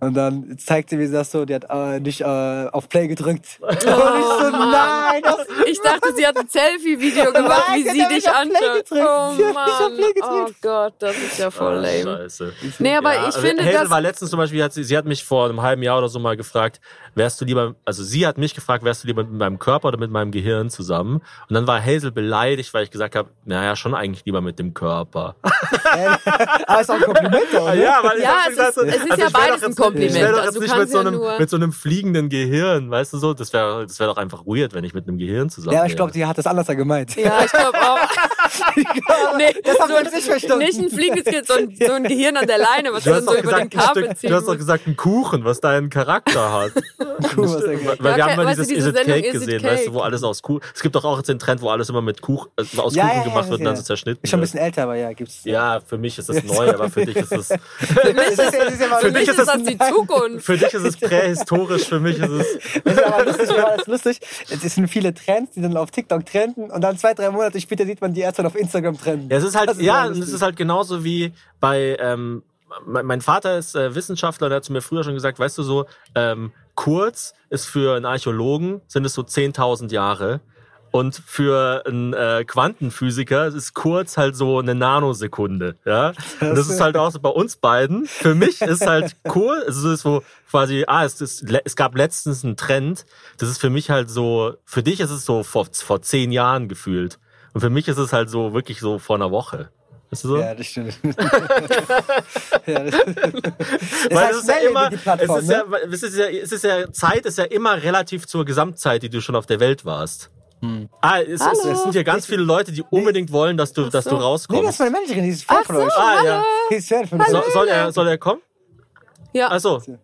[SPEAKER 7] Und dann zeigt sie mir das so, die hat äh, nicht äh, auf Play gedrückt. und ich so, nein, das
[SPEAKER 8] Ich dachte, sie hat ein
[SPEAKER 1] *laughs*
[SPEAKER 8] Selfie-Video gemacht,
[SPEAKER 7] Nein,
[SPEAKER 8] wie
[SPEAKER 7] sie
[SPEAKER 8] sie
[SPEAKER 7] hat
[SPEAKER 8] dich
[SPEAKER 7] mich auf Play
[SPEAKER 8] anschaut.
[SPEAKER 7] gedrückt. Sie
[SPEAKER 8] Oh
[SPEAKER 7] hat mich auf
[SPEAKER 8] Mann.
[SPEAKER 7] Play
[SPEAKER 8] Oh
[SPEAKER 7] gedrückt.
[SPEAKER 8] Gott, das ist ja voll Oh, lame.
[SPEAKER 1] Ah, Scheiße.
[SPEAKER 8] Nee, aber
[SPEAKER 1] Ja,
[SPEAKER 8] ich
[SPEAKER 1] also
[SPEAKER 8] finde,
[SPEAKER 1] Hazel
[SPEAKER 8] dass
[SPEAKER 1] war letztens zum Beispiel, hat sie, sie hat mich vor einem halben Jahr oder so mal gefragt, wärst du lieber, also sie hat mich gefragt, wärst du lieber mit meinem Körper oder mit meinem Gehirn zusammen? Und dann war Hazel beleidigt, weil ich gesagt habe, naja, schon eigentlich lieber mit dem *laughs* Körper.
[SPEAKER 7] Aber ist auch ein Kompliment, oder?
[SPEAKER 1] weil
[SPEAKER 8] Ja,
[SPEAKER 1] hab so
[SPEAKER 8] es ist- es ist ja
[SPEAKER 1] ich wär
[SPEAKER 8] beides
[SPEAKER 1] doch
[SPEAKER 8] ein
[SPEAKER 1] jetzt-
[SPEAKER 8] Kompliment.
[SPEAKER 1] Ich wär doch
[SPEAKER 8] Also
[SPEAKER 1] jetzt
[SPEAKER 8] du
[SPEAKER 1] nicht
[SPEAKER 8] kannst
[SPEAKER 1] mit so,
[SPEAKER 8] ja
[SPEAKER 1] einem,
[SPEAKER 8] nur-
[SPEAKER 1] mit so einem fliegenden Gehirn, weißt du so, das wäre das wär doch einfach weird, wenn ich mit einem Gehirn zusammen
[SPEAKER 7] Ja, aber ich
[SPEAKER 1] wäre.
[SPEAKER 7] glaube, die hat das anders gemeint. *laughs*
[SPEAKER 8] *laughs* Ja, ich glaube
[SPEAKER 1] *laughs*
[SPEAKER 8] auch. nee,
[SPEAKER 7] Das hab
[SPEAKER 8] so ein-
[SPEAKER 7] ich nicht verstanden.
[SPEAKER 8] Nicht ein fliegendes Gehirn, so ein,
[SPEAKER 1] *laughs*
[SPEAKER 8] so ein Gehirn an der Leine, was
[SPEAKER 1] Du
[SPEAKER 8] dann
[SPEAKER 1] hast,
[SPEAKER 8] so
[SPEAKER 1] doch
[SPEAKER 8] über den
[SPEAKER 1] gesagt, ein
[SPEAKER 8] Kabel
[SPEAKER 1] Stück,
[SPEAKER 8] ziehen
[SPEAKER 1] du hast doch
[SPEAKER 8] muss.
[SPEAKER 1] gesagt, ein Kuchen, was deinen Charakter
[SPEAKER 7] *laughs*
[SPEAKER 1] hat.
[SPEAKER 7] Cool, was er
[SPEAKER 1] Weil
[SPEAKER 7] gesagt
[SPEAKER 1] wir
[SPEAKER 8] Ja,
[SPEAKER 1] haben immer
[SPEAKER 8] weißt du,
[SPEAKER 1] dieses Is
[SPEAKER 8] diese
[SPEAKER 1] it
[SPEAKER 8] Sendung
[SPEAKER 1] Cake
[SPEAKER 8] Is it
[SPEAKER 1] gesehen, weißt du,
[SPEAKER 8] Cake?
[SPEAKER 1] wo alles aus Kuchen. Es gibt doch auch jetzt den Trend, wo alles immer mit Kuchen, äh, aus
[SPEAKER 7] Ja,
[SPEAKER 1] Kuchen
[SPEAKER 7] ja,
[SPEAKER 1] gemacht
[SPEAKER 7] ja,
[SPEAKER 1] wird und
[SPEAKER 7] ja.
[SPEAKER 1] dann so zerschnitten
[SPEAKER 7] Ist schon ein
[SPEAKER 1] wird.
[SPEAKER 7] bisschen älter, aber ja, gibt's.
[SPEAKER 1] Ja, für mich ist das neu, aber für dich ist es.
[SPEAKER 7] *laughs* Das ist, das ist ja mal
[SPEAKER 8] Für mich ist das die Zukunft.
[SPEAKER 1] Für dich ist es
[SPEAKER 7] *laughs*
[SPEAKER 1] prähistorisch, für mich ist es.
[SPEAKER 7] Das ist aber lustig, war das lustig. Es sind viele Trends, die dann auf TikTok trenden und dann zwei, drei Monate später sieht man die erst dann auf Instagram trenden.
[SPEAKER 1] Ja, es ist halt,
[SPEAKER 7] Das ist
[SPEAKER 1] ja,
[SPEAKER 7] immer
[SPEAKER 1] und es
[SPEAKER 7] lustig.
[SPEAKER 1] ist halt genauso wie bei, ähm, mein, mein Vater ist äh, Wissenschaftler und er hat zu mir früher schon gesagt, weißt du so, ähm, kurz ist für einen Archäologen sind es so 10.000 Jahre. Und für einen äh, Quantenphysiker ist kurz halt so eine Nanosekunde. Ja? Und das ist halt auch so bei uns beiden. Für mich ist halt cool, es ist so quasi, ah, es, ist, le- es gab letztens einen Trend. Das ist für mich halt so, für dich ist es so vor, vor zehn Jahren gefühlt. Und für mich ist es halt so wirklich so vor einer Woche. Ist das so?
[SPEAKER 7] Ja, das stimmt. *laughs* ja, das, ist
[SPEAKER 1] Weil
[SPEAKER 7] halt
[SPEAKER 1] es ist ja
[SPEAKER 7] schnell
[SPEAKER 1] immer,
[SPEAKER 7] irgendwie die Plattform,
[SPEAKER 1] es ist
[SPEAKER 7] ne?
[SPEAKER 1] ja, es ist ja, es ist ja, Zeit ist ja immer relativ zur Gesamtzeit, die du schon auf der Welt warst. Ah, es, es, es sind ja ganz viele Leute, die unbedingt wollen, dass du, dass du
[SPEAKER 7] Nee, das ist
[SPEAKER 1] rauskommst.
[SPEAKER 7] meine Managerin, die ist Fan von euch.
[SPEAKER 1] ah, ja.
[SPEAKER 7] Die ist Fan von
[SPEAKER 1] So,
[SPEAKER 7] euch.
[SPEAKER 1] soll er, soll er kommen?
[SPEAKER 8] Ja,
[SPEAKER 1] Achso.
[SPEAKER 7] Das ist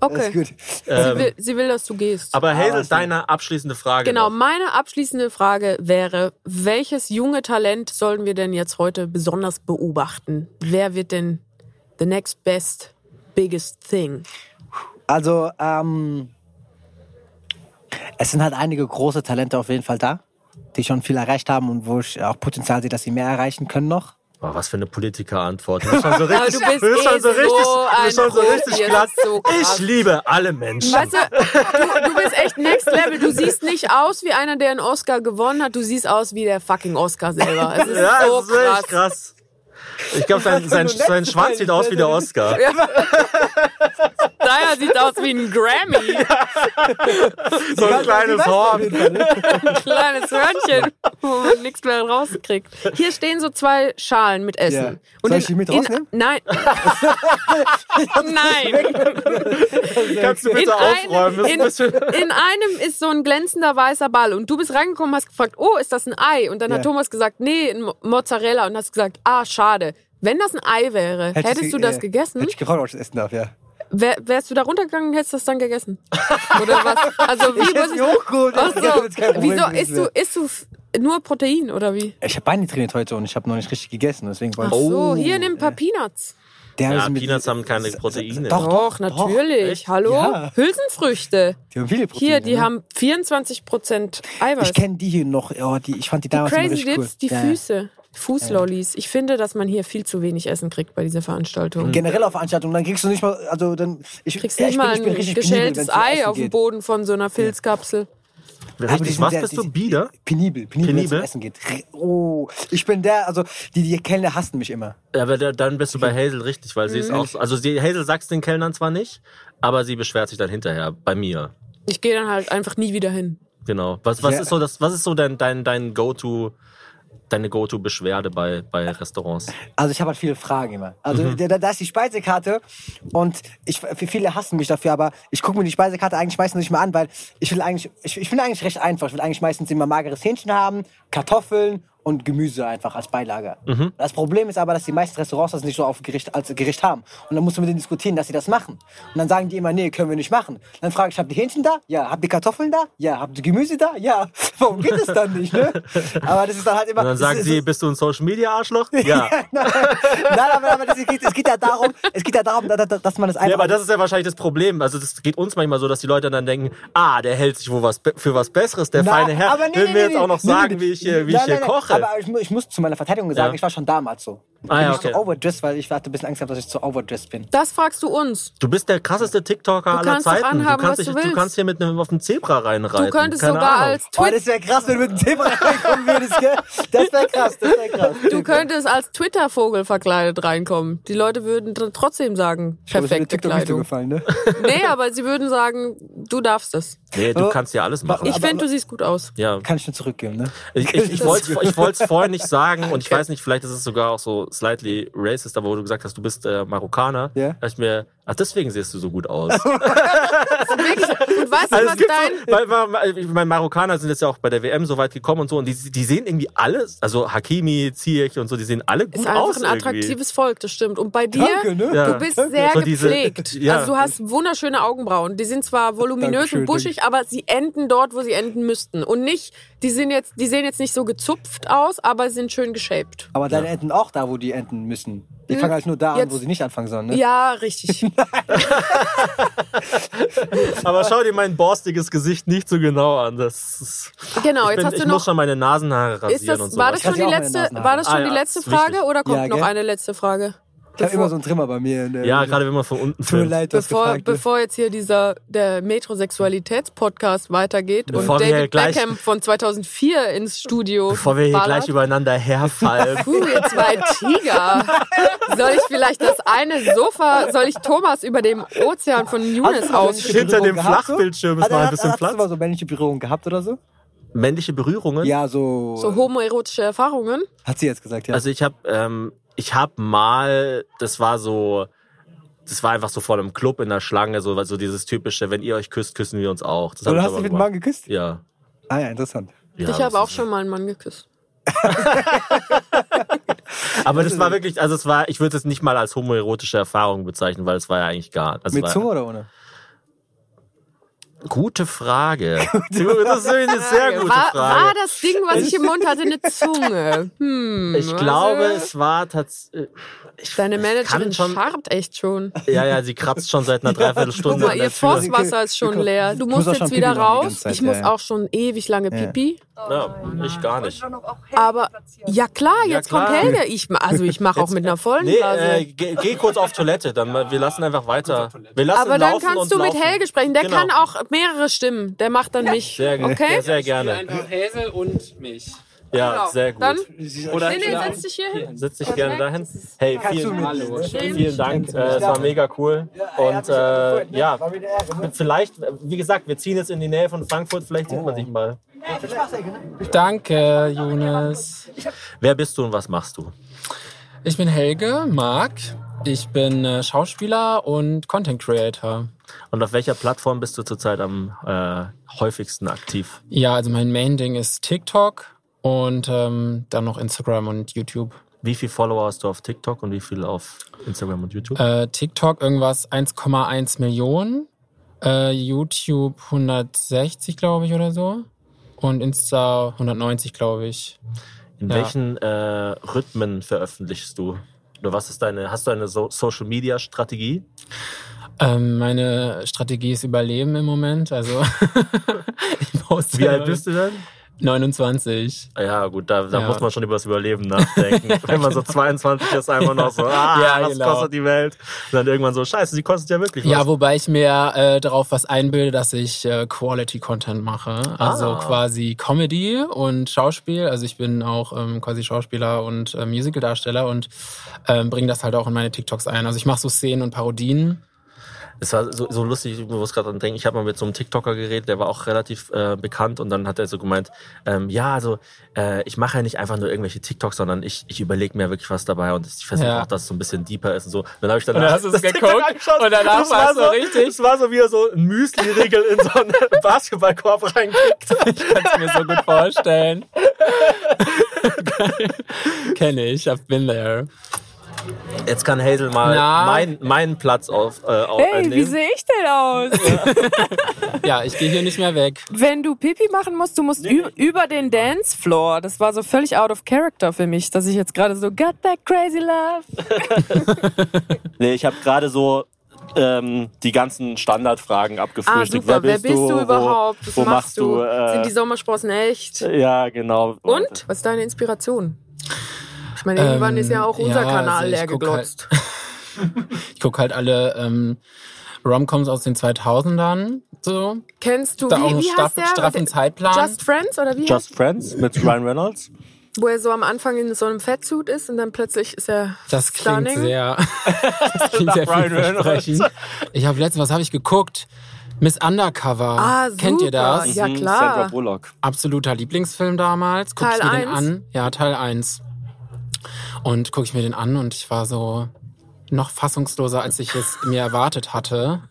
[SPEAKER 8] okay.
[SPEAKER 7] gut.
[SPEAKER 8] Sie will, sie will, dass du gehst.
[SPEAKER 1] Ähm, Aber Hazel,
[SPEAKER 7] okay.
[SPEAKER 1] deine abschließende Frage.
[SPEAKER 8] Ah, also Genau,
[SPEAKER 1] noch.
[SPEAKER 8] meine abschließende Frage wäre, welches junge Talent sollen wir denn jetzt heute besonders beobachten? Wer wird denn the next best, biggest thing?
[SPEAKER 7] Also, ähm, es sind halt einige große Talente auf jeden Fall da, die schon viel erreicht haben und wo ich auch Potenzial sehe, dass sie mehr erreichen können noch.
[SPEAKER 1] Oh, was für eine Politikerantwort. Du bist schon so richtig,
[SPEAKER 8] du bist
[SPEAKER 1] bist schon
[SPEAKER 8] eh
[SPEAKER 1] so richtig,
[SPEAKER 8] so
[SPEAKER 1] du bist schon
[SPEAKER 8] ein
[SPEAKER 1] so richtig
[SPEAKER 8] Profi,
[SPEAKER 1] glatt.
[SPEAKER 8] das ist so
[SPEAKER 1] ich
[SPEAKER 8] krass.
[SPEAKER 1] liebe alle Menschen.
[SPEAKER 8] Weißt du, du, du bist echt next level. Du siehst nicht aus wie einer, der einen Oscar gewonnen hat. Du siehst aus wie der fucking Oscar selber. Es ist
[SPEAKER 1] ja,
[SPEAKER 8] so
[SPEAKER 1] das ist wirklich
[SPEAKER 8] krass. Also
[SPEAKER 1] krass. Ich glaube,
[SPEAKER 8] *laughs*
[SPEAKER 1] sein, sein, sein Schwanz sieht
[SPEAKER 8] halt
[SPEAKER 1] aus wie der Oscar.
[SPEAKER 8] Deiner sieht aus wie ein Grammy.
[SPEAKER 1] So ein kleines Horn.
[SPEAKER 8] kleines Hörnchen, wo man nichts mehr rauskriegt. Hier stehen so zwei Schalen mit Essen.
[SPEAKER 7] Ja. Soll ich die mit rausnehmen?
[SPEAKER 8] In, nein. nein.
[SPEAKER 1] Kannst du
[SPEAKER 8] In,
[SPEAKER 1] bitte aufräumen?
[SPEAKER 8] einem,
[SPEAKER 1] Das
[SPEAKER 8] in,
[SPEAKER 1] ist ein bisschen-
[SPEAKER 8] in einem ist so ein glänzender weißer Ball und du bist reingekommen, hast gefragt, oh, ist das ein Ei? Und dann hat
[SPEAKER 7] Ja.
[SPEAKER 8] Thomas gesagt, nee, ein Mo- Mozzarella. Und hast gesagt, ah, schade. Wenn das ein Ei wäre, hättest,
[SPEAKER 7] ich-
[SPEAKER 8] du das
[SPEAKER 7] äh,
[SPEAKER 8] gegessen?
[SPEAKER 7] Hätte ich gefragt, ob ich das essen darf, ja.
[SPEAKER 8] Wär, wärst du da runtergegangen und hättest das
[SPEAKER 7] *laughs*
[SPEAKER 8] dann gegessen? Oder was? Also wie
[SPEAKER 7] Ich hätte
[SPEAKER 8] muss
[SPEAKER 7] es mir hochgeholt.
[SPEAKER 8] Ach so.
[SPEAKER 7] Ich hätte jetzt kein Problem
[SPEAKER 8] Wieso
[SPEAKER 7] gewesen
[SPEAKER 8] isst du,
[SPEAKER 7] wäre.
[SPEAKER 8] isst du f- nur Protein oder wie?
[SPEAKER 7] Ich habe Beine trainiert heute und ich habe noch nicht richtig gegessen, deswegen wollte ich.
[SPEAKER 8] So, hier nimm ein paar Peanuts.
[SPEAKER 7] Der
[SPEAKER 1] Ja,
[SPEAKER 7] ist mit-
[SPEAKER 1] Peanuts haben keine Proteine.
[SPEAKER 7] Doch,
[SPEAKER 8] Doch, natürlich. Hallo?
[SPEAKER 7] Ja.
[SPEAKER 8] Hülsenfrüchte.
[SPEAKER 7] Die haben viele Proteine.
[SPEAKER 8] Hier, die
[SPEAKER 7] ne?
[SPEAKER 8] haben 24% Eiweiß.
[SPEAKER 7] Ich kenne die hier noch. Oh, die, ich fand die damals immer
[SPEAKER 8] Crazy
[SPEAKER 7] richtig
[SPEAKER 8] Dips,
[SPEAKER 7] cool.
[SPEAKER 8] die
[SPEAKER 7] Ja.
[SPEAKER 8] Füße. Fußlollis. Ich finde, dass man hier viel zu wenig Essen kriegt bei dieser Veranstaltung.
[SPEAKER 7] Generell auf Veranstaltungen, dann kriegst du nicht mal, also dann, ich,
[SPEAKER 8] Kriegst
[SPEAKER 7] ja,
[SPEAKER 8] nicht
[SPEAKER 7] ich bin,
[SPEAKER 8] mal
[SPEAKER 7] ich bin
[SPEAKER 8] ein
[SPEAKER 7] richtig
[SPEAKER 8] geschältes
[SPEAKER 7] penibel, wenn's um
[SPEAKER 8] Ei
[SPEAKER 7] Essen
[SPEAKER 8] auf dem
[SPEAKER 7] geht.
[SPEAKER 8] Boden von so einer Filzkapsel.
[SPEAKER 7] Aber die
[SPEAKER 1] Richtig,
[SPEAKER 7] sind
[SPEAKER 1] was
[SPEAKER 7] sehr-
[SPEAKER 1] bist
[SPEAKER 7] die
[SPEAKER 1] du?
[SPEAKER 7] sind-
[SPEAKER 1] Bieder?
[SPEAKER 7] Penibel, penibel, wenn's
[SPEAKER 1] Penibel?
[SPEAKER 7] um Essen geht. Oh, ich bin der, also die, die Kellner hassen mich immer.
[SPEAKER 1] Ja, aber da- dann bist du bei Hazel richtig, weil sie
[SPEAKER 7] Mhm.
[SPEAKER 1] ist auch. so- Also sie, Hazel sagt es den Kellnern zwar nicht, aber sie beschwert sich dann hinterher bei mir.
[SPEAKER 8] Ich gehe dann halt einfach nie wieder hin.
[SPEAKER 1] Genau. Was, was
[SPEAKER 7] Ja.
[SPEAKER 1] ist so das? Was ist so dein dein dein Go-to? Deine Go-to-Beschwerde bei, bei Restaurants.
[SPEAKER 7] Also ich habe halt viele Fragen immer. Also
[SPEAKER 1] Mhm.
[SPEAKER 7] da, da- da ist die Speisekarte und ich, viele hassen mich dafür, aber ich gucke mir die Speisekarte eigentlich meistens nicht mehr an, weil ich will eigentlich, ich, ich bin eigentlich recht einfach. Ich will eigentlich meistens immer mageres Hähnchen haben, Kartoffeln und Gemüse einfach als Beilage.
[SPEAKER 1] Mhm.
[SPEAKER 7] Das Problem ist aber, dass die meisten Restaurants das nicht so auf Gericht, als Gericht haben. Und dann musst du mit denen diskutieren, dass sie das machen. Und dann sagen die immer, nee, können wir nicht machen. Dann frage ich, habt ihr Hähnchen da? Ja. Habt ihr Kartoffeln da? Ja. Habt ihr Gemüse da? Ja. *laughs* Warum geht es dann nicht, ne? Aber das ist dann halt immer...
[SPEAKER 1] Und dann
[SPEAKER 7] es
[SPEAKER 1] sagen
[SPEAKER 7] ist-
[SPEAKER 1] sie, bist du ein
[SPEAKER 7] *laughs*
[SPEAKER 1] Social-Media-Arschloch? Ja.
[SPEAKER 7] Nein, aber, aber das geht, es geht ja darum, es geht ja darum, da- da- da- dass man das einfach.
[SPEAKER 1] Ja, aber das ist ja wahrscheinlich das Problem. Also das geht uns manchmal so, dass die Leute dann denken, ah, der hält sich wo was be- für was Besseres, der
[SPEAKER 7] Na,
[SPEAKER 1] feine Herr. will mir jetzt auch noch
[SPEAKER 7] nee, nee,
[SPEAKER 1] sagen,
[SPEAKER 7] nee.
[SPEAKER 1] wie ich hier, wie
[SPEAKER 7] Nein,
[SPEAKER 1] ich hier
[SPEAKER 7] nein, nein.
[SPEAKER 1] koche.
[SPEAKER 7] Aber ich, mu- ich muss zu meiner Verteidigung sagen,
[SPEAKER 1] Ja.
[SPEAKER 7] ich war schon damals so.
[SPEAKER 1] Ah,
[SPEAKER 7] ich
[SPEAKER 1] ja,
[SPEAKER 7] bin
[SPEAKER 1] okay.
[SPEAKER 7] so overdressed, weil ich hatte ein bisschen Angst gehabt, dass ich zu overdressed bin.
[SPEAKER 8] Das fragst du uns.
[SPEAKER 1] Du bist der krasseste TikToker aller
[SPEAKER 8] kannst doch
[SPEAKER 1] Zeiten.
[SPEAKER 8] anhaben,
[SPEAKER 1] du, kannst
[SPEAKER 8] was
[SPEAKER 1] dich,
[SPEAKER 8] du willst.
[SPEAKER 1] kannst hier mit einem auf dem Zebra reinreiten.
[SPEAKER 8] Du könntest
[SPEAKER 1] Keine
[SPEAKER 8] sogar
[SPEAKER 1] Ahnung.
[SPEAKER 8] als
[SPEAKER 7] Oh,
[SPEAKER 8] Twitter.
[SPEAKER 7] das wäre krass, wenn du mit dem Thema reinkommen würdest, gell? Das wäre krass, das wäre krass.
[SPEAKER 8] Du könntest als Twitter-Vogel verkleidet reinkommen. Die Leute würden dr- trotzdem sagen, perfekte
[SPEAKER 7] TikTok nicht so
[SPEAKER 8] Kleidung.
[SPEAKER 7] gefallen, ne?
[SPEAKER 8] Nee, aber sie würden sagen, du darfst es.
[SPEAKER 1] Nee, du kannst ja alles machen.
[SPEAKER 8] Ich finde, du siehst gut aus.
[SPEAKER 1] ja.
[SPEAKER 7] Kann ich nur zurückgeben, ne?
[SPEAKER 1] Ich, ich, ich wollte es ich wollt's vorher nicht sagen und ich weiß nicht, vielleicht ist es sogar auch so slightly racist, aber wo du gesagt hast, du bist äh, Marokkaner,
[SPEAKER 7] Ja.
[SPEAKER 1] dachte ich mir, ach deswegen siehst du so gut aus.
[SPEAKER 8] Und weißt du,
[SPEAKER 1] Also es
[SPEAKER 8] was
[SPEAKER 1] gibt
[SPEAKER 8] dein...
[SPEAKER 1] so, weil, weil, weil, ich meine, Marokkaner sind jetzt ja auch bei der WM so weit gekommen und so und die, die sehen irgendwie alles, also Hakimi, Ziyech und so, die sehen alle gut aus
[SPEAKER 8] Ist einfach ein
[SPEAKER 1] irgendwie.
[SPEAKER 8] attraktives Volk, das stimmt. Und bei dir,
[SPEAKER 7] Danke, ne?
[SPEAKER 1] Ja.
[SPEAKER 8] du bist sehr
[SPEAKER 1] So diese- äh,
[SPEAKER 8] gepflegt.
[SPEAKER 1] ja.
[SPEAKER 8] Also du hast wunderschöne Augenbrauen. Die sind zwar voluminös
[SPEAKER 7] Dankeschön,
[SPEAKER 8] und buschig, aber sie enden dort, wo sie enden müssten. Und nicht, die sind jetzt, die sehen jetzt nicht so gezupft aus, aber sind schön geshaped.
[SPEAKER 7] Aber deine enden auch da, wo die enden müssen. Die fangen halt nur da an,
[SPEAKER 8] Hm. Jetzt-
[SPEAKER 7] wo sie nicht anfangen sollen, ne?
[SPEAKER 8] Ja,
[SPEAKER 1] *laughs*
[SPEAKER 8] richtig.
[SPEAKER 1] Aber schau dir mein borstiges Gesicht nicht so genau an. Das ist,
[SPEAKER 8] Genau,
[SPEAKER 1] ich
[SPEAKER 8] jetzt
[SPEAKER 1] bin,
[SPEAKER 8] hast
[SPEAKER 1] ich
[SPEAKER 8] du
[SPEAKER 1] muss
[SPEAKER 8] noch
[SPEAKER 1] schon meine Nasenhaare rasieren
[SPEAKER 8] Ist das,
[SPEAKER 1] und so.
[SPEAKER 8] war das schon
[SPEAKER 7] Kannst
[SPEAKER 8] die
[SPEAKER 7] ja auch meine
[SPEAKER 8] letzte,
[SPEAKER 7] Nasenhaare.
[SPEAKER 8] war das schon
[SPEAKER 1] Ah,
[SPEAKER 8] die
[SPEAKER 1] ja,
[SPEAKER 8] letzte
[SPEAKER 1] ist wichtig.
[SPEAKER 8] Frage oder kommt
[SPEAKER 7] Ja,
[SPEAKER 8] noch
[SPEAKER 7] gell?
[SPEAKER 8] eine letzte Frage?
[SPEAKER 7] ich habe
[SPEAKER 8] Bevor-
[SPEAKER 7] immer so einen Trimmer bei mir. Ne?
[SPEAKER 1] ja, gerade wenn man von unten
[SPEAKER 7] Tut mir
[SPEAKER 1] filmt.
[SPEAKER 7] leid, du hast
[SPEAKER 8] Bevor,
[SPEAKER 7] gefragt, ne?
[SPEAKER 8] bevor jetzt hier dieser der Metrosexualitäts-Podcast weitergeht
[SPEAKER 1] Bevor
[SPEAKER 8] und
[SPEAKER 1] wir hier
[SPEAKER 8] David
[SPEAKER 1] gleich-
[SPEAKER 8] Beckham von 2004 ins Studio
[SPEAKER 1] Bevor wir hier
[SPEAKER 8] ballert.
[SPEAKER 1] gleich übereinander
[SPEAKER 8] *laughs*
[SPEAKER 1] herfallen.
[SPEAKER 8] Puh, ihr zwei Tiger. Soll ich vielleicht das eine Sofa, soll ich Thomas über dem Ozean von Younes
[SPEAKER 7] Hast du
[SPEAKER 8] ausschieben?
[SPEAKER 1] Hinter
[SPEAKER 7] Berührung
[SPEAKER 1] dem
[SPEAKER 7] gehabt, so?
[SPEAKER 1] Flachbildschirm ist
[SPEAKER 7] Hat er-
[SPEAKER 1] mal ein
[SPEAKER 7] hat-
[SPEAKER 1] bisschen
[SPEAKER 7] Hast
[SPEAKER 1] Platz.
[SPEAKER 7] du mal so männliche Berührung gehabt oder so?
[SPEAKER 1] Männliche Berührungen?
[SPEAKER 7] Ja, so.
[SPEAKER 8] So homoerotische Erfahrungen?
[SPEAKER 7] Hat sie jetzt gesagt, ja.
[SPEAKER 1] Also ich habe ähm, ich habe mal, das war so, das war einfach so vor einem Club in der Schlange, so, so dieses typische, wenn ihr euch küsst, küssen wir uns auch. Das hab
[SPEAKER 7] du
[SPEAKER 1] ich
[SPEAKER 7] hast
[SPEAKER 1] aber
[SPEAKER 7] dich mit dem
[SPEAKER 1] gemacht.
[SPEAKER 7] Mann geküsst?
[SPEAKER 1] Ja.
[SPEAKER 7] Ah ja, interessant.
[SPEAKER 1] ja
[SPEAKER 8] ich
[SPEAKER 1] das
[SPEAKER 8] habe auch
[SPEAKER 1] ist-
[SPEAKER 8] schon mal einen Mann geküsst.
[SPEAKER 1] Aber das war wirklich, also es war, ich würde es nicht mal als homoerotische Erfahrung bezeichnen, weil es war ja eigentlich gar. Also
[SPEAKER 7] Mit
[SPEAKER 1] war,
[SPEAKER 7] Zunge oder ohne?
[SPEAKER 1] Gute Frage.
[SPEAKER 8] *laughs*
[SPEAKER 1] das ist wirklich eine sehr gute
[SPEAKER 8] war,
[SPEAKER 1] Frage.
[SPEAKER 8] war das Ding, was ich im Mund
[SPEAKER 1] *laughs*
[SPEAKER 8] hatte, eine Zunge? Hm,
[SPEAKER 1] ich glaube,
[SPEAKER 8] also,
[SPEAKER 1] es war tatsächlich.
[SPEAKER 8] Deine Managerin
[SPEAKER 1] kann schon-
[SPEAKER 8] scharrt echt schon.
[SPEAKER 1] Ja, ja, sie kratzt schon seit
[SPEAKER 8] *laughs*
[SPEAKER 1] einer Dreiviertelstunde.
[SPEAKER 8] Guck mal,
[SPEAKER 1] an der
[SPEAKER 8] ihr
[SPEAKER 1] Tür.
[SPEAKER 8] Forstwasser ist schon
[SPEAKER 7] Ich- ich-
[SPEAKER 8] leer. Du
[SPEAKER 7] ich muss
[SPEAKER 8] musst
[SPEAKER 7] auch
[SPEAKER 8] jetzt
[SPEAKER 7] schon
[SPEAKER 8] wieder
[SPEAKER 7] Pipi machen die
[SPEAKER 8] raus.
[SPEAKER 7] ganze Zeit,
[SPEAKER 8] Ich muss
[SPEAKER 7] ja, ja.
[SPEAKER 8] auch schon ewig lange Pipi.
[SPEAKER 1] Ja, ich gar nicht.
[SPEAKER 8] Aber ja klar,
[SPEAKER 1] Ja,
[SPEAKER 8] jetzt
[SPEAKER 1] klar.
[SPEAKER 8] kommt Helge. Ich, ma- also ich mache auch mit einer vollen
[SPEAKER 1] Nee,
[SPEAKER 8] Blase.
[SPEAKER 1] äh, geh, geh kurz auf Toilette, dann mal- wir lassen einfach weiter. Wir lassen
[SPEAKER 8] Aber dann
[SPEAKER 1] laufen und
[SPEAKER 8] kannst du mit
[SPEAKER 1] laufen.
[SPEAKER 8] Helge sprechen. Der
[SPEAKER 1] Genau.
[SPEAKER 8] kann auch mehrere Stimmen. Der macht dann mich.
[SPEAKER 1] Sehr gut.
[SPEAKER 8] Okay?
[SPEAKER 1] Ja, sehr gerne.
[SPEAKER 10] Einfach Hazel und mich.
[SPEAKER 1] Ja,
[SPEAKER 8] Genau.
[SPEAKER 1] sehr gut.
[SPEAKER 8] Dann
[SPEAKER 10] Oder
[SPEAKER 8] nee, nee,
[SPEAKER 10] ja,
[SPEAKER 8] setz dich hier hin.
[SPEAKER 1] Sitz dich gerne dahin. Hey, vielen,
[SPEAKER 10] Hallo.
[SPEAKER 1] vielen Dank. Äh, es war mega cool. Und äh,
[SPEAKER 7] ne?
[SPEAKER 1] ja, vielleicht, wie gesagt, wir ziehen jetzt in die Nähe von Frankfurt. Vielleicht sieht man sich mal.
[SPEAKER 10] Danke, Jonas.
[SPEAKER 1] Wer bist du und was machst du?
[SPEAKER 10] Ich bin Helge Mark. Ich bin äh, Schauspieler und Content Creator.
[SPEAKER 1] Und auf welcher Plattform bist du zurzeit am äh, häufigsten aktiv?
[SPEAKER 10] Ja, also mein Main-Ding ist TikTok und ähm, dann noch Instagram und YouTube.
[SPEAKER 1] Wie viele Follower hast du auf TikTok und wie viele auf Instagram und YouTube?
[SPEAKER 10] Äh, TikTok irgendwas 1,1 Millionen. Äh, YouTube 160, glaube ich, oder so. Und Insta 190, glaube ich.
[SPEAKER 1] In
[SPEAKER 10] ja.
[SPEAKER 1] welchen äh, Rhythmen veröffentlichst du? Oder was ist deine, hast du eine so Social Media Strategie?
[SPEAKER 10] Ähm, meine Strategie ist Überleben im Moment. Also *laughs* ich poste
[SPEAKER 1] Wie alt bist du denn?
[SPEAKER 10] 29.
[SPEAKER 1] Ja, gut, da, da
[SPEAKER 10] Ja. Genau.
[SPEAKER 1] muss man schon über das Überleben nachdenken.
[SPEAKER 10] *laughs*
[SPEAKER 1] Wenn man so 22 ist, einfach noch so, ah,
[SPEAKER 10] Ja,
[SPEAKER 1] was
[SPEAKER 10] genau.
[SPEAKER 1] kostet die Welt? Und dann irgendwann so, scheiße, sie kostet ja wirklich was.
[SPEAKER 10] Ja, wobei ich mir äh, darauf was einbilde, dass ich äh, Quality-Content mache. Also
[SPEAKER 1] Ah.
[SPEAKER 10] quasi Comedy und Schauspiel. Also ich bin auch ähm, quasi Schauspieler und äh, Musical-Darsteller und ähm, bringe das halt auch in meine TikToks ein. Also ich mache so Szenen und Parodien. *laughs*
[SPEAKER 1] Es war so, so lustig, ich muss gerade dran denken, ich habe mal mit so einem TikToker geredet, der war auch relativ äh, bekannt und dann hat er so gemeint, ähm, ja, also äh, ich mache ja nicht einfach nur irgendwelche TikToks, sondern ich, ich überlege mir wirklich was dabei und ich versuche
[SPEAKER 10] Ja.
[SPEAKER 1] auch, dass es so ein bisschen deeper ist und so. Dann habe ich dann
[SPEAKER 10] Und dann hast du es geguckt und danach warst du richtig-
[SPEAKER 1] Es war so wie er so ein Müsli-Riegel in so einen *laughs* Basketballkorb reinkickt.
[SPEAKER 10] Kannst mir so gut vorstellen. *laughs* Kenne ich, I've been there.
[SPEAKER 1] Jetzt kann Hazel mal
[SPEAKER 10] Na?
[SPEAKER 1] mein, meinen Platz auf, äh, auf
[SPEAKER 2] Hey, wie
[SPEAKER 1] einnehmen.
[SPEAKER 2] sehe ich denn aus?
[SPEAKER 10] Ja, ich gehe hier nicht mehr weg.
[SPEAKER 2] Wenn du Pipi machen musst, du musst ü- über den Dancefloor. Das war so völlig out of character für mich, dass ich jetzt gerade so got that crazy love.
[SPEAKER 1] Nee, ich habe gerade so ähm, die ganzen Standardfragen
[SPEAKER 8] Ah,
[SPEAKER 1] abgefrühstückt.
[SPEAKER 8] super. Wer bist, du, überhaupt? Was
[SPEAKER 1] Wo, wo
[SPEAKER 8] machst du?
[SPEAKER 1] äh,
[SPEAKER 8] Sind die Sommersprossen echt?
[SPEAKER 1] Ja, genau.
[SPEAKER 8] Und? Was ist deine Inspiration? Ich meine, irgendwann
[SPEAKER 10] Ähm,
[SPEAKER 8] ist ja auch unser
[SPEAKER 10] ja, also
[SPEAKER 8] Kanal
[SPEAKER 10] ich
[SPEAKER 8] leer
[SPEAKER 10] guck
[SPEAKER 8] geglotzt.
[SPEAKER 10] halt- Ich gucke halt alle ähm, Romcoms aus den 2000ern. So.
[SPEAKER 8] Kennst du,
[SPEAKER 10] Da auch
[SPEAKER 8] wie,
[SPEAKER 10] einen
[SPEAKER 8] wie heißt
[SPEAKER 10] straffen,
[SPEAKER 8] der?
[SPEAKER 10] straffen Zeitplan.
[SPEAKER 8] Just Friends oder wie heißt
[SPEAKER 1] Just Friends mit Ryan Reynolds.
[SPEAKER 8] Wo er so am Anfang in so einem Fettsuit ist und dann plötzlich ist er
[SPEAKER 10] Das klingt
[SPEAKER 8] stunning. *laughs*
[SPEAKER 10] sehr, das klingt sehr
[SPEAKER 1] Ryan Reynolds.
[SPEAKER 10] vielversprechend. Ich habe letztens, was habe ich geguckt? Miss Undercover.
[SPEAKER 8] Ah, super.
[SPEAKER 10] Kennt ihr das?
[SPEAKER 8] Ja,
[SPEAKER 1] Mhm, Sandra
[SPEAKER 8] klar.
[SPEAKER 1] Bullock.
[SPEAKER 10] Absoluter Lieblingsfilm damals. Guck ich
[SPEAKER 8] Teil
[SPEAKER 10] mir den
[SPEAKER 8] eins?
[SPEAKER 10] an. Ja, Teil 1. Und gucke ich mir den an und ich war so noch fassungsloser, als ich es mir
[SPEAKER 8] *laughs*
[SPEAKER 10] erwartet hatte.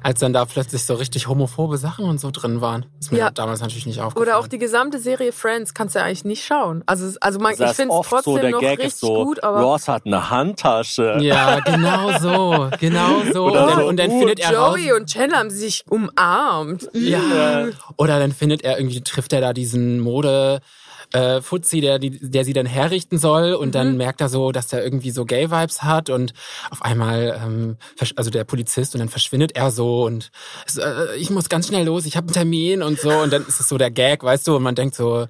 [SPEAKER 10] Als dann da plötzlich so richtig homophobe Sachen und so drin waren. Ist mir
[SPEAKER 8] Ja.
[SPEAKER 10] damals natürlich nicht aufgefallen.
[SPEAKER 8] Oder auch die gesamte Serie Friends kannst du eigentlich nicht schauen. Also, es- also man, ich
[SPEAKER 1] Das ist
[SPEAKER 8] finde es
[SPEAKER 1] oft
[SPEAKER 8] trotzdem
[SPEAKER 1] so, der
[SPEAKER 8] noch
[SPEAKER 1] Gag
[SPEAKER 8] richtig
[SPEAKER 1] ist so,
[SPEAKER 8] gut, aber
[SPEAKER 1] Ross hat eine Handtasche.
[SPEAKER 10] Ja, genau so. Genau so. Und dann,
[SPEAKER 1] so,
[SPEAKER 10] und dann findet er raus,
[SPEAKER 8] Joey und Chandler haben sich umarmt. Ah.
[SPEAKER 10] Ja. Oder dann findet er irgendwie, trifft er da diesen Mode. Äh, Fuzzi, der, die- der sie dann herrichten soll und
[SPEAKER 8] Mhm.
[SPEAKER 10] dann merkt er so, dass er irgendwie so Gay-Vibes hat und auf einmal, ähm, versch- also der Polizist und dann verschwindet er so und es, äh, ich muss ganz schnell los, ich habe einen Termin und so und dann ist es so der Gag, weißt du, und man denkt so,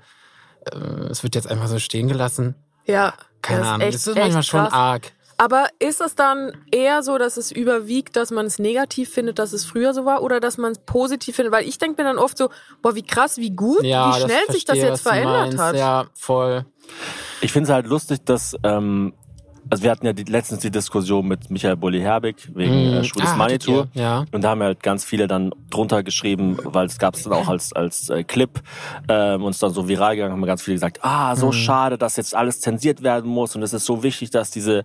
[SPEAKER 10] äh, es wird jetzt einfach so stehen gelassen.
[SPEAKER 8] Ja.
[SPEAKER 10] Keine
[SPEAKER 8] das ist
[SPEAKER 10] Ahnung,
[SPEAKER 8] echt,
[SPEAKER 10] das ist
[SPEAKER 8] echt
[SPEAKER 10] manchmal schon
[SPEAKER 8] krass.
[SPEAKER 10] arg.
[SPEAKER 8] Aber ist es dann eher so, dass es überwiegt, dass man es negativ findet, dass es früher so war, oder dass man es positiv findet? Weil ich denke mir dann oft so, boah, wie krass, wie gut,
[SPEAKER 10] Ja,
[SPEAKER 8] wie schnell
[SPEAKER 10] das
[SPEAKER 8] sich das
[SPEAKER 10] verstehe,
[SPEAKER 8] jetzt
[SPEAKER 10] was du
[SPEAKER 8] verändert
[SPEAKER 10] meinst.
[SPEAKER 8] hat.
[SPEAKER 10] Ja, voll.
[SPEAKER 1] Ich finde es halt lustig, dass ähm, also wir hatten ja die, letztens die Diskussion mit Michael Bulli-Herbig wegen
[SPEAKER 10] Mm.
[SPEAKER 8] Mhm.
[SPEAKER 1] äh, Schwules
[SPEAKER 10] Ah,
[SPEAKER 1] Money
[SPEAKER 10] hattet ihr,
[SPEAKER 1] Tour.
[SPEAKER 10] ja.
[SPEAKER 1] Und da haben halt ganz viele dann drunter geschrieben, weil es gab es dann auch als, als äh, Clip ähm, uns dann so viral gegangen, haben ganz viele gesagt, ah, so schade, dass jetzt alles zensiert werden muss und es ist so wichtig, dass diese,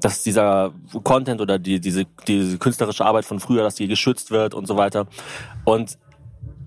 [SPEAKER 1] dass dieser Content oder die, diese, diese künstlerische Arbeit von früher, dass die geschützt wird und so weiter. Und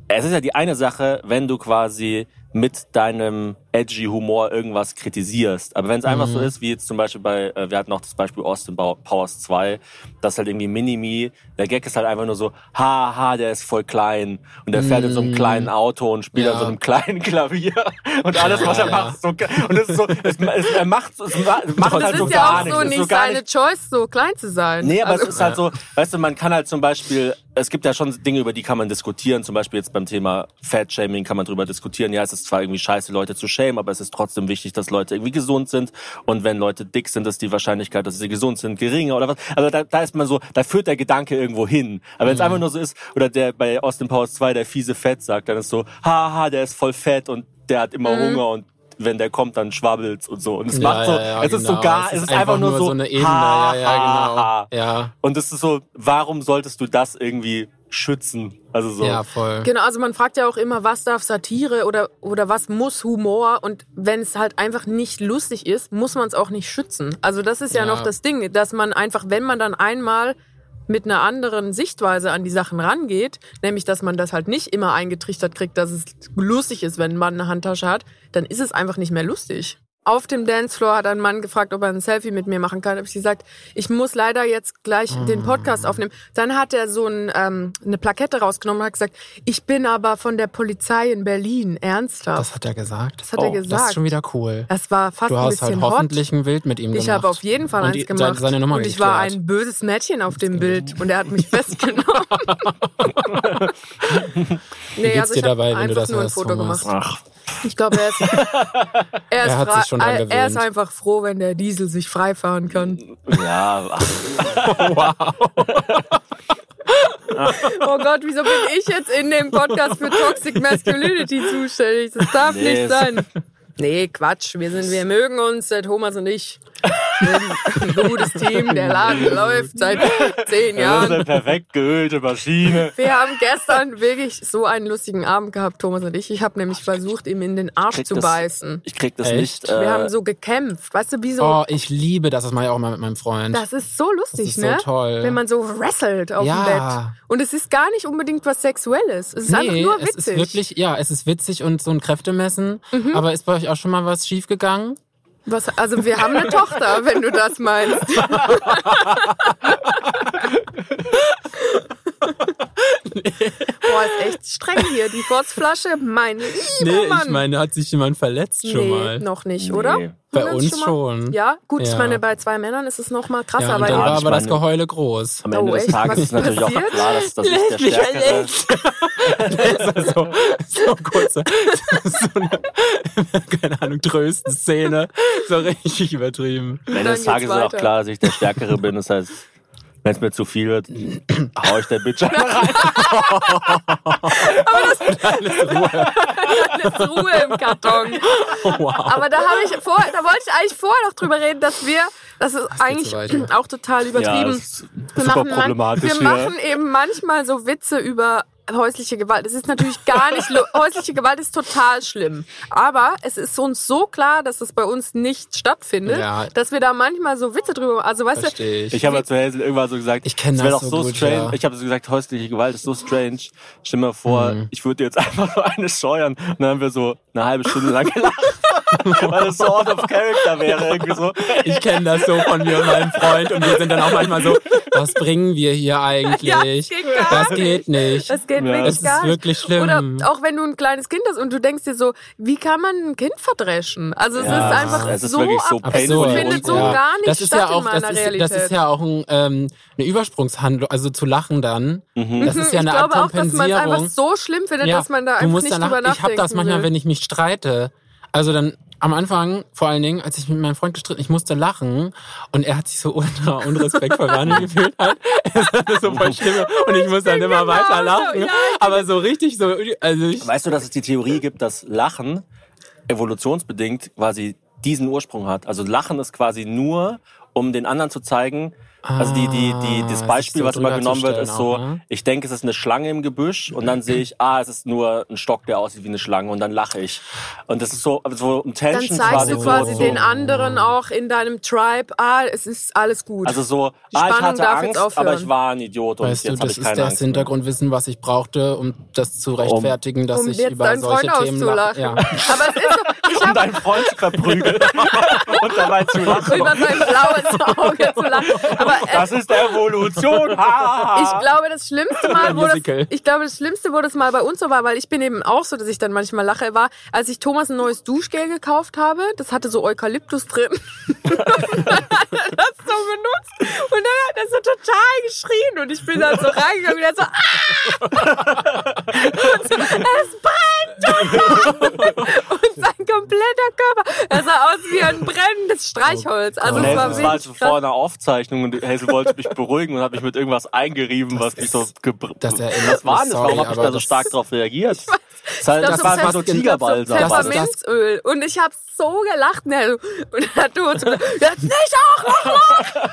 [SPEAKER 1] es ist ja die eine Sache, wenn du quasi mit deinem edgy Humor irgendwas kritisierst. Aber wenn es einfach
[SPEAKER 8] Mhm.
[SPEAKER 1] so ist, wie jetzt zum Beispiel bei, äh, wir hatten auch das Beispiel Austin Bau- Powers 2, das halt irgendwie Minimi, der Gag ist halt einfach nur so, haha, der ist voll klein und der fährt in so einem
[SPEAKER 8] Mhm.
[SPEAKER 1] kleinen Auto und spielt an
[SPEAKER 10] Ja.
[SPEAKER 1] so einem kleinen *laughs* Klavier und alles, was er macht, ist so, ge- und es ist so, es, es, er macht, es ma- macht
[SPEAKER 8] Das
[SPEAKER 1] halt so
[SPEAKER 8] ist ja
[SPEAKER 1] gar
[SPEAKER 8] auch
[SPEAKER 1] nichts.
[SPEAKER 8] so
[SPEAKER 1] Es ist
[SPEAKER 8] nicht
[SPEAKER 1] so gar
[SPEAKER 8] seine Choice, so klein zu sein.
[SPEAKER 1] Nee, aber
[SPEAKER 8] Also-
[SPEAKER 1] es ist halt so, weißt du, man kann halt zum Beispiel, es gibt ja schon Dinge, über die kann man diskutieren. Zum Beispiel jetzt beim Thema Fat-Shaming kann man drüber diskutieren. Ja, es ist zwar irgendwie scheiße, Leute zu schämen, aber es ist trotzdem wichtig, dass Leute irgendwie gesund sind. Und wenn Leute dick sind, ist die Wahrscheinlichkeit, dass sie gesund sind, geringer oder was. Also da, da ist man so, da führt der Gedanke irgendwo hin. Aber wenn
[SPEAKER 10] Mhm.
[SPEAKER 1] es einfach nur so ist, oder der bei Austin Powers 2, der fiese Fett sagt, dann ist so, haha, der ist voll fett und der hat
[SPEAKER 8] Mhm.
[SPEAKER 1] immer Hunger und wenn der kommt, dann schwabbelt's und so. Und es
[SPEAKER 10] Ja,
[SPEAKER 1] macht so,
[SPEAKER 10] ja, ja,
[SPEAKER 1] es ist so
[SPEAKER 10] genau.
[SPEAKER 1] gar, es ist einfach nur so,
[SPEAKER 10] eine Ebene.
[SPEAKER 1] ha,
[SPEAKER 10] ja, ja,
[SPEAKER 1] ha,
[SPEAKER 10] genau. Ja,
[SPEAKER 1] und es ist so, warum solltest du das irgendwie schützen? Also so.
[SPEAKER 10] ja, voll.
[SPEAKER 8] Genau, also man fragt ja auch immer, was darf Satire oder, oder was muss Humor? Und wenn es halt einfach nicht lustig ist, muss man es auch nicht schützen. Also das ist ja,
[SPEAKER 10] Ja.
[SPEAKER 8] noch das Ding, dass man einfach, wenn man dann einmal mit einer anderen Sichtweise an die Sachen rangeht, nämlich dass man das halt nicht immer eingetrichtert kriegt, dass es lustig ist, wenn ein Mann eine Handtasche hat, dann ist es einfach nicht mehr lustig. Auf dem Dancefloor hat ein Mann gefragt, ob er ein Selfie mit mir machen kann. Hab ich gesagt, ich muss leider jetzt gleich
[SPEAKER 10] Ah.
[SPEAKER 8] den Podcast aufnehmen. Dann hat er so ein, ähm, eine Plakette rausgenommen und hat gesagt, ich bin aber von der Polizei in Berlin. Ernsthaft? Das,
[SPEAKER 10] Das hat er gesagt.
[SPEAKER 8] hat er gesagt.
[SPEAKER 10] Das ist schon wieder cool.
[SPEAKER 8] Das war fast
[SPEAKER 10] Du
[SPEAKER 8] ein
[SPEAKER 10] hast
[SPEAKER 8] bisschen
[SPEAKER 10] halt
[SPEAKER 8] hot.
[SPEAKER 10] hoffentlich ein Bild mit ihm gemacht.
[SPEAKER 8] Ich habe auf jeden Fall
[SPEAKER 10] Und
[SPEAKER 8] eins
[SPEAKER 10] die-
[SPEAKER 8] gemacht.
[SPEAKER 10] Seine, seine Nummer
[SPEAKER 8] und ich war
[SPEAKER 10] geklärt.
[SPEAKER 8] ein böses Mädchen auf dem Bild und er hat
[SPEAKER 10] *laughs*
[SPEAKER 8] mich festgenommen. nee, also
[SPEAKER 10] geht's dir
[SPEAKER 8] ich habe
[SPEAKER 10] dabei, wenn du
[SPEAKER 8] einfach
[SPEAKER 10] das
[SPEAKER 8] nur ein
[SPEAKER 10] hörst,
[SPEAKER 8] Foto
[SPEAKER 10] Thomas?
[SPEAKER 8] gemacht.
[SPEAKER 1] Ach,
[SPEAKER 8] Ich glaube,
[SPEAKER 10] *laughs*
[SPEAKER 8] er ist, er ist,
[SPEAKER 10] hat
[SPEAKER 8] frei-
[SPEAKER 10] sich schon dran
[SPEAKER 8] er ist
[SPEAKER 10] gewöhnt.
[SPEAKER 8] einfach froh, wenn der Diesel sich frei fahren kann.
[SPEAKER 1] ja, ach,
[SPEAKER 8] *laughs* Oh Gott, wieso bin ich jetzt in dem Podcast für Toxic Masculinity zuständig? Das darf
[SPEAKER 1] Nee,
[SPEAKER 8] nicht
[SPEAKER 1] es-
[SPEAKER 8] sein. Nee, Quatsch. Wir sind, wir mögen uns, der Thomas und ich. Wir sind ein gutes Team, der Laden
[SPEAKER 10] *laughs*
[SPEAKER 8] läuft seit
[SPEAKER 1] das
[SPEAKER 8] zehn
[SPEAKER 1] ist
[SPEAKER 8] Jahren.
[SPEAKER 1] eine perfekt geölte Maschine.
[SPEAKER 8] Wir haben gestern wirklich so einen lustigen Abend gehabt, Thomas und ich. Ich habe nämlich versucht, ihm in den Arsch
[SPEAKER 1] Kriegt
[SPEAKER 8] zu
[SPEAKER 1] das-
[SPEAKER 8] beißen.
[SPEAKER 1] Ich krieg das
[SPEAKER 10] Echt?
[SPEAKER 1] nicht.
[SPEAKER 8] Wir
[SPEAKER 1] äh,
[SPEAKER 8] haben so gekämpft. Weißt du, wie so.
[SPEAKER 10] Oh, ich liebe das. Das mache ich auch immer mit meinem Freund.
[SPEAKER 8] Das ist so lustig,
[SPEAKER 10] ist so
[SPEAKER 8] ne?
[SPEAKER 10] toll.
[SPEAKER 8] Wenn man so wrestelt auf
[SPEAKER 10] Ja.
[SPEAKER 8] dem Bett. Und es ist gar nicht unbedingt was Sexuelles. Es ist einfach
[SPEAKER 10] nee,
[SPEAKER 8] nur
[SPEAKER 10] es
[SPEAKER 8] witzig. Mhm.
[SPEAKER 10] ist wirklich, ja, es ist witzig und so ein Kräftemessen. Aber ist bei euch auch schon mal was schiefgegangen?
[SPEAKER 8] was, also wir haben eine Tochter, wenn du das
[SPEAKER 10] *laughs*
[SPEAKER 8] meinst. Boah, ist echt streng hier. Die Bossflasche, mein lieber Mann.
[SPEAKER 10] meine, hat sich jemand verletzt
[SPEAKER 8] nee, noch nicht, oder?
[SPEAKER 1] Nee.
[SPEAKER 10] Bei
[SPEAKER 8] Haben wir
[SPEAKER 10] uns
[SPEAKER 8] mal-
[SPEAKER 10] schon.
[SPEAKER 8] Ja, gut, ich
[SPEAKER 10] Ja.
[SPEAKER 8] meine, bei zwei Männern ist es noch mal krasser,
[SPEAKER 10] Ja, und
[SPEAKER 8] aber
[SPEAKER 10] da war
[SPEAKER 1] ich
[SPEAKER 10] aber das
[SPEAKER 1] meine-
[SPEAKER 10] Geheule groß.
[SPEAKER 1] Am Ende
[SPEAKER 8] Oh,
[SPEAKER 1] des
[SPEAKER 8] echt?
[SPEAKER 1] Tages
[SPEAKER 8] Was
[SPEAKER 1] ist natürlich auch
[SPEAKER 8] passiert?
[SPEAKER 1] klar, dass das nicht der
[SPEAKER 10] mich
[SPEAKER 1] Stärkere ist.
[SPEAKER 10] so, so kurze, so eine, keine Ahnung, Tröstenszene. So richtig übertrieben.
[SPEAKER 1] Am Ende
[SPEAKER 8] Dann
[SPEAKER 1] des Tages ist
[SPEAKER 8] geht's
[SPEAKER 1] auch
[SPEAKER 8] weiter.
[SPEAKER 1] klar, dass ich der Stärkere bin. Das heißt, wenn es mir zu viel *clears throat* wird, hau ich der Bitch einfach rein.
[SPEAKER 8] Jetzt Ruhe im
[SPEAKER 10] *laughs*
[SPEAKER 8] Karton.
[SPEAKER 10] Oh,
[SPEAKER 8] Aber da habe ich vor, da wollte ich eigentlich vorher noch drüber reden, dass wir, das ist eigentlich
[SPEAKER 10] so weit,
[SPEAKER 8] auch total
[SPEAKER 1] Ja,
[SPEAKER 8] übertrieben.
[SPEAKER 1] das ist
[SPEAKER 8] wir
[SPEAKER 1] super
[SPEAKER 8] man-
[SPEAKER 1] problematisch
[SPEAKER 8] wir
[SPEAKER 1] hier.
[SPEAKER 8] machen eben manchmal so Witze über häusliche Gewalt. Es ist natürlich gar nicht,
[SPEAKER 10] *laughs*
[SPEAKER 8] lo- häusliche Gewalt ist total schlimm. Aber es ist uns so klar, dass das bei uns nicht stattfindet,
[SPEAKER 10] Ja.
[SPEAKER 8] dass wir da manchmal so Witze drüber, also weißt du,
[SPEAKER 10] Verstehe ich.
[SPEAKER 1] Ich habe ja zu Hazel irgendwann so gesagt,
[SPEAKER 10] Ich kenn
[SPEAKER 1] es wäre
[SPEAKER 10] das
[SPEAKER 1] doch
[SPEAKER 10] so
[SPEAKER 1] so
[SPEAKER 10] gut,
[SPEAKER 1] strange.
[SPEAKER 10] ja.
[SPEAKER 1] Ich habe so gesagt, häusliche Gewalt ist so strange. Stell mir vor,
[SPEAKER 10] Mhm.
[SPEAKER 1] ich würde dir jetzt *laughs* einfach so eine scheuern. Und dann haben wir so eine halbe Stunde lang gelacht, weil es so out of character wäre. Irgendwie so.
[SPEAKER 10] Ich kenne das so von mir und meinem Freund und wir sind dann auch manchmal so, was bringen wir hier
[SPEAKER 8] Ja, das
[SPEAKER 10] eigentlich?
[SPEAKER 8] geht gar
[SPEAKER 10] das geht nicht.
[SPEAKER 8] Das geht
[SPEAKER 1] Ja.
[SPEAKER 8] wirklich
[SPEAKER 10] Das ist
[SPEAKER 8] gar nicht.
[SPEAKER 10] wirklich schlimm.
[SPEAKER 8] Oder auch wenn du ein kleines Kind hast und du denkst dir so, wie kann man ein Kind verdreschen? Also es
[SPEAKER 1] Ja,
[SPEAKER 8] ist einfach
[SPEAKER 1] es ist
[SPEAKER 8] so,
[SPEAKER 1] wirklich so
[SPEAKER 8] ab-
[SPEAKER 1] painful
[SPEAKER 8] das findet
[SPEAKER 1] und-
[SPEAKER 8] so
[SPEAKER 1] ja.
[SPEAKER 8] gar nicht
[SPEAKER 10] das ist
[SPEAKER 8] statt
[SPEAKER 10] ja auch,
[SPEAKER 8] in meiner
[SPEAKER 10] das ist,
[SPEAKER 8] Realität.
[SPEAKER 10] das ist ja auch ein, ähm, eine Übersprungshandlung, also zu lachen dann. Das ist ja
[SPEAKER 8] Mhm. ich
[SPEAKER 10] eine
[SPEAKER 8] glaube
[SPEAKER 10] Art
[SPEAKER 8] auch, dass man es
[SPEAKER 10] Kompensierung.
[SPEAKER 8] einfach so schlimm findet, dass man da
[SPEAKER 10] du
[SPEAKER 8] einfach
[SPEAKER 10] musst
[SPEAKER 8] nicht
[SPEAKER 10] danach,
[SPEAKER 8] drüber
[SPEAKER 10] Ich habe das
[SPEAKER 8] nachdenken
[SPEAKER 10] manchmal,
[SPEAKER 8] will.
[SPEAKER 10] wenn ich mich streite. Also dann am Anfang, vor allen Dingen, als ich mit meinem Freund gestritten, ich musste lachen und er hat sich so *laughs* ultra
[SPEAKER 8] *laughs*
[SPEAKER 10] unrespektvoll halt. behandelt gefühlt. Hat. Es war so voll schlimm und ich muss dann immer weiter lachen.
[SPEAKER 8] genau ja, ich
[SPEAKER 10] aber so richtig so, also ich,
[SPEAKER 1] Weißt du, dass es die Theorie gibt, dass Lachen evolutionsbedingt quasi diesen Ursprung hat? Also Lachen ist quasi nur, um den anderen zu zeigen, also die, die, die, das
[SPEAKER 10] sich
[SPEAKER 1] Beispiel,
[SPEAKER 10] Ah, so
[SPEAKER 1] was immer
[SPEAKER 10] drüber
[SPEAKER 1] genommen
[SPEAKER 10] zu
[SPEAKER 1] wird, ist
[SPEAKER 10] stellen
[SPEAKER 1] so,
[SPEAKER 10] auch, ne?
[SPEAKER 1] ich denke, es ist eine Schlange im Gebüsch und dann sehe
[SPEAKER 10] *clears throat*
[SPEAKER 1] ich, ah, es ist nur ein Stock, der aussieht wie eine Schlange und dann lache ich. Und das ist so, so um
[SPEAKER 8] Dann
[SPEAKER 1] Tension
[SPEAKER 8] zeigst
[SPEAKER 1] quasi,
[SPEAKER 8] du quasi
[SPEAKER 1] so,
[SPEAKER 8] den
[SPEAKER 1] so,
[SPEAKER 8] anderen auch in deinem Tribe, ah, es ist alles gut. *laughs*
[SPEAKER 1] also so,
[SPEAKER 8] Die
[SPEAKER 1] ah, ich
[SPEAKER 8] Spannung
[SPEAKER 1] hatte
[SPEAKER 8] darf jetzt
[SPEAKER 1] Angst, aber
[SPEAKER 8] aufhören.
[SPEAKER 1] ich war ein Idiot und
[SPEAKER 10] Weißt du,
[SPEAKER 1] jetzt habe
[SPEAKER 10] das
[SPEAKER 1] ich
[SPEAKER 10] ist
[SPEAKER 1] keine
[SPEAKER 10] das
[SPEAKER 1] Angst mehr.
[SPEAKER 10] Hintergrundwissen, was ich brauchte, um das zu rechtfertigen, dass
[SPEAKER 8] um
[SPEAKER 10] ich
[SPEAKER 8] jetzt
[SPEAKER 10] über
[SPEAKER 8] deinen
[SPEAKER 10] solche
[SPEAKER 8] Freund
[SPEAKER 10] Themen lache.
[SPEAKER 8] auszulachen. *laughs*
[SPEAKER 10] Ja.
[SPEAKER 8] Aber es ist so, ich
[SPEAKER 1] Um
[SPEAKER 8] habe
[SPEAKER 1] deinen Freund zu verprügeln und dabei zu lachen.
[SPEAKER 8] über sein blaues Auge zu lachen. Aber äh,
[SPEAKER 1] Das ist Evolution. Ha,
[SPEAKER 8] Ich glaube, das schlimmste Mal, wo
[SPEAKER 10] Musical.
[SPEAKER 8] das, ich glaube, das schlimmste, wo das mal bei uns so war, weil ich bin eben auch so, dass ich dann manchmal lache, war, als ich Thomas ein neues Duschgel gekauft habe, das hatte so Eukalyptus drin. *laughs* Und dann hat er das so benutzt und dann hat er so total geschrien und ich bin dann so reingegangen und er so, ah! und so, es brennt! Thomas! und sein kompletter Körper, er sah aus wie ein brennendes Streichholz. Also
[SPEAKER 1] Und Hazel,
[SPEAKER 8] es war
[SPEAKER 1] das war
[SPEAKER 8] wirklich
[SPEAKER 1] also vor einer Aufzeichnung und Hazel wollte mich beruhigen und hat mich mit irgendwas eingerieben, was mich so gebr-
[SPEAKER 10] das erinnert
[SPEAKER 1] Was war denn das?
[SPEAKER 10] mich, sorry,
[SPEAKER 1] Warum habe ich
[SPEAKER 10] aber
[SPEAKER 1] da so
[SPEAKER 10] das-
[SPEAKER 1] stark drauf reagiert? Das, war- halt-
[SPEAKER 8] glaub,
[SPEAKER 1] das
[SPEAKER 8] so
[SPEAKER 1] war
[SPEAKER 8] Pfeffer-
[SPEAKER 1] so
[SPEAKER 8] ich glaub, so
[SPEAKER 1] Tigerbalsam. war das.
[SPEAKER 8] Pfefferminzöl. Und ich habe so gelacht. Ne? Und dann hat Thomas gesagt, jetzt nicht auch noch.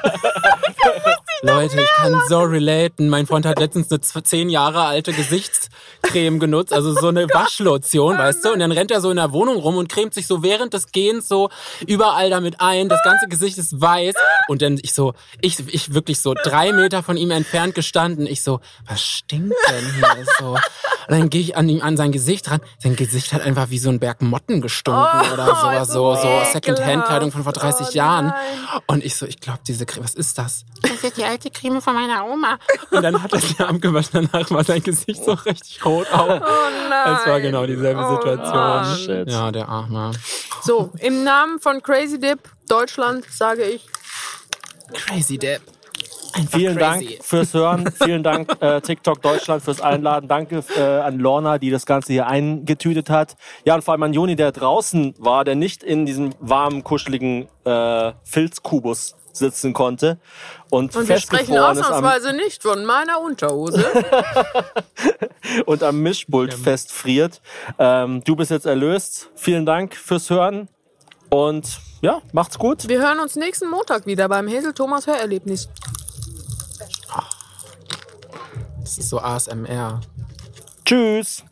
[SPEAKER 10] Leute, ich kann so relaten. Mein Freund hat letztens eine zw- zehn Jahre alte Gesichtscreme genutzt, also so
[SPEAKER 8] *laughs* Oh
[SPEAKER 10] eine Waschlotion, weißt du? Und dann rennt er so in der Wohnung rum und cremt sich so während des Gehens so überall damit ein. Das ganze Gesicht ist weiß. Und dann ich so, ich, ich wirklich so drei Meter von ihm entfernt gestanden. Ich so, was stinkt denn hier so? Und dann gehe ich an ihm an sein Gesicht ran. Sein Gesicht hat einfach wie so ein Berg Motten gestunken oder sowas, so,
[SPEAKER 8] Oh,
[SPEAKER 10] so
[SPEAKER 8] ekelhaft.
[SPEAKER 10] Secondhand-Kleidung von vor 30
[SPEAKER 8] Oh
[SPEAKER 10] Jahren.
[SPEAKER 8] nein.
[SPEAKER 10] Und ich so, ich glaube, diese Creme, was ist das? Das ist die alte Creme von meiner Oma. Und dann hat er sie abgewaschen, danach war sein Gesicht so richtig rot auf.
[SPEAKER 8] Oh nein.
[SPEAKER 10] Es war genau dieselbe
[SPEAKER 8] Oh
[SPEAKER 10] Situation.
[SPEAKER 8] nein.
[SPEAKER 1] Shit.
[SPEAKER 10] ja, der Arme.
[SPEAKER 8] So, im Namen von Crazy Dip Deutschland sage ich
[SPEAKER 10] Crazy Dab. Einfach
[SPEAKER 1] Vielen Dank
[SPEAKER 10] crazy.
[SPEAKER 1] fürs Hören. Vielen Dank äh, TikTok Deutschland fürs Einladen. Danke äh, an Lorna, die das Ganze hier eingetütet hat. Ja, und vor allem an Joni, der draußen war, der nicht in diesem warmen, kuscheligen äh, Filzkubus sitzen konnte und,
[SPEAKER 8] und wir sprechen
[SPEAKER 1] festgefroren ist am,
[SPEAKER 8] ausnahmsweise nicht von meiner Unterhose.
[SPEAKER 1] und am Mischpult festfriert. Ähm, du bist jetzt erlöst. Vielen Dank fürs Hören und ja, macht's gut.
[SPEAKER 8] Wir hören uns nächsten Montag wieder beim Hazel Thomas Hörerlebnis.
[SPEAKER 10] Das ist so ASMR.
[SPEAKER 1] Tschüss.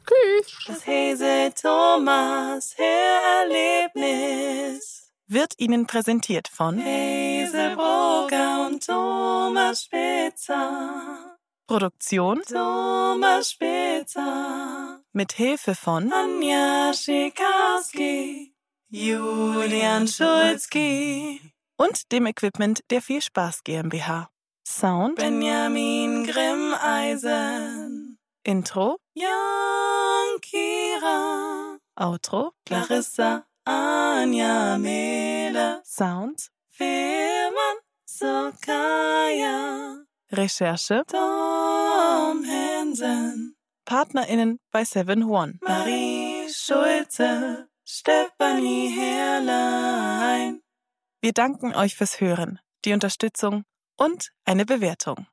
[SPEAKER 11] Das Hazel Thomas Hörerlebnis wird Ihnen präsentiert von Hazel Brugger und Thomas Spitzer. Produktion Thomas Spitzer. Mit Hilfe von Anja Schikarski, Julian Schulzki und dem Equipment der Viel Spaß GmbH. Sound Benjamin Grimmeisen. Intro Jan Kira. Outro Clarissa Anja Mele. Sound Firman Sokaya. Recherche Tom Hansen. PartnerInnen bei Seven One. Marie Schulze. Stefanie Herrlein. Wir danken euch fürs Hören, die Unterstützung und eine Bewertung.